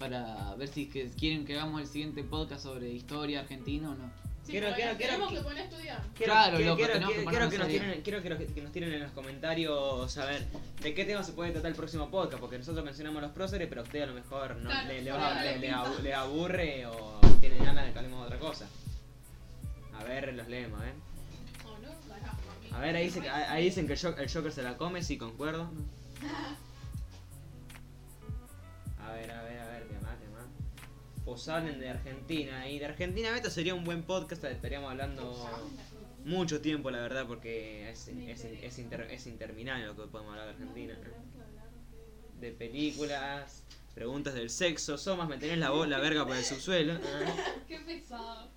S2: para ver si que quieren que hagamos el siguiente podcast sobre historia argentina o no.
S5: Sí,
S4: Quiero-
S5: pero
S4: quiero-
S5: nos
S4: quiero
S5: tenemos
S4: que-
S5: que poner a estudiar.
S4: Quiero,
S2: Claro,
S4: quiero,
S2: loco,
S4: quiero,
S2: tenemos que
S4: quiero-
S2: ponernos
S4: quiero que nos
S2: serios.
S4: tiren, quiero que, nos- que nos tiren en los comentarios a ver de qué tema se puede tratar el próximo podcast, porque nosotros mencionamos los próceres, pero a usted a lo mejor no,
S3: Claro,
S4: le, le,
S3: claro,
S4: va- le-
S3: le
S4: le
S3: pinta.
S4: abu- le aburre o tiene ganas de que hablemos de otra cosa. A ver los leemos, eh.
S3: ¿O no? Bueno, mí.
S4: A ver, ahí, dice que- ahí dicen que el Joker, el Joker se la come, sí, concuerdo. A ver, a o salen de Argentina. Y de Argentina esto sería un buen podcast, estaríamos hablando mucho tiempo, la verdad, porque es, es, es inter- es interminable lo que podemos hablar de Argentina. De películas, preguntas del sexo, Somas, me tenés la, bo- la verga por el subsuelo. Ah,
S3: Qué pesado.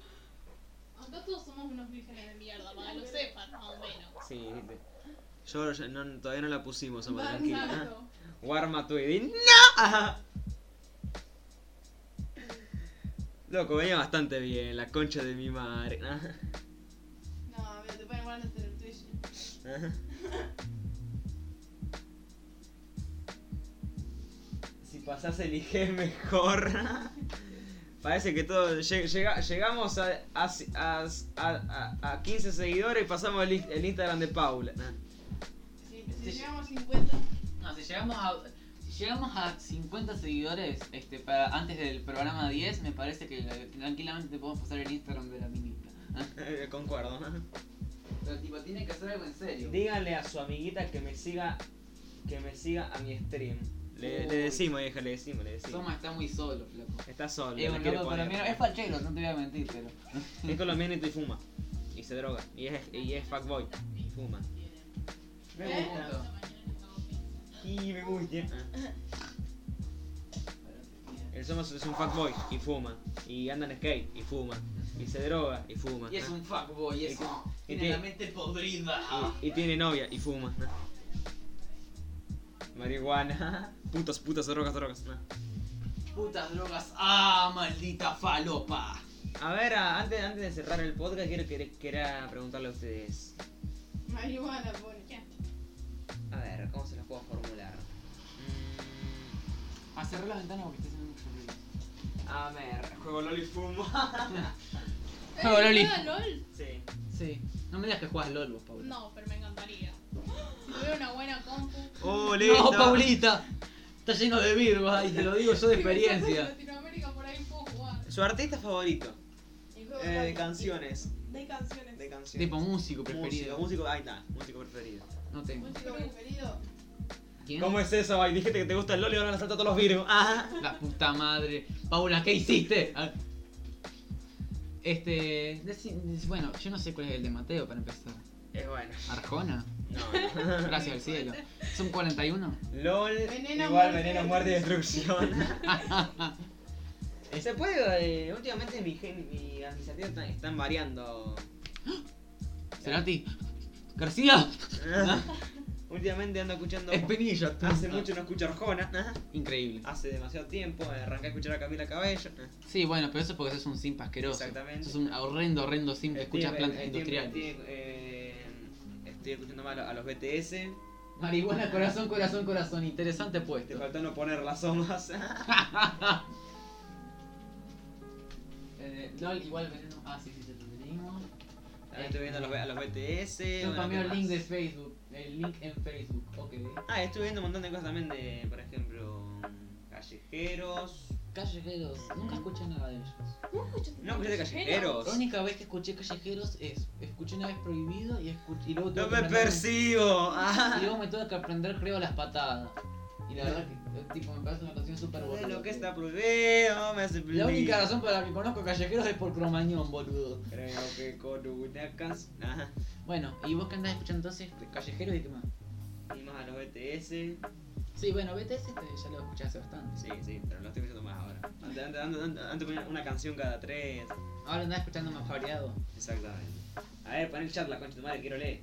S3: Acá todos somos unos vírgenes de mierda, para que lo sepan, más o menos.
S4: Sí, te- yo, yo no- todavía no la pusimos, Somas,
S3: Va,
S4: tranquila.
S3: exacto.
S4: Warma Tweedy. ¡No! Ajá. Loco, venía bastante bien, la concha de mi madre. Ajá.
S5: No, pero te pueden guardar desde el Twitch.
S4: Ajá. Si pasás el IG mejor. Parece que todo. lle- llega- llegamos a, a, a- a- a- a 15 seguidores y pasamos el, in- el Instagram de Paula.
S5: Si, si
S2: Sí.
S5: llegamos a 50,
S2: No, si llegamos a, si llegamos a 50 seguidores este, para, antes del programa 10, me parece que la- tranquilamente te podemos pasar el Instagram de la ministra.
S4: Eh, Concuerdo.
S2: Pero tipo, tiene que hacer algo en serio.
S4: Díganle a su amiguita que me siga. Que me siga a mi stream. Le, le
S2: Uy.
S4: decimos, vieja, le decimos, le decimos.
S2: Soma está muy solo, flaco.
S4: Está solo.
S2: Es
S4: la
S2: un
S4: quiere
S2: loco
S4: poner.
S2: colombiano. Es fachero, no te voy a mentir, pero.
S4: Es colombiano y fuma. Y se droga. Y es, y es fuckboy. Y fuma.
S2: Me
S5: gusta.
S4: Y me gusta. Ah. El Somas es un fuckboy y fuma. Y anda en skate y fuma. Y se droga y fuma. Ah.
S2: Y es un fuckboy, y es un.
S4: Y
S2: Tiene
S4: tiene-
S2: la mente podrida.
S4: Y tiene novia y fuma. Ah. Marihuana. [laughs] Putas, putas, drogas, drogas. Ah.
S2: Putas drogas. ¡Ah, maldita falopa!
S4: A ver, a- antes, antes de cerrar el podcast, quiero, quería- quería preguntarle a ustedes.
S5: marihuana pone.
S4: A ver, ¿cómo se los puedo formular? Mm,
S2: A cerrar Ah, la ventana porque está haciendo mucho ruido.
S4: a ver, juego LOL y fumo.
S3: ¿Eh,
S2: Ah, Loli.
S3: ¿juega LOL?
S4: sí.
S2: Sí. No me digas que juegas LOL vos, Paula.
S3: No, pero me encantaría. Si tuviera una buena compu.
S4: ¡Oh,
S2: No, Paulita. Está lleno de virgos, y te lo digo yo [laughs] de
S3: si me saco
S2: experiencia.
S3: [laughs] Latinoamérica por ahí puedo jugar.
S4: Su artista favorito.
S5: Y juego
S4: Eh, de canciones.
S5: De canciones.
S4: De canciones.
S2: Tipo músico
S4: Músico,
S2: preferido.
S4: músico, ahí está, músico preferido.
S2: No tengo.
S5: Músico preferido.
S2: ¿Quién?
S4: ¿Cómo es eso, Bay? Dijiste que te gusta el LOL y ahora le salta todos los virus. Ah.
S2: La puta madre. Paula, ¿qué hiciste? Ah. Este. deci- deci- bueno, yo no sé cuál es el de Mateo para empezar.
S4: Es bueno. [laughs]
S2: ¿Arjona?
S4: No, no.
S2: Gracias al cielo.
S4: [laughs]
S2: ¿Es un 41?
S4: LOL,
S5: Veneno,
S4: igual
S5: muerte,
S4: veneno, muerte y destrucción.
S2: [laughs]
S4: Eh, Se puede, eh, últimamente mi gen, mi anticipación está- están variando.
S2: [gasps] ¿Será ti? ¿García?
S4: Ah. [laughs] últimamente ando escuchando.
S2: Espinilla.
S4: Hace mucho no escucho Arjona. Ah.
S2: Increíble.
S4: Hace demasiado tiempo, eh, arranqué a escuchar a Camila Cabello. Ah.
S2: Sí, bueno, pero eso es porque sos un simp asqueroso.
S4: Exactamente.
S2: Sos un horrendo, horrendo simp que
S4: El
S2: escuchas
S4: tiempo-
S2: plantas
S4: el tiempo- el
S2: industriales.
S4: tiempo, eh, estoy escuchando más a, los BTS.
S2: Marihuana, corazón, corazón, corazón. Interesante
S4: Te
S2: puesto.
S4: faltó no poner las [laughs] somas.
S2: Eh, LOL igual veneno. Ah, sí, sí, te lo leímos.
S4: Ahí estoy viendo a los, a los BTS.
S2: Yo
S4: bueno,
S2: cambié
S4: ¿qué
S2: el
S4: más?
S2: link de Facebook. El link en Facebook. Ok.
S4: Ah, estuve viendo un montón de cosas también de, por ejemplo, callejeros.
S2: Callejeros. Nunca escuché nada de ellos.
S4: No, ¿qué de callejeros?
S2: La única vez que escuché Callejeros es. Escuché una vez prohibido y, escuché, y luego tuve
S4: No
S2: que
S4: me
S2: aprenderme-
S4: percibo. [laughs] Ah.
S2: Y luego me tuve que aprender, creo, las patadas. Y la verdad que, eh, tipo, me parece una canción súper
S4: Sé
S2: bonita.
S4: lo que está prohibido, me hace
S2: La única
S4: feliz.
S2: razón por la que conozco Callejeros es por Cromañón, boludo.
S4: Creo que con una canción. Ajá.
S2: Bueno, ¿y vos qué andás escuchando entonces? ¿Callejeros y qué más?
S4: Y más a los BTS. Sí,
S2: Sí, bueno, BTS este ya lo escuché hace bastante.
S4: sí, pero lo estoy escuchando más ahora. Antes, antes, antes, antes, antes ponía una canción cada tres.
S2: Ahora andás escuchando más variado.
S4: Exactamente. A ver, pon el chat, la concha de tu madre, quiero leer.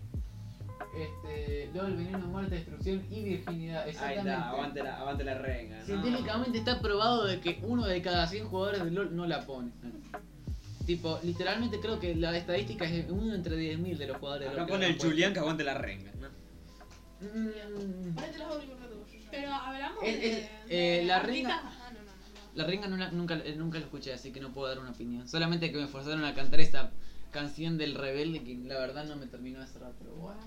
S2: Este, LOL, veneno, muerte, destrucción y virginidad.
S4: Ahí
S2: Exactamente.
S4: está, aguante la, aguante la renga. ¿no?
S2: Científicamente está probado de que uno de cada 100 jugadores de LOL no la pone. Tipo, literalmente creo que la estadística es uno entre 10.000 de los jugadores de
S4: Acá
S2: LOL. que
S4: pone
S2: no
S4: el
S2: la ponen.
S4: Julián que aguante la renga. ¿no?
S2: Mm,
S5: Ponete los auriculares. porque yo-
S3: Pero hablamos
S2: Es-
S3: de,
S2: es- eh, la reina-
S3: artistas.
S5: Ah, no, no, no.
S2: La renga no la- nunca, eh, nunca la escuché, así que no puedo dar una opinión. Solamente que me forzaron a cantar esta canción del rebelde que la verdad no me terminó de cerrar, pero bueno.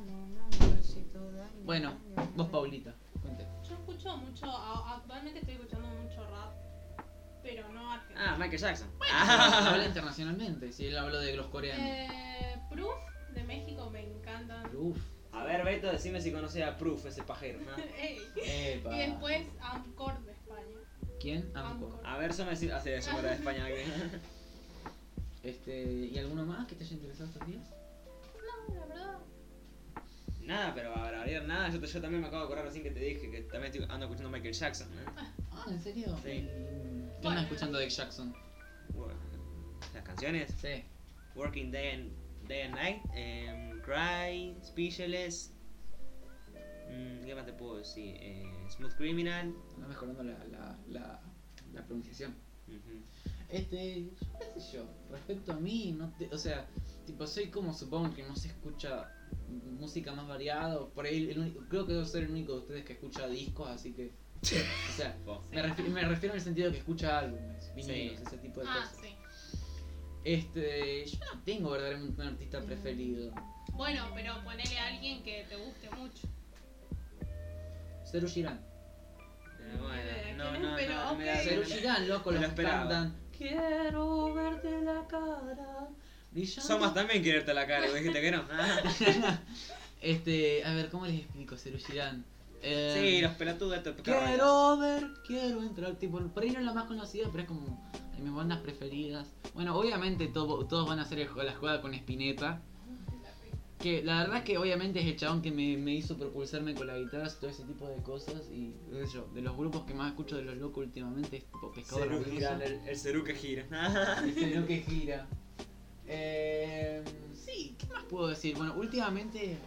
S2: Bueno, vos Paulita,
S4: [laughs]
S2: cuente.
S3: Yo escucho mucho, a- actualmente estoy escuchando mucho rap, pero no argentino.
S4: Ah, Michael Jackson.
S2: Habla internacionalmente, si él habló de los coreanos.
S3: Eh, Proof de México me encantan.
S2: Uf,
S4: A ver, Beto, decime si conoces a Proof, ese pajero. ¿no?
S3: Ey.
S2: epa.
S3: Y después Amcor de España.
S2: ¿Quién?
S4: Amco.
S5: Amco.
S4: A ver, eso me decís. Ah, sí, eso era de España. que-
S2: Este, ¿Y alguno más que te haya interesado estos días?
S3: No, la verdad.
S4: [laughs] nada, pero para variar nada, yo, yo también me acabo de acordar recién que te dije que también estoy, ando escuchando a Michael Jackson. ¿eh?
S2: Ah, ¿en serio?
S4: Sí.
S2: ¿Qué
S3: Bueno.
S2: andas escuchando de Jackson?
S4: Bueno, Las canciones:
S2: Sí.
S4: Working Day and, day and Night, em, Cry, Speechless. mm, ¿Qué más te puedo decir? Eh, Smooth Criminal.
S2: Anda mejorando la, la, la, la pronunciación.
S4: ujú.
S2: Este, yo qué sé yo, respecto a mí, no te, o sea, tipo, soy como supongo que no se escucha m- música más variada, o por ahí, el único- creo que debo ser el único de ustedes que escucha discos, así que, o sea,
S4: Vos.
S2: me, refi- me refiero en el sentido de que escucha álbumes, vinilos,
S4: Sí.
S2: ese tipo de
S3: Ah,
S2: cosas.
S3: sí.
S2: Este, yo no tengo verdaderamente un artista
S5: Mm.
S2: preferido.
S3: Bueno, pero ponele a alguien que te guste mucho.
S2: Cero Girán.
S4: Eh, bueno,
S3: Eh,
S4: no, no,
S3: ¿quién es?
S4: no,
S3: Pero,
S4: me da-
S3: ok.
S4: me
S2: Cero
S4: da-
S2: Girán, loco,
S4: me
S2: los
S4: lo
S2: que
S4: esperaba.
S2: cantan. Quiero verte la cara. brillando
S4: Somas también quiere irte a la cara, vos dijiste que no.
S2: Este, a ver, ¿cómo les explico, Cero Girán? Eh,
S4: sí, los pelotudos estos pecarroños.
S2: Quiero ver, quiero entrar. Tipo, por ahí no es la más conocida, pero es como de mis bandas preferidas. Bueno, obviamente todo- todos van a hacer el ju- la jugada con Spinetta. Que la verdad es que obviamente es el chabón que me, me hizo propulsarme con la guitarra y todo ese tipo de cosas. Y qué sé yo, de los grupos que más escucho de los locos últimamente es tipo Pescado
S4: Cerú
S2: Rabioso.
S4: gira, el, el cerú que gira. [laughs]
S2: El Cerú que gira. Eh, sí, ¿qué más puedo decir? Bueno, últimamente...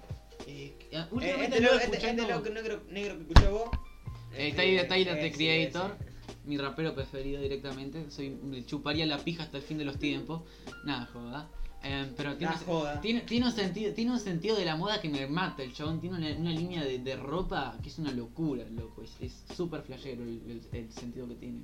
S2: eh,
S4: Eh,
S2: últimamente
S4: este
S2: ando
S4: loco este,
S2: escuchando-
S4: este loco negro, negro que escuchó vos.
S2: Eh,
S4: este,
S2: Tyler- Tyler,
S4: eh,
S2: The
S4: sí,
S2: Creator.
S4: ese.
S2: mi rapero preferido directamente. Soy, me chuparía la pija hasta el fin de los tiempos. Nada, joda. Eh, pero tiene,
S4: Nah, joda.
S2: tiene, tiene un sentido, tiene un sentido de la moda que me mata. El chabón tiene una, una línea de, de ropa que es una locura, loco. Es es súper flashero el, el- el sentido que tiene.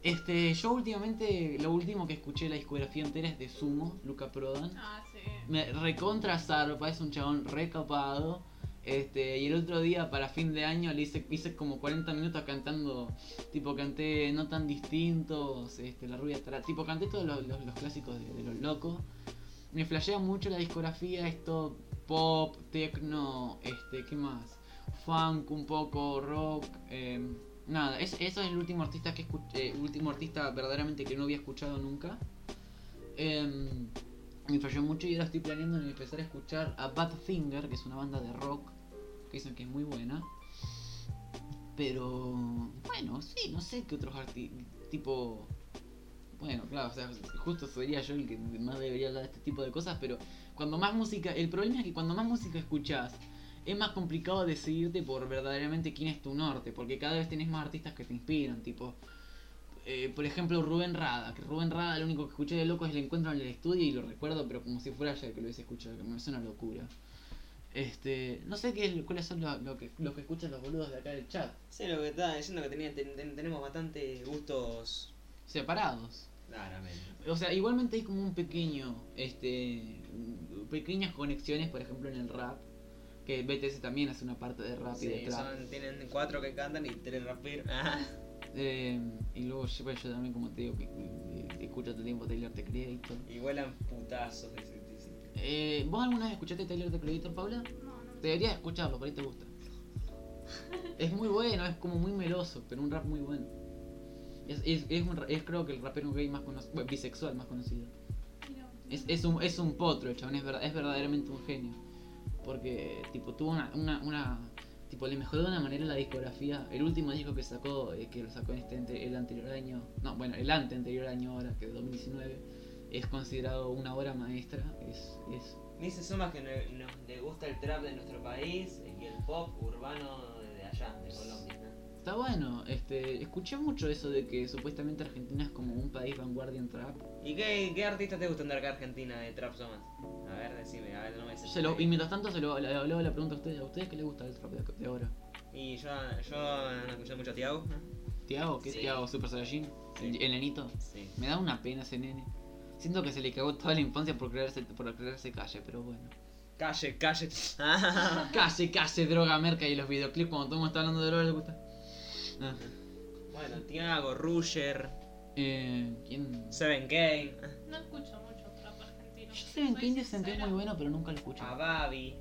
S2: Este, yo últimamente, lo último que escuché la discografía entera es de Sumo, Luca Prodan.
S3: Ah, sí.
S2: Me recontra zarpa, es un chabón recapado. Este, y el otro día para fin de año le hice, hice como 40 minutos cantando, tipo canté no tan distintos, este, la rubia Tará- tipo canté todos los, los- los clásicos de, de los locos. Me flashea mucho la discografía, esto pop, techno, este, ¿qué más? Funk un poco, rock, em, nada, es, eso es el último artista que escuché, último artista verdaderamente que no había escuchado nunca. Em, me falló mucho y ahora estoy planeando en empezar a escuchar a Badfinger, que es una banda de rock que dicen que es muy buena. Pero bueno, sí, no sé qué otros artistas tipo bueno, claro, o sea, justo sería yo el que más debería hablar de este tipo de cosas, pero cuando más música, el problema es que cuando más música escuchás, es más complicado decidirte por verdaderamente quién es tu norte, porque cada vez tenés más artistas que te inspiran, tipo eh, por ejemplo, Rubén Rada. Que Rubén Rada, lo único que escuché de loco es el encuentro en el estudio y lo recuerdo, pero como si fuera ayer que lo hubiese escuchado, que me parece una locura. Este, no sé qué es, cuáles son lo, lo que, los que escuchan los boludos de acá del chat.
S4: Sí, lo que estaba diciendo que tenía, ten- ten- tenemos bastante gustos.
S2: Separados.
S4: Claramente.
S2: O sea, igualmente hay como un pequeño, este, pequeñas conexiones, por ejemplo, en el rap. Que BTS también hace una parte de rap y de
S4: Sí,
S2: trap.
S4: son, tienen cuatro que cantan y tres raperos. [laughs]
S2: Eh, y luego yo, bueno, yo también, como te digo, que, que- que escucho todo el tiempo Taylor The Creator.
S4: y vuelan putazos. de ese- de ese-
S2: Eh, ¿Vos alguna vez escuchaste Taylor The Creator, Paula?
S3: No, no.
S2: Deberías escucharlo, por ahí te gusta. Es muy bueno, es como muy meloso, pero un rap muy bueno. Es, es, es, un ra- es creo que el rapero gay más conocido, bisexual más conocido.
S3: Mira,
S2: Es, es, un, es un potro, el chabón, es, verdad, es verdaderamente un genio. Porque, tipo, tuvo una, una, una- Tipo, le mejoró de una manera la discografía. El último disco que sacó, eh, que lo sacó en este ante- el anterior año. No, bueno, el ante anterior año ahora, que es 2019, es considerado una obra maestra. Es, es
S4: Dice Somas que no- nos le gusta el trap de nuestro país y el pop urbano de allá, de Colombia.
S2: Está bueno, este, escuché mucho eso de que supuestamente Argentina es como un país vanguardia en trap.
S4: ¿Y qué, qué artistas te gustan de acá Argentina de trap Somas? A ver, decime, a ver, no me dices.
S2: Se lo- y mientras tanto se lo le hablaba la pregunta a ustedes, ¿a ustedes qué les gusta el trap de, de ahora?
S4: Y yo, yo no escuché mucho a Tiago.
S2: ¿Tiago? ¿Qué
S4: Sí.
S2: Tiago? ¿Super Saiyajin?
S4: Sí.
S2: ¿El, el nenito?
S4: Sí.
S2: Me da una pena ese nene. Siento que se le cagó toda la infancia por creerse, por creerse calle, pero bueno.
S4: Calle, calle. [laughs]
S2: Calle, calle, droga, merca y los videoclips cuando todo el mundo está hablando de droga les gusta. Ah,
S4: bueno, Tiago, Ruger,
S2: eh, ¿Quién?
S4: Seven K,
S2: Ah,
S3: No escucho mucho rap argentino.
S2: Yo sé que dicen que es muy bueno, pero nunca lo escuché.
S4: a Babi.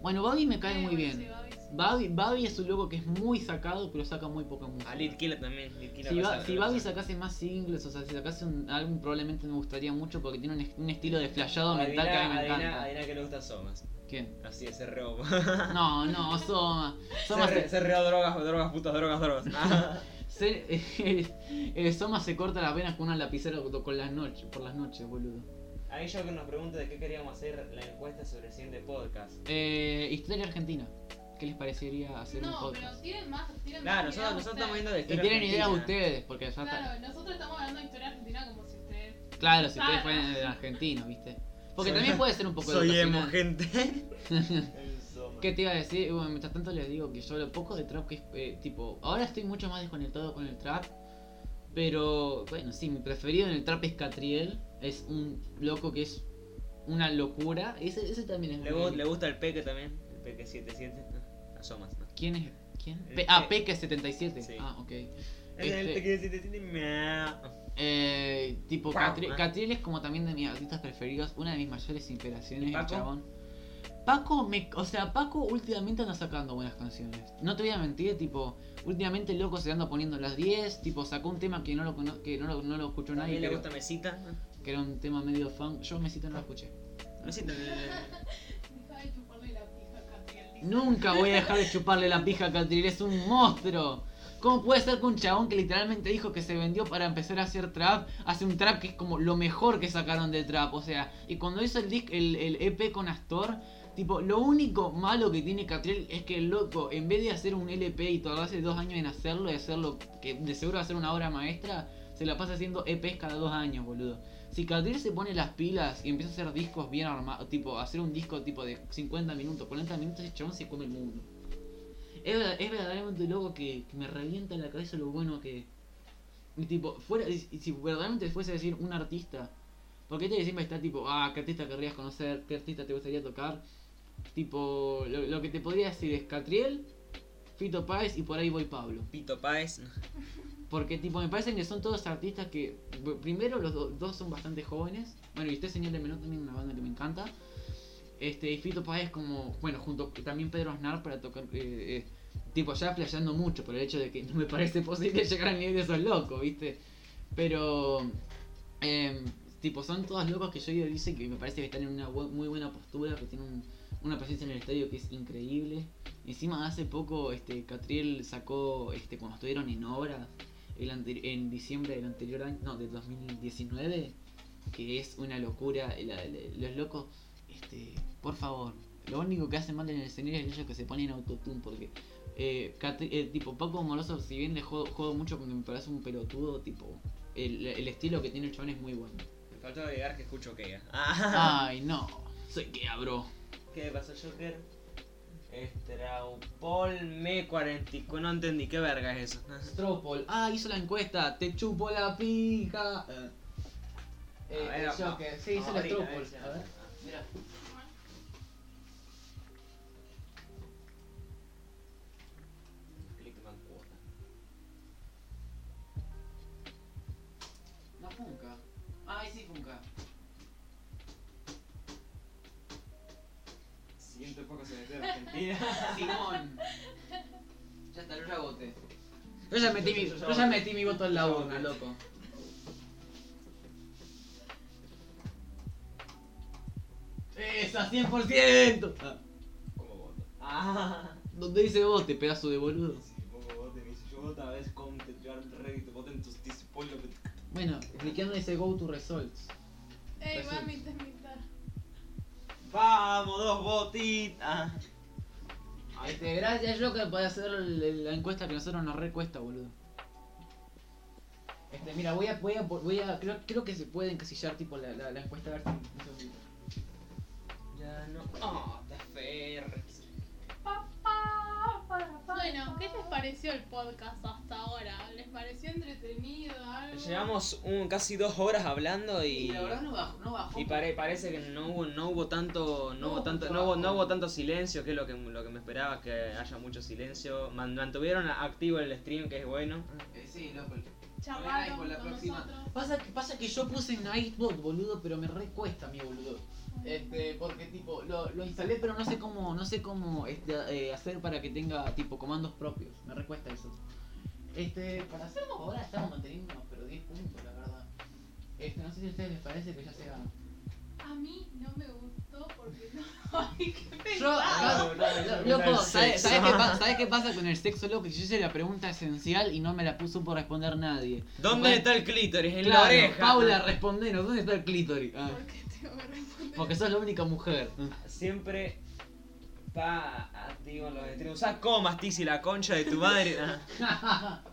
S2: Bueno, Bobby me cae muy bien. Babi, Babi es un loco que es muy sacado, pero saca muy poca música.
S4: A Lit Killer también. Lit Killer
S2: Si,
S4: pasa
S2: Ba-
S4: algo,
S2: si
S4: pasa
S2: Babi
S4: algo.
S2: sacase más singles, o sea, si sacase un álbum, probablemente me gustaría mucho porque tiene un, est- un estilo de flashado
S4: Adiviná-
S2: mental que a mí me
S4: adiviná-
S2: encanta.
S4: adiviná que le gusta Somas.
S2: ¿Quién?
S4: Así es, se robo.
S2: No, no, Soma. Soma
S4: se, re-
S2: se,
S4: se reo drogas, drogas, putas, drogas, drogas.
S2: [laughs]
S4: Ah.
S2: se- [laughs] eh, Soma se corta las venas con una lapicera con con las noches, por las noches, boludo.
S4: Ahí yo que nos pregunta de qué queríamos hacer la encuesta sobre el siguiente podcast.
S2: Eh, historia argentina. ¿Qué les parecería hacer un
S5: No, pero
S2: podcast?
S5: tienen más, tienen
S4: Claro, nosotros,
S5: más. ideas
S4: nosotros estamos viendo
S5: ustedes.
S4: de
S2: Y
S4: historia
S2: tienen
S4: argentina.
S2: ideas ustedes, porque ya está.
S5: Claro, nosotros estamos hablando de historia argentina como si ustedes.
S2: Claro, si ustedes
S5: Claro.
S2: fueran de argentinos, ¿viste? Porque
S4: Soy- [laughs]
S2: también puede ser un poco
S4: Soy emo,
S2: educacional.
S4: gente.
S2: ¿Qué te iba a decir? Bueno, mientras tanto les digo que yo lo poco de trap que es, eh, tipo, ahora estoy mucho más desconectado con el trap, pero bueno, sí, mi preferido en el trap es Catriel, es un loco que es una locura, ese, ese también es
S4: [laughs] Le,
S2: muy-
S4: gu- le gusta el Peque también. El Peque 77. Ah, Asomas, ¿no?
S2: ¿Quién es? ¿Quién?
S4: El
S2: Pe- ah,
S4: Pe-
S2: Peque77.
S4: Eh, Sí.
S2: Ah, ok.
S4: Es el
S2: Este-
S4: Peque 77. miau.
S2: Eh, tipo,
S4: Guau,
S2: Catri-
S4: ah.
S2: Catriel es como también de mis artistas preferidos, una de mis mayores inspiraciones,
S4: ¿Y
S2: el
S4: Paco?
S2: chabón. Paco, me, o sea, Paco últimamente anda sacando buenas canciones. No te voy a mentir, tipo, últimamente el loco se anda poniendo las 10, tipo, sacó un tema que no lo, cono- que no lo, no lo escuchó nadie,
S4: También le
S2: pero-
S4: gusta Mesita.
S2: que era un tema medio fan. Yo Mesita no lo escuché.
S4: Ah, Mesita. le- le- le-
S5: Deja de chuparle la pija a Catriel. dice.
S2: Nunca voy a dejar de chuparle la pija a Catriel, es un monstruo. ¿Cómo puede ser que un chabón que literalmente dijo que se vendió para empezar a hacer trap, hace un trap que es como lo mejor que sacaron de trap? O sea, y cuando hizo el, disc, el, el EP con Astor, tipo, lo único malo que tiene Catriel es que el loco, en vez de hacer un LP y tardarse dos años en hacerlo, y hacerlo, que de seguro va a ser una obra maestra, se la pasa haciendo EPs cada dos años, boludo. Si Catriel se pone las pilas y empieza a hacer discos bien armados, tipo, hacer un disco tipo de 50 minutos, 40 minutos, ese chabón se come el mundo. Es, verdad- es verdaderamente loco que, que me revienta en la cabeza lo bueno que. y tipo, fuera, y, y si verdaderamente fuese a decir un artista, porque este siempre está tipo, ah, qué artista querrías conocer, qué artista te gustaría tocar. Tipo, lo, lo que te podría decir es Catriel, Fito Páez y por ahí voy Pablo.
S4: Pito Páez.
S2: Porque tipo me parecen que son todos artistas que bu- primero los do- dos son bastante jóvenes. Bueno, y usted señor de menor también es una banda que me encanta. Este, y Fito Páez como, bueno, junto también Pedro Aznar para tocar eh, eh, tipo ya flasheando mucho por el hecho de que no me parece posible [laughs] llegar al nivel de esos locos, ¿viste? Pero em, tipo son todos locos que yo idealizo y que me parece que están en una bu- muy buena postura, que tienen un- una presencia en el estadio que es increíble. Encima hace poco este Catriel sacó este cuando estuvieron en obras el anteri- en diciembre del anterior año, no, de 2019, que es una locura. la- la- los locos, este, por favor, lo único que hacen mal en el escenario es ellos que se ponen autotune, porque eh, Catri- eh, tipo Paco Moroso, si bien le jodo, jodo mucho porque me parece un pelotudo, tipo, el, el estilo que tiene el chabón es muy bueno.
S4: Me faltó agregar que escucho Kea. Ah.
S2: Ay, no, soy que abro.
S4: [laughs] ¿Qué pasó, Joker? Estraupolme 44. No entendí, ¿qué verga es eso?
S2: Stropol, ah, hizo la encuesta, te chupo la pija. Eh,
S4: A
S7: Ah,
S4: ver,
S2: el
S4: vamos-
S2: Joker, sí, hizo
S4: vamos
S2: la
S4: ahorita, a
S2: Stropol.
S4: ver si-
S2: A ver. Mirá.
S4: Clickman cuota.
S2: No Funka. Ay, sí, Funka.
S7: Siguiente poco se metió en Argentina.
S4: [laughs]
S2: Simón. Ya está, yo ya voté. Yo ya metí mi,
S4: Yo ya
S2: yo ya
S4: voté.
S2: metí mi voto en la
S4: Yo ya
S2: urna,
S4: voté.
S2: loco. ¡Esa, 100%! Ah,
S7: ¿Cómo voto?
S4: Ah.
S2: ¿Dónde dice vote, pedazo de boludo?
S7: Si pongo voto, me dice yo voto a veces con te llevar Reddit, voten tus disipollos.
S2: Bueno, Ricardo dice go to results.
S5: Ey, va
S2: Resulta.
S5: a mitad, mitad.
S4: Vamos, dos botitas.
S2: Este, gracias Joker por hacer el- el- la encuesta que a nosotros nos recuesta, boludo. Este, mira, voy a, voy a, voy a, creo, creo que se puede encasillar tipo la, la, la encuesta a ver si- un segundito.
S4: Ya no.
S7: Ah,
S4: Oh, te aferres.
S3: Ah, Bueno, ¿qué les pareció el podcast hasta ahora? ¿Les pareció entretenido? Algo?
S4: Llevamos un, casi dos horas hablando
S2: Y
S4: y.
S2: la verdad no bajó, no bajó.
S4: Y pare- parece que no hubo, no hubo tanto, no
S2: No
S4: hubo
S2: hubo
S4: tanto,
S2: mucho
S4: no hubo, no
S2: trabajo.
S4: hubo tanto silencio, que es lo que, lo que me esperaba, que haya mucho silencio. Man- Mantuvieron a- activo el stream, que es bueno.
S2: Eh, sí, loco.
S3: Charlaron
S2: Ay, por la
S3: con
S2: próxima.
S3: nosotros.
S2: Pasa que, pasa que yo puse en iBot, boludo, pero me recuesta mi boludo. Este, porque tipo, lo, lo instalé pero no sé cómo, no sé cómo este, eh, hacer para que tenga tipo comandos propios. Me recuesta eso. Este, para hacernos ahora estamos manteniéndonos pero 10 puntos, la verdad. Este, no sé si a ustedes les parece que ya sea.
S3: A mí no me gustó porque no [laughs] hay que
S2: Yo,
S3: pensar.
S2: lo- lo-
S4: Con el
S2: loco, ¿sabes,
S4: sexo.
S2: sabes qué pa- sabes qué pasa con el sexo, loco? Que yo hice la pregunta esencial y no me la puso por responder nadie.
S4: ¿Dónde
S2: Bueno,
S4: está el clítoris? En la
S2: Claro,
S4: oreja.
S2: Paula, respondenos, ¿dónde está el clítoris? Ah,
S3: Porque tengo que responder.
S2: porque sos la única mujer.
S4: Siempre. Pa. Digo lo de Usá comas, Tizi, la concha de tu
S2: [laughs]
S4: madre. Ah.
S2: [laughs]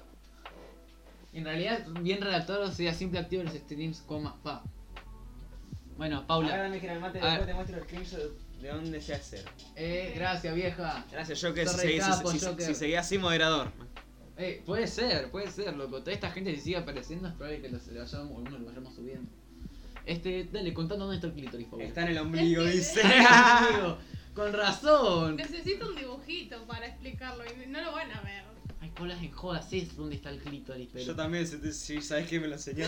S2: En realidad, bien redactado sería simple activo los streams, coma, pa. Bueno, Paula.
S4: Ahora dame que me mate,
S2: A ver.
S4: después te muestro el screenshot de dónde se hace.
S2: Eh, gracias, vieja.
S4: Gracias, Joker, si
S2: Te
S4: seguís si-
S2: recapo,
S4: si,
S2: Joker.
S4: si seguí así, moderador.
S2: Eh, puede ser, puede ser, loco. Toda esta gente que sigue apareciendo es probable que los, lo hayamos, algunos lo vayamos subiendo. Este, dale, contando dónde está el clítoris, Paula. [laughs]
S4: Está en el ombligo,
S3: Es que-
S4: dice.
S2: Amigo, Con razón.
S3: Necesito un dibujito para explicarlo y no lo van a ver.
S2: Ay, Paula, en jodas, sí es dónde está el clítoris, pero.
S4: Yo también, si, si sabes que me lo
S2: [laughs]
S4: enseñó.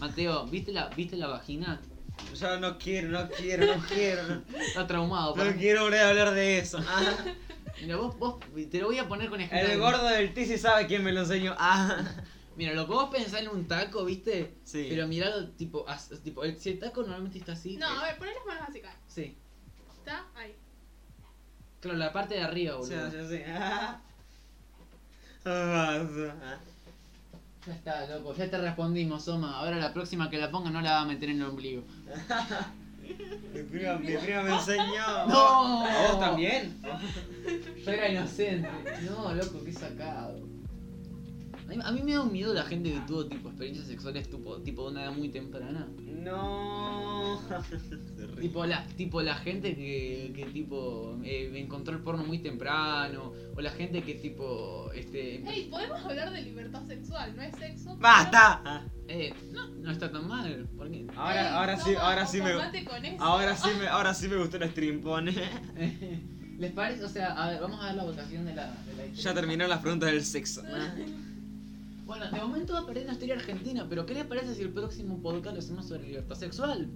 S2: Mateo, ¿viste la, ¿viste la vagina?
S4: Yo no quiero, no quiero, no quiero. No,
S2: Está traumado.
S4: no
S2: pará.
S4: quiero volver a hablar de eso. Ah.
S2: Mira, vos, vos, te lo voy a poner con ejemplo.
S4: El gordo del Tizi sabe quién me lo enseñó. Ah.
S2: Mira, lo que vos pensás en un taco, ¿viste?
S4: Sí.
S2: Pero miralo, tipo, as- tipo el, si el taco normalmente está así.
S3: No,
S2: eh,
S3: a ver, poné las manos así, cara.
S2: Sí.
S3: Está ahí.
S2: Claro, la parte de arriba,
S4: Sí,
S2: boludo.
S4: sí, sí. Ah. Ah.
S2: Ya está, loco, ya te respondimos, Soma. Ahora la próxima que la ponga no la va a meter en el ombligo.
S4: Mi prima, mi prima me enseñó.
S2: ¡No!
S4: ¿A vos también?
S2: Yo era inocente. No, loco, qué sacado. A mí, a mí me da un miedo la gente que tuvo tipo experiencias sexuales tipo, tipo de una edad muy temprana.
S4: No. Se ríe.
S2: Tipo la, tipo la gente que, que tipo eh, encontró el porno muy temprano. O la gente que tipo este. empe-
S3: Ey, podemos hablar de libertad sexual, no es sexo. pero-
S4: ¡Basta! Ah.
S2: Eh, no, no está tan mal. ¿Por qué? [laughs]
S3: Ey,
S4: Ahora, ahora sí,
S3: toma,
S4: ahora sí me.
S3: conformate con eso.
S4: Ahora sí me, ahora sí me gustó el estrimpón. eh.
S2: ¿Les parece? O sea, a ver, vamos a ver la votación de la. De la
S4: ya terminaron las preguntas del sexo.
S2: Bueno, de momento va perdiendo historia argentina, pero ¿qué les parece si el próximo podcast lo hacemos sobre libertad sexual?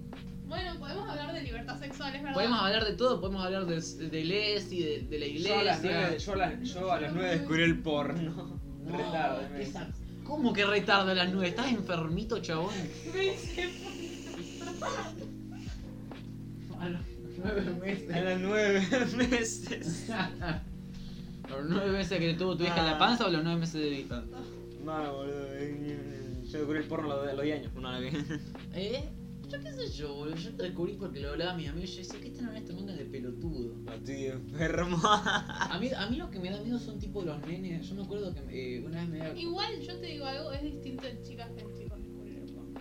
S3: Bueno, podemos hablar de libertad sexual, es verdad.
S2: Podemos hablar de todo, podemos hablar de, de Lesi, de, de la
S4: Yo a, las nueve,
S2: iglesia.
S4: yo, a las- yo a las nueve descubrí el porno.
S2: No,
S4: Retardo,
S2: ¿qué
S4: me-
S2: sa- ¿Cómo que retardo a las nueve? ¿Estás enfermito, chabón?
S3: Me dice,
S2: [laughs] A los nueve
S4: A [laughs]
S2: meses. [laughs]
S4: las nueve meses.
S2: A los nueve meses que te tuvo tu hija
S4: Ah.
S2: en la panza o los nueve meses de vida.
S4: No, boludo. eh, Yo descubrí el porno a los- a los 10 años. Una [laughs] vez.
S2: ¿Eh? Yo qué sé yo, boludo. Yo lo descubrí porque lo hablaba a mis amigos. Yo decía, ¿qué están hablando estos mangas de pelotudo?
S4: No, Estoy enfermo. [laughs]
S2: A mí, a mí lo que me da miedo son tipo los nenes. Yo me acuerdo que eh, una vez me da-
S3: Igual yo te digo algo, es distinto en chicas que en chicos descubrir el porno.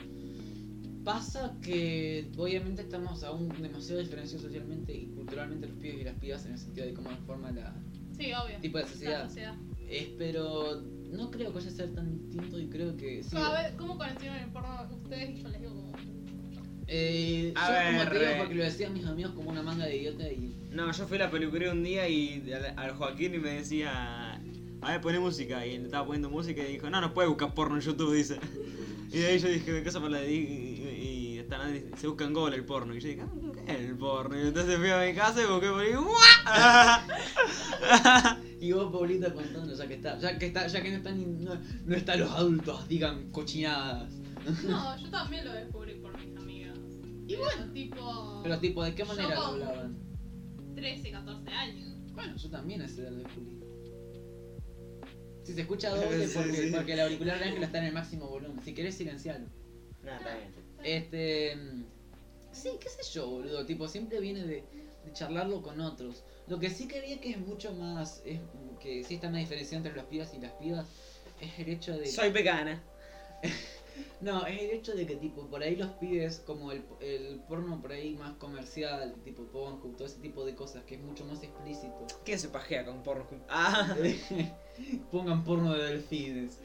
S2: Pasa que obviamente estamos aún demasiado diferenciados socialmente y culturalmente los pibes y las pibas en el sentido de cómo nos forma la
S3: Sí, obvio.
S2: tipo de
S3: La
S2: sociedad.
S3: sociedad.
S2: Es, pero no creo que vaya a ser tan distinto y creo que sí.
S3: A ver, ¿cómo conocieron el porno ustedes? Y yo les digo como...
S2: [laughs] Eh,
S4: A
S2: yo como
S4: ver,
S2: te digo
S4: eh.
S2: porque lo decían mis amigos como una manga de idiota y
S4: No, yo fui a la peluquería un día y al, al Joaquín y me decía. A ver, poné música. Y él estaba poniendo música y dijo, no, no puedes buscar porno en YouTube, dice. [laughs] Y de ahí yo dije, ¿qué cosa por la y, y, y hasta nadie- se busca en Google el porno. Y yo dije, ah, ¿qué es el porno? Y entonces fui a mi casa y busqué por ahí. ¡guau!
S2: y vos Paulita contando ya que está, ya que está, ya que no están no, no están los adultos, digan cochinadas.
S3: No, yo también lo descubrí por mis amigas. Y bueno, tipo...
S2: Pero tipo, ¿de qué
S3: Yo
S2: manera lo
S3: con-
S2: hablaban?
S3: 13, 14 años.
S2: Bueno, yo también a esa edad lo descubrí. Si se escucha doble
S4: [laughs] Sí,
S2: porque,
S4: sí.
S2: porque el auricular de Ángela está en el máximo volumen. Si querés silenciarlo.
S4: Nah, está bien.
S2: Este. mm, Sí, qué sé yo, boludo. Tipo, siempre viene de, de charlarlo con otros. Lo que sí que vi que es mucho más. Es, que sí está una diferencia entre los pibas y las pibas. Es el hecho de.
S4: Soy vegana.
S2: No, es el hecho de que, tipo, por ahí los pibes, como el, el porno por ahí más comercial, tipo Pornhub, todo ese tipo de cosas, que es mucho más explícito.
S4: ¿Quién se pajea con porno? Ah, [laughs]
S2: [laughs] Pongan porno de delfines.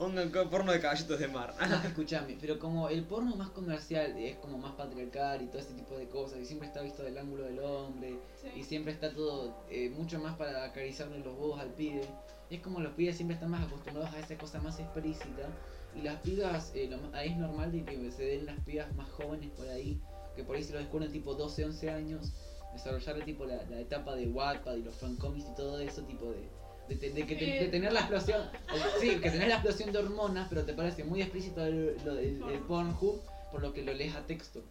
S4: un co- porno de caballitos de mar.
S2: No, escúchame, pero como el porno más comercial es como más patriarcal y todo ese tipo de cosas, y siempre está visto del ángulo del hombre, y
S3: Sí.
S2: siempre está todo eh, mucho más para acariciarle los huevos al pibe. Es como los pibes siempre están más acostumbrados a esa cosa más explícita. las pibas, eh, lo ma- ahí es normal de que se den las pibas más jóvenes por ahí, que por ahí se lo descubren tipo 12, 11 años, desarrollar tipo la, la etapa de Wattpad y los fancomics y todo eso, tipo de, de, te- de que te- de tener la explosión, sí, que tener la explosión de hormonas, pero te parece muy explícito el, lo- el, el Pornhub, por lo que lo lees a texto.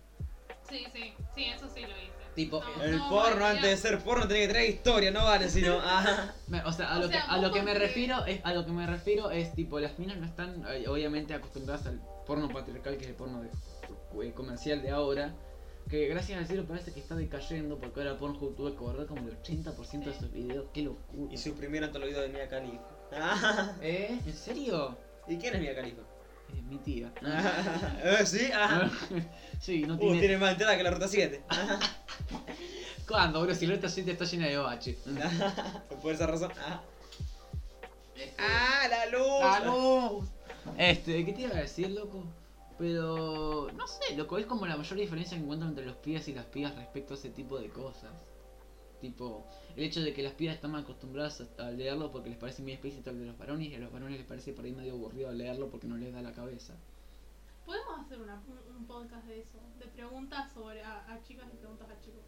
S3: Sí, sí, sí, eso sí lo hice.
S2: Tipo,
S3: No,
S4: El
S3: no,
S4: porno,
S3: bueno,
S4: antes de ser porno, tenía que tener historia, no vale, sino. [laughs] Ah,
S2: Me- O sea, a
S3: O
S2: lo,
S3: sea,
S2: que, a lo
S3: vos
S2: que me
S3: porque-
S2: refiero es a lo que me refiero es tipo las minas no están eh, obviamente acostumbradas al porno patriarcal que es el porno de- eh, comercial de ahora, que gracias al cielo parece que está decayendo porque ahora Pornhub tuvo que guardar como el 80% de sus videos, qué locura.
S4: y su primer antología de Mia Khalifa. [laughs] Ah,
S2: ¿Eh? ¿En serio?
S4: ¿Y quién es Mia [laughs] Khalifa?
S2: Es mi
S4: [laughs]
S2: tía. [laughs]
S4: Ah, eh, ¿Sí? Ah.
S2: sí, no
S4: Uh,
S2: tiene.
S4: tiene más entrada que la ruta 7.
S2: ¿Cuándo, boludo? Si la otra gente está llena de bache.
S4: [laughs] Por esa razón. Ah,
S2: Este-
S4: Ah, la luz.
S2: ¡Ah, no! Este, ¿qué te iba a decir, loco? Pero, no sé, loco, es como la mayor diferencia que encuentro entre los pibes y las pibas respecto a ese tipo de cosas. Tipo, el hecho de que las pibas están más acostumbradas a, a leerlo porque les parece muy explícito al de los varones y a los varones les parece por ahí medio aburrido leerlo porque no les da la cabeza.
S3: Podemos hacer una- un, un podcast de eso, de preguntas sobre a, a chicas y preguntas a chicos.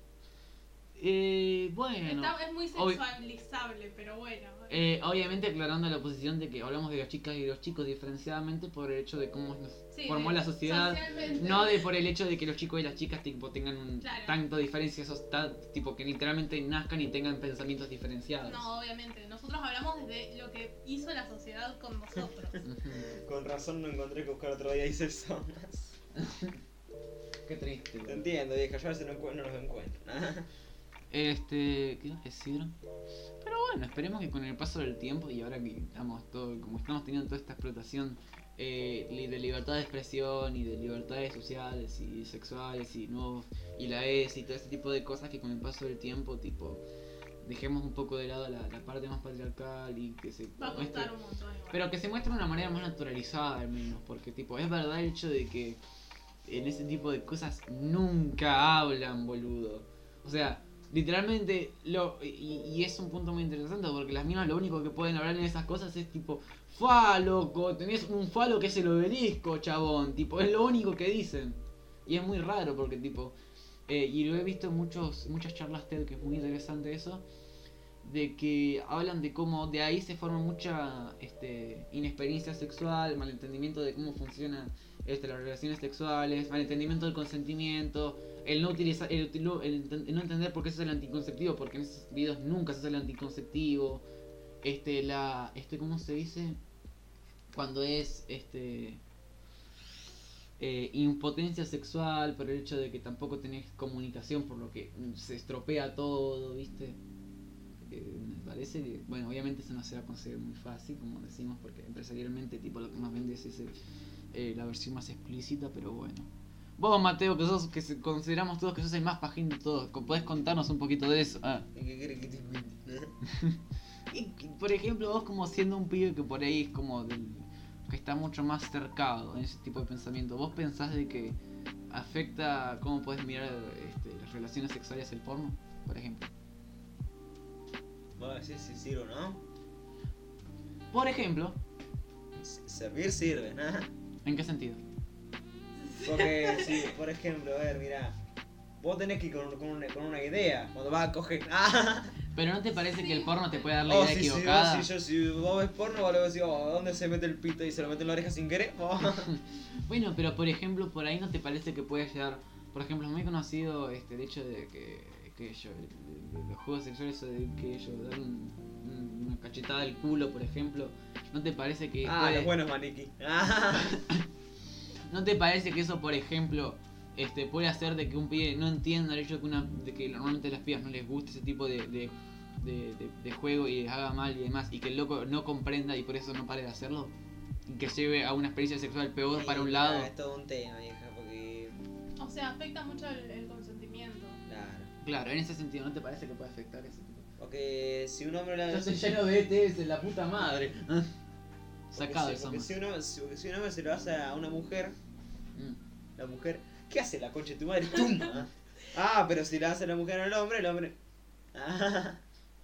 S2: Eh, bueno.
S3: Está- es muy
S2: Obvi-
S3: sexualizable, pero bueno.
S2: Eh, obviamente aclarando la posición de que hablamos de las chicas y de los chicos diferenciadamente por el hecho de cómo nos
S3: Sí,
S2: formó
S3: de-
S2: la sociedad.
S3: socialmente.
S2: No de por el hecho de que los chicos y las chicas tipo, tengan un-
S3: Claro.
S2: tanto diferencia, esos ta- tipo que literalmente nazcan y tengan pensamientos diferenciados.
S3: No, obviamente. Nosotros hablamos desde lo que hizo la sociedad con nosotros.
S2: [laughs] Ujú.
S4: Con razón no encontré que buscar otro día y ser sombras.
S2: Qué triste.
S4: [laughs] Te entiendo, vieja, yo a veces no, encuentro- no los encuentro. [laughs] Ah.
S2: Este, ¿qué iba a decir? Pero bueno, esperemos que con el paso del tiempo y ahora que estamos todo, como estamos teniendo toda esta explotación eh, li- de libertad de expresión y de libertades sociales y sexuales y nuevos y la ES y todo ese tipo de cosas que con el paso del tiempo, tipo, dejemos un poco de lado la, la parte más patriarcal y que se
S3: Va a
S2: muestre-
S3: costar un montón. igual.
S2: pero que se muestre de una manera más naturalizada al menos, porque tipo, es verdad el hecho de que en ese tipo de cosas nunca hablan, boludo. O sea, literalmente, lo, y, y es un punto muy interesante, porque las minas lo único que pueden hablar en esas cosas es tipo, fa loco, tenés un falo que es el obelisco, chabón, tipo, es lo único que dicen. Y es muy raro porque tipo, eh, y lo he visto en muchos, muchas charlas TED, que es muy interesante eso, de que hablan de cómo de ahí se forma mucha este, inexperiencia sexual, malentendimiento de cómo funcionan este, las relaciones sexuales, malentendimiento del consentimiento, el no utilizar, el, util- el enten- el no entender por qué se usa el anticonceptivo, porque en esos videos nunca se usa el anticonceptivo, este, la, este, ¿cómo se dice? Cuando es, este, eh, impotencia sexual por el hecho de que tampoco tenés comunicación, por lo que mm, se estropea todo, ¿viste? Eh, me parece que, bueno, obviamente eso no se va a conseguir muy fácil, como decimos, porque empresarialmente tipo lo que más vende es ese, eh, la versión más explícita, pero bueno. Vos, Mateo, que sos, que se- consideramos todos que sos el más pajín de todos, co- ¿podés contarnos un poquito de eso? Ah.
S4: ¿Y qué querés que te cuente?
S2: Y, que, por ejemplo, vos como siendo un pibe que por ahí es como del- que está mucho más cercado en ese tipo de pensamiento, ¿vos pensás de que afecta cómo puedes mirar este, las relaciones sexuales el porno, por ejemplo?
S4: Vos decís si sirve o no.
S2: Por ejemplo,
S4: S- Servir sirve, nada.
S2: ¿en qué sentido?
S4: Porque si, por ejemplo, a ver, mirá. Vos tenés que ir con, con una, con una idea. Cuando vas a coger. [laughs] Ah,
S2: Pero ¿no te parece que el porno te puede dar la
S4: oh,
S2: idea
S4: si, si,
S2: equivocada?
S4: vos, si, yo, si vos ves porno, vos le decís, oh, ¿dónde se mete el pito y se lo mete en la oreja sin querer? [laughs] Oh.
S2: Bueno, pero por ejemplo, por ahí no te parece que puede llegar. Por ejemplo, es muy conocido este, el hecho de que, que yo, de- de los juegos sexuales o de que yo dar un- un- una cachetada al culo, por ejemplo, ¿no te parece que
S4: Ah,
S2: puede-
S4: los buenos maniquí. [laughs] Ah.
S2: ¿No te parece que eso, por ejemplo, este, puede hacer de que un pibe no entienda el hecho de que, una, de que normalmente a las pibas no les guste ese tipo de, de, de- de- de juego y les haga mal y demás, y que el loco no comprenda y por eso no pare de hacerlo? Y que lleve a una experiencia sexual peor
S4: Y,
S2: para un
S4: mirá,
S2: lado.
S4: Ah, Es todo un tema, vieja, porque.
S3: O sea, afecta mucho el, el consentimiento.
S4: Claro.
S2: Claro, en ese sentido, ¿no te parece que puede afectar ese tipo?
S4: Porque si un hombre le
S2: Yo estoy lleno de ETS en la puta madre. [laughs] Sacado
S4: porque,
S2: el
S4: si, porque
S2: somos.
S4: si un hombre- si- porque si un hombre se lo hace a una mujer,
S2: Mm.
S4: la mujer. ¿Qué hace la concha de tu madre? [laughs] ¡Tumba! ah, pero si la hace la mujer al hombre, el hombre. [laughs] Ah.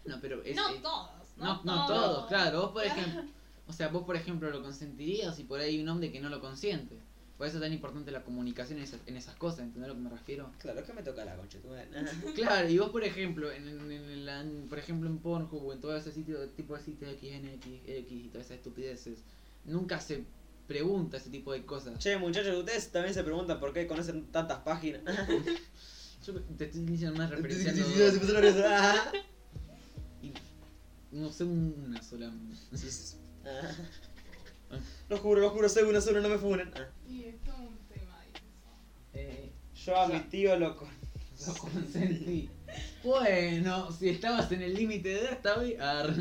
S2: No, pero es.
S3: no
S2: es-
S3: todos.
S2: no, no todos, claro. Vos, por ejemplo. O sea, vos por ejemplo lo consentirías y por ahí hay un hombre que no lo consiente. Por eso es tan importante la comunicación en esas, en esas cosas, ¿entendés a lo que me refiero?
S4: Claro, que me toca la concha. tu madre.
S2: Claro, y vos por ejemplo, en, en- en la- en- por ejemplo en Pornhub o en todo ese sitio, tipo de sitios XNX, X y todas esas estupideces, nunca se pregunta ese tipo de cosas.
S4: [laughs] Che, muchachos, ustedes también se preguntan por qué conocen tantas páginas.
S2: Yo te estoy diciendo una referencia.
S4: Ah.
S2: No sé una sola.
S4: Ah. Lo juro, lo juro, soy uno solo, no me funen. Ah.
S5: Y es todo un tema ahí.
S2: Eh,
S4: Yo a mi tío loco.
S2: lo consentí. Bueno, si estabas en el límite de edad, estaba ahí. Ar,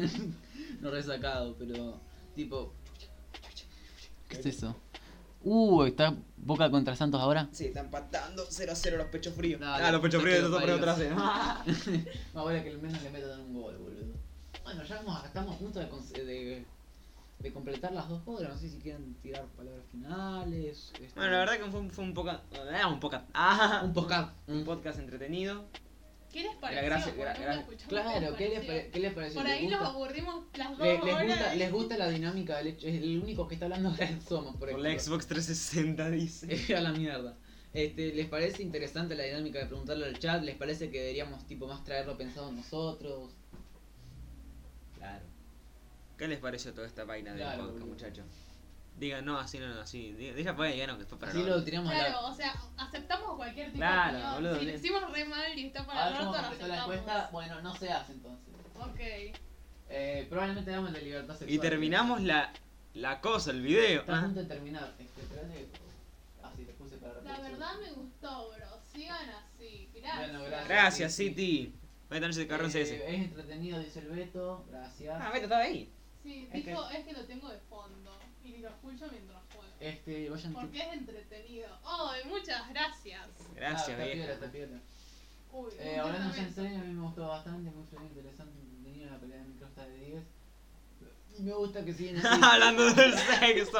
S2: no resacado, pero. Tipo. ¿Qué es eso? Uh, está Boca contra Santos ahora.
S4: Sí, están patando 0 a 0 los pechos fríos.
S2: Dale,
S4: ah, los pechos
S2: te
S4: fríos
S2: quiero
S4: te tocan
S2: parido.
S4: otra vez.
S2: Más vale que al menos le metan un gol, boludo. Bueno, ya vamos, estamos a punto de, cons- de, de completar las dos horas. No sé si quieren tirar palabras finales. este,
S4: Bueno, la verdad que fue, un- fue un poco. ah, un poco. Ah,
S2: Un podcast.
S4: Un podcast entretenido.
S3: ¿Qué les
S4: Mira,
S3: pareció?
S4: gracias,
S3: Porque
S4: gra-
S3: nunca
S4: gracias.
S3: escuchamos
S2: Claro, ¿qué les, pare-
S3: pareció.
S2: ¿qué les pareció?
S3: Por
S2: ¿Les
S3: ahí
S2: gusta?
S3: nos aburrimos las dos
S2: Le- les,
S3: horas.
S2: gusta, les gusta la dinámica del hecho. es El único que está hablando ahora es Somos, por
S4: Por
S2: ejemplo. Eh,
S4: la Xbox 360
S2: [laughs]
S4: dice.
S2: a la mierda. Este, ¿Les parece interesante la dinámica de preguntarle al chat? ¿Les parece que deberíamos tipo más traerlo pensado nosotros?
S4: Claro. ¿Qué les pareció toda esta vaina del
S2: Claro,
S4: podcast,
S2: boludo.
S4: muchachos? Digan, no, así no, no, así. Diga- Diga, pues, díganos que fue para
S2: Así
S4: la-
S2: lo tiramos a la...
S3: Claro, o sea, aceptamos cualquier tipo
S4: Claro,
S3: de opinión.
S4: boludo,
S3: si lo
S4: bien.
S3: hicimos re mal y está
S2: A
S3: para
S2: ver
S3: el
S2: cómo
S3: orto, lo
S2: contestó la encuesta.
S3: aceptamos.
S2: Bueno, no se hace entonces.
S3: Ok.
S2: Eh, probablemente damos la libertad sexual.
S4: Y terminamos la, la cosa, el video.
S2: Está a
S4: Ah,
S2: punto de terminar. Este, espérate que- Ah, sí, te puse para
S3: La
S2: reproducir.
S3: verdad me gustó, bro. Sigan así. Gracias.
S2: Bueno,
S4: Gracias,
S2: sí, sí.
S4: City. Buenas noches de Carrón
S2: Eh,
S4: CS.
S2: Es entretenido, dice el Beto. Gracias.
S4: Ah, Beto estaba ahí.
S3: Sí,
S2: Es
S3: dijo, es que lo tengo de fondo. Y lo escucho mientras juego.
S2: Este, vayan
S3: Porque es entretenido. Oh, y muchas gracias.
S4: Gracias,
S2: Ah, está
S4: vieja.
S2: piola,
S4: [laughs]
S2: está piola.
S3: Uy,
S2: Eh, hablando ya en
S3: justamente.
S2: serio, a mí me gustó bastante, muy fluido, interesante, entretenido la pelea de microsta de 10. Y me gusta que siguen [laughs] así.
S4: Hablando del sexo.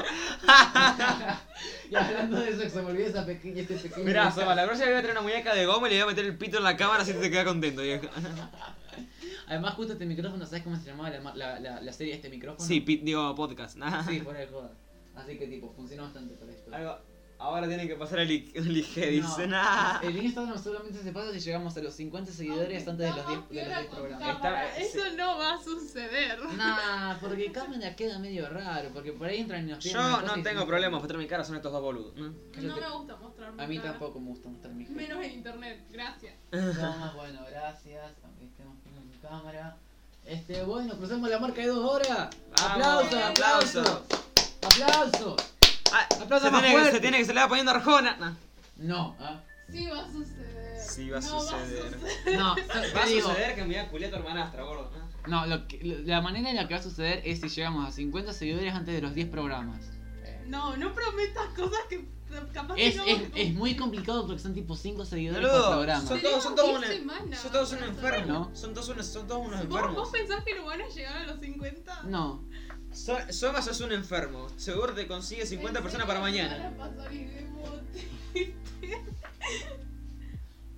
S2: y hablando de sexo, me olvidé esa pequeña, este pequeño.
S4: Mirá, Soma, la próxima le voy a traer una muñeca de goma y le voy a meter el pito en la cámara así te quedas contento, viejo.
S2: Ah, Además, justo este micrófono, ¿sabes cómo se llamaba la, ma- la, la, la serie de este micrófono?
S4: Sí, pi- digo, podcast. [laughs] Nah.
S2: Sí, fuera de joda. Así que, tipo, funcionó bastante para esto.
S4: Algo- Ahora tienen que pasar el IG, el IG
S2: No, Eh,
S4: dice. Nah.
S2: El Instagram solamente se pasa si llegamos a los 50 seguidores antes de los 10
S3: Vamos,
S2: de los
S3: piola
S2: 10
S3: con
S2: programas.
S3: cámara.
S4: Está-
S3: Eso no va a suceder.
S2: Nah, porque cámara queda medio raro, porque por ahí entran y nos piden una
S4: Yo
S2: cosa y
S4: no tengo
S2: dicen-
S4: problema mostrar mi cara, son estos dos boludos. ¿no?
S3: No me gusta mostrar mi
S2: A mí
S3: cara.
S2: tampoco me gusta mostrar mi cara.
S3: Menos en internet, gracias.
S2: Tomás, Ah, bueno, gracias. Aunque estemos con la cámara. Este, bueno, cruzamos la marca de dos horas.
S4: Vamos,
S2: Aplausos,
S4: aplausos.
S2: ¡Aplausos!
S4: Ah,
S2: Aplausos
S4: se,
S2: más
S4: tiene que,
S2: fuerte.
S4: se tiene que se le va poniendo Arjona. Nah.
S2: No, ¿ah?
S3: Sí va a suceder.
S4: Sí, va a
S3: No
S4: suceder. [laughs]
S2: no, te
S4: Va a
S2: digo,
S4: suceder que me voy a culiar a tu hermanastra, gordo.
S2: No, lo que- lo- la manera en la que va a suceder es si llegamos a 50 seguidores antes de los 10 programas.
S3: No, no prometas cosas que capaz
S2: Es,
S3: que no
S2: es, es muy complicado porque son tipo 5 seguidores por
S4: Ah, Boludo,
S2: programa.
S4: son todos, son todos,
S3: Tenemos
S4: unos-
S3: 10 semanas.
S4: son todos unos
S2: ¿No?
S4: enfermos. Son todos unos, son todos unos
S3: ¿Vos, ¿Vos
S4: enfermos.
S3: pensás que no van a llegar a los 50?
S2: No,
S4: So- Soma sos un enfermo. Seguro te consigue 50 personas para mañana.
S3: Van a pasar y de bote.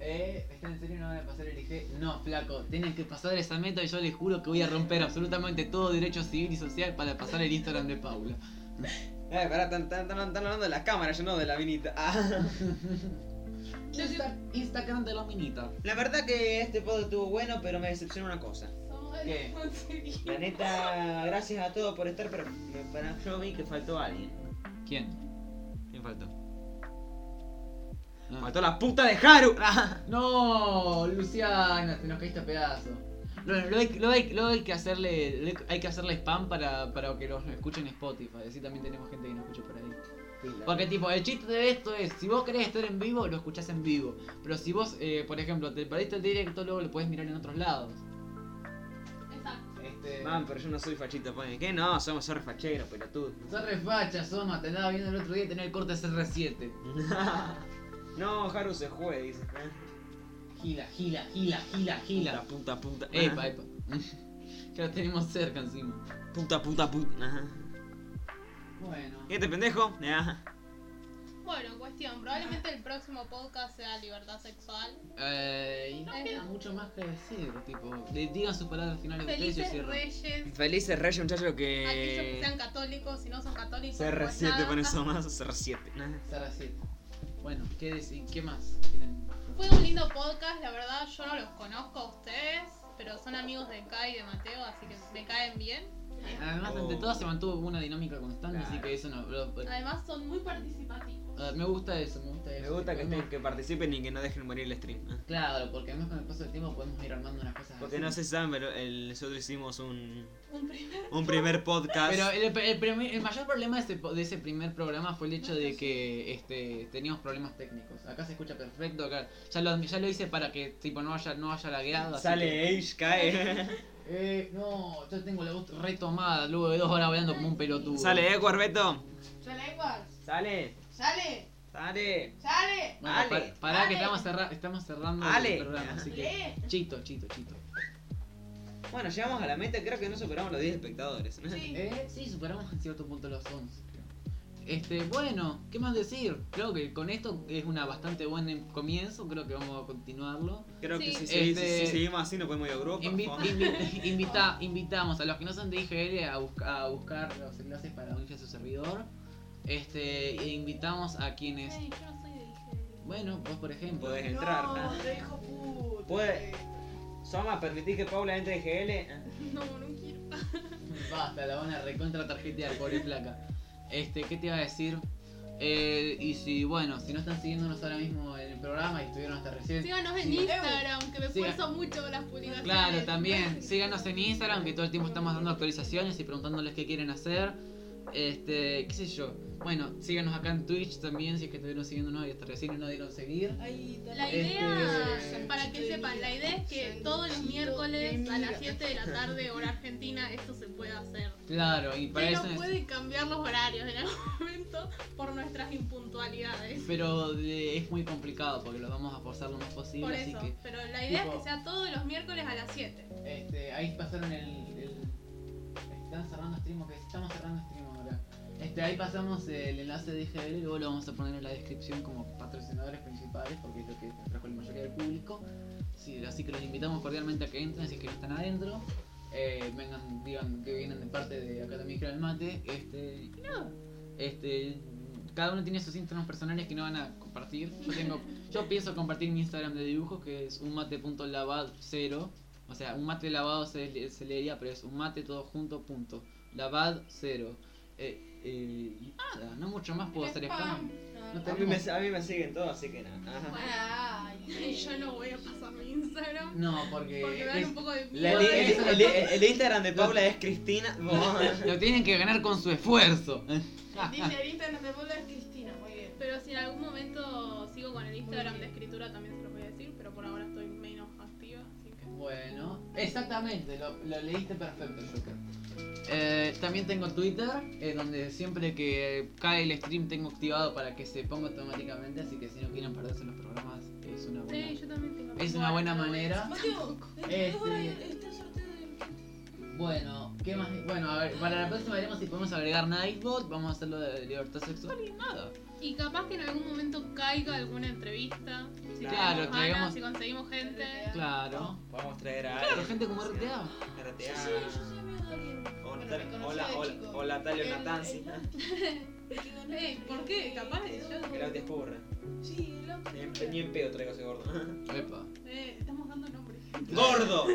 S2: Eh, ¿está en serio? No van a pasar el IG. No, flaco, tienen que pasar esa meta y yo les juro que voy a romper absolutamente todo derecho civil y social para pasar el Instagram de Paula.
S4: Eh, pará, están, están- están- están hablando de las cámaras, yo no de la vinita. Ah.
S2: Insta- Instagram de la minita.
S4: [laughs] La verdad que este pod estuvo bueno, pero me decepcionó una cosa.
S3: Somos
S2: ¿Qué?
S3: irresponsables.
S4: La neta, gracias a todos por estar, pero me- para, yo vi que faltó alguien.
S2: ¿Quién?
S4: ¿Quién faltó?
S2: Ah.
S4: Faltó la puta de Haru. Ah.
S2: No, Luciana, te nos caíste a pedazo. Bueno, luego hay, luego hay- luego hay que hacerle luego hay que hacerle spam para, para que los escuchen en Spotify, así también tenemos gente que nos escucha por ahí. Porque tipo, el chiste de esto es, si vos querés estar en vivo, lo escuchás en vivo. Pero si vos, eh, por ejemplo, te perdiste el directo, luego lo podés mirar en otros lados.
S3: Exacto.
S2: Este...
S4: Man, pero yo no soy fachito, pone. ¿Qué no? Somos re facheros, pelotudo. [laughs]
S2: Sos re facha, Soma, te andaba viendo el otro día tener el corte CR7.
S4: no, Haru se jue, dice. Ah.
S2: Gila, gila, gila, gila, gila.
S4: Puta, puta, puta.
S2: Epa, epa. [laughs] que lo tenemos cerca encima.
S4: Ah. Puta, puta, puta. Ah.
S2: Bueno.
S4: ¿Y este pendejo? Ah.
S3: Bueno, cuestión, probablemente el próximo podcast sea libertad sexual.
S2: Eh, y no queda mucho más que decir, tipo. le- Digan sus palabras finales de ustedes y yo
S3: Felices
S2: cierro.
S3: Reyes.
S4: Felices Reyes, muchachos,
S3: Aquellos que
S4: que.
S3: sean católicos, si no son católicos. pues
S4: CR7
S3: nada.
S4: con eso más, CR7. nada.
S2: Sara siete. Bueno, ¿qué, deci- ¿qué más? quieren?
S3: Fue un lindo podcast, la verdad yo no los conozco a ustedes, pero son amigos de Kai y de Mateo, así que me caen bien.
S2: Además, ante
S4: Oh.
S2: todo se mantuvo una dinámica constante, así
S4: Claro.
S2: que eso no. lo- eh,
S3: Además son muy participativos.
S2: me gusta eso, me gusta eso.
S4: Me gusta que,
S2: Podemos-
S4: estén- que participen y que no dejen morir el stream. ¿eh?
S2: Claro, porque además con el paso del tiempo podemos ir armando unas cosas
S4: Porque
S2: así.
S4: no sé si saben, pero el, nosotros hicimos un,
S3: Un primer
S4: un primer podcast.
S2: Pero el, el primer- el mayor problema de ese, po- de ese primer programa fue el hecho de que este, teníamos problemas técnicos. Acá se escucha perfecto, acá ya lo, ya lo hice para que tipo no haya, no haya lagueado. así que-
S4: Sale Age, cae.
S2: Eh, no, yo tengo la voz retomada luego de dos horas hablando como un pelotudo.
S4: Sale, eh, Cuarbeto.
S5: Sale igual.
S4: Sale,
S5: Sale.
S4: sale.
S5: Sale.
S2: Bueno,
S4: Ale,
S2: par- pará que
S5: ale.
S2: estamos, cerra- estamos cerrando
S4: Ale.
S2: el programa, así que...
S5: Sale.
S2: Chito, chito, chito.
S4: Bueno, llegamos a la meta, creo que no superamos los 10 espectadores.
S5: [laughs]
S4: ¿no?
S5: Sí.
S2: Eh, sí, superamos en cierto punto los 11. creo. Este, bueno, ¿qué más decir? Creo que con esto es una bastante buen em- comienzo, creo que vamos a continuarlo.
S4: Creo que si,
S3: Sí.
S4: si-
S2: Este-
S4: si seguimos así no podemos ir a grupo.
S2: Invi- invi- [laughs] invita- invitamos a los que no son de IGL a, busca- a buscar los enlaces para unirse a su servidor. Este, e invitamos a quienes.
S3: Ey, yo no soy de IGL.
S2: Bueno, vos por ejemplo.
S4: Podés entrar.
S5: No,
S4: ¿no?
S5: te dijo puta.
S4: Puede- Soma, ¿permitís que Paula entre en GL?
S3: No, no quiero.
S2: Basta, la van a recontra tarjetear, pobre placa. Este, ¿qué te iba a decir? Eh, y si, bueno, si no están siguiéndonos ahora mismo en el programa y estuvieron hasta recién.
S3: Síganos en
S2: Sí.
S3: Instagram, que me
S2: Siga-
S3: esfuerzo mucho con las publicaciones.
S2: Claro, también. Síganos en Instagram, que todo el tiempo estamos dando actualizaciones y preguntándoles qué quieren hacer. Este, qué sé yo. Bueno, síganos acá en Twitch también, si es que estuvieron siguiéndonos y hasta recién y no dieron seguir.
S5: Ahí, dale.
S3: La idea,
S2: Este,
S5: Este,
S3: para que sepan, la idea es que todos los miércoles a las 7 de la tarde, hora argentina, esto se puede hacer.
S2: Claro, y para
S3: Pero
S2: eso es-
S3: pueden cambiar los horarios en algún momento por nuestras impuntualidades.
S2: Pero eh, es muy complicado porque los vamos a forzar lo más posible,
S3: Por
S2: así
S3: eso,
S2: que...
S3: pero la idea es
S2: tipo-
S3: que sea todos los miércoles a las 7.
S2: Este, ahí pasaron el, el- Están cerrando stream, ok, estamos cerrando stream ahora. Este, ahí pasamos el enlace de IGL y luego lo vamos a poner en la descripción como patrocinadores principales porque es lo que trajo la mayoría del público. Sí, así que los invitamos cordialmente a que entren si es que no están adentro. Eh, vengan, digan que vienen de parte de acá también el Mate. Este, y nada. Este, cada uno tiene sus Instagrams personales que no van a compartir. Yo
S3: [laughs]
S2: tengo, yo pienso compartir mi Instagram de dibujos que es unmate.labad 0. O sea, un mate lavado se, le- se leería, pero es un mate todo junto, punto. Lavad cero. Eh, eh, y nada, no mucho más puedo hacer spam. No
S4: A mí, me, a mí me siguen todos, así que nada. Ajá.
S3: Y yo no voy a pasar mi Instagram
S2: No, porque.
S3: porque me dan
S2: Eh, es-
S3: un poco de
S4: La-
S3: miedo.
S4: el, el- el- el- el Instagram de Paula es Cristina.
S2: [laughs] lo tienen que ganar con su esfuerzo.
S4: Ah,
S5: Dice el Instagram de Paula es Cristina, muy bien.
S3: Pero si en algún momento sigo con el Instagram de escritura también se lo voy a decir, pero por ahora estoy menos activa, así que...
S2: Bueno, exactamente, lo, lo leíste perfecto, Joker. Eh, también tengo Twitter, eh, donde siempre que cae el stream tengo activado para que se ponga automáticamente, así que si no quieren perderse los programas, es una buena.
S3: Sí, yo también tengo
S2: Es una buena
S3: Bueno,
S4: Ah,
S2: manera.
S5: Mateo,
S2: Este-
S5: ¿de qué hora está el sorteo del
S2: Bueno, ¿qué más? Bueno, a ver, para la próxima veremos si podemos agregar Nightbot, vamos a hacerlo de libertad sexual y nada.
S3: Y capaz que en algún momento caiga alguna entrevista. Si
S2: Claro,
S3: tenemos ganas,
S2: traigamos-
S3: si conseguimos gente.
S2: Claro.
S4: Vamos a traer a
S2: Claro, gente como RTA.
S5: Yo
S4: RTA.
S5: soy, yo soy amigo de alguien.
S4: O
S5: Bueno,
S4: tal-
S5: me conocí
S4: Hola,
S5: de
S4: hola,
S5: chico. Eh,
S4: hola,
S5: El-
S4: Talio
S5: el-
S4: Natanzi.
S5: el ganó
S3: Ey,
S5: el
S3: ¿por qué?
S5: premio
S3: Capaz
S5: que
S3: que yo-
S5: quedó-
S4: [laughs] Que no te escurra.
S5: Sí, el auto.
S4: Ni en, ni en pedo traigo ese
S5: [laughs]
S4: gordo.
S2: Epa.
S3: Eh, estamos dando nombres.
S4: ¡Gordo!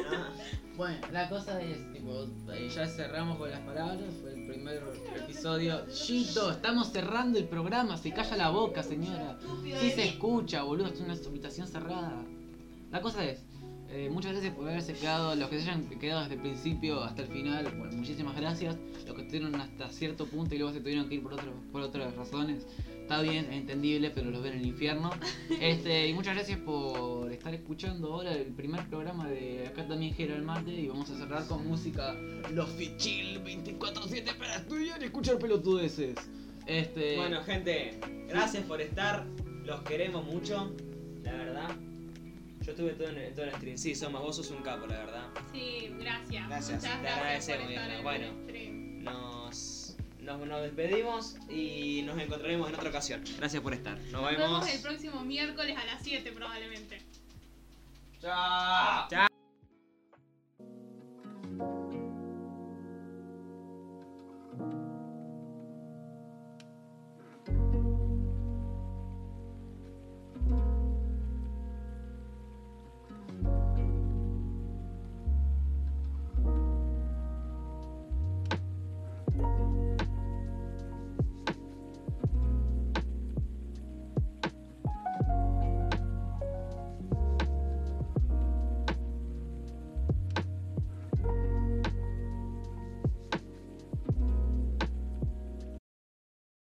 S2: Bueno, la cosa es, tipo, eh, ya cerramos con las palabras, fue el primer episodio. Chito, estamos cerrando el programa, se calla la boca, señora.
S5: Estúpido
S2: Sí
S5: de
S2: se
S5: mí.
S2: escucha, boludo, esto es una habitación cerrada. La cosa es, eh, muchas gracias por haberse quedado, los que se hayan quedado desde el principio hasta el final, bueno, muchísimas gracias. Los que estuvieron hasta cierto punto y luego se tuvieron que ir por, otro, por otras razones, está bien, es entendible, pero los ven en el
S5: [laughs]
S2: infierno. Este, y muchas gracias por estar escuchando ahora el primer programa de Acá también Gera el Mate y vamos a cerrar con música Los Fichil 24-7 para estudiar y escuchar pelotudeces. Este,
S4: Bueno, gente, gracias por estar. Los queremos mucho. La verdad. Yo estuve todo en el, todo en el stream. Sí, Soma, vos sos un capo, la verdad.
S3: Sí, gracias.
S4: Gracias,
S3: Muchas
S4: te
S3: gracias
S4: agradecemos,
S3: por estar
S4: Mirna.
S3: en
S4: Bueno.
S3: el stream.
S4: Nos. Nos, nos despedimos y nos encontraremos en otra ocasión. Gracias por estar. Nos
S3: Nos vemos
S4: vemos.
S3: el próximo miércoles a las 7 probablemente.
S4: Chao.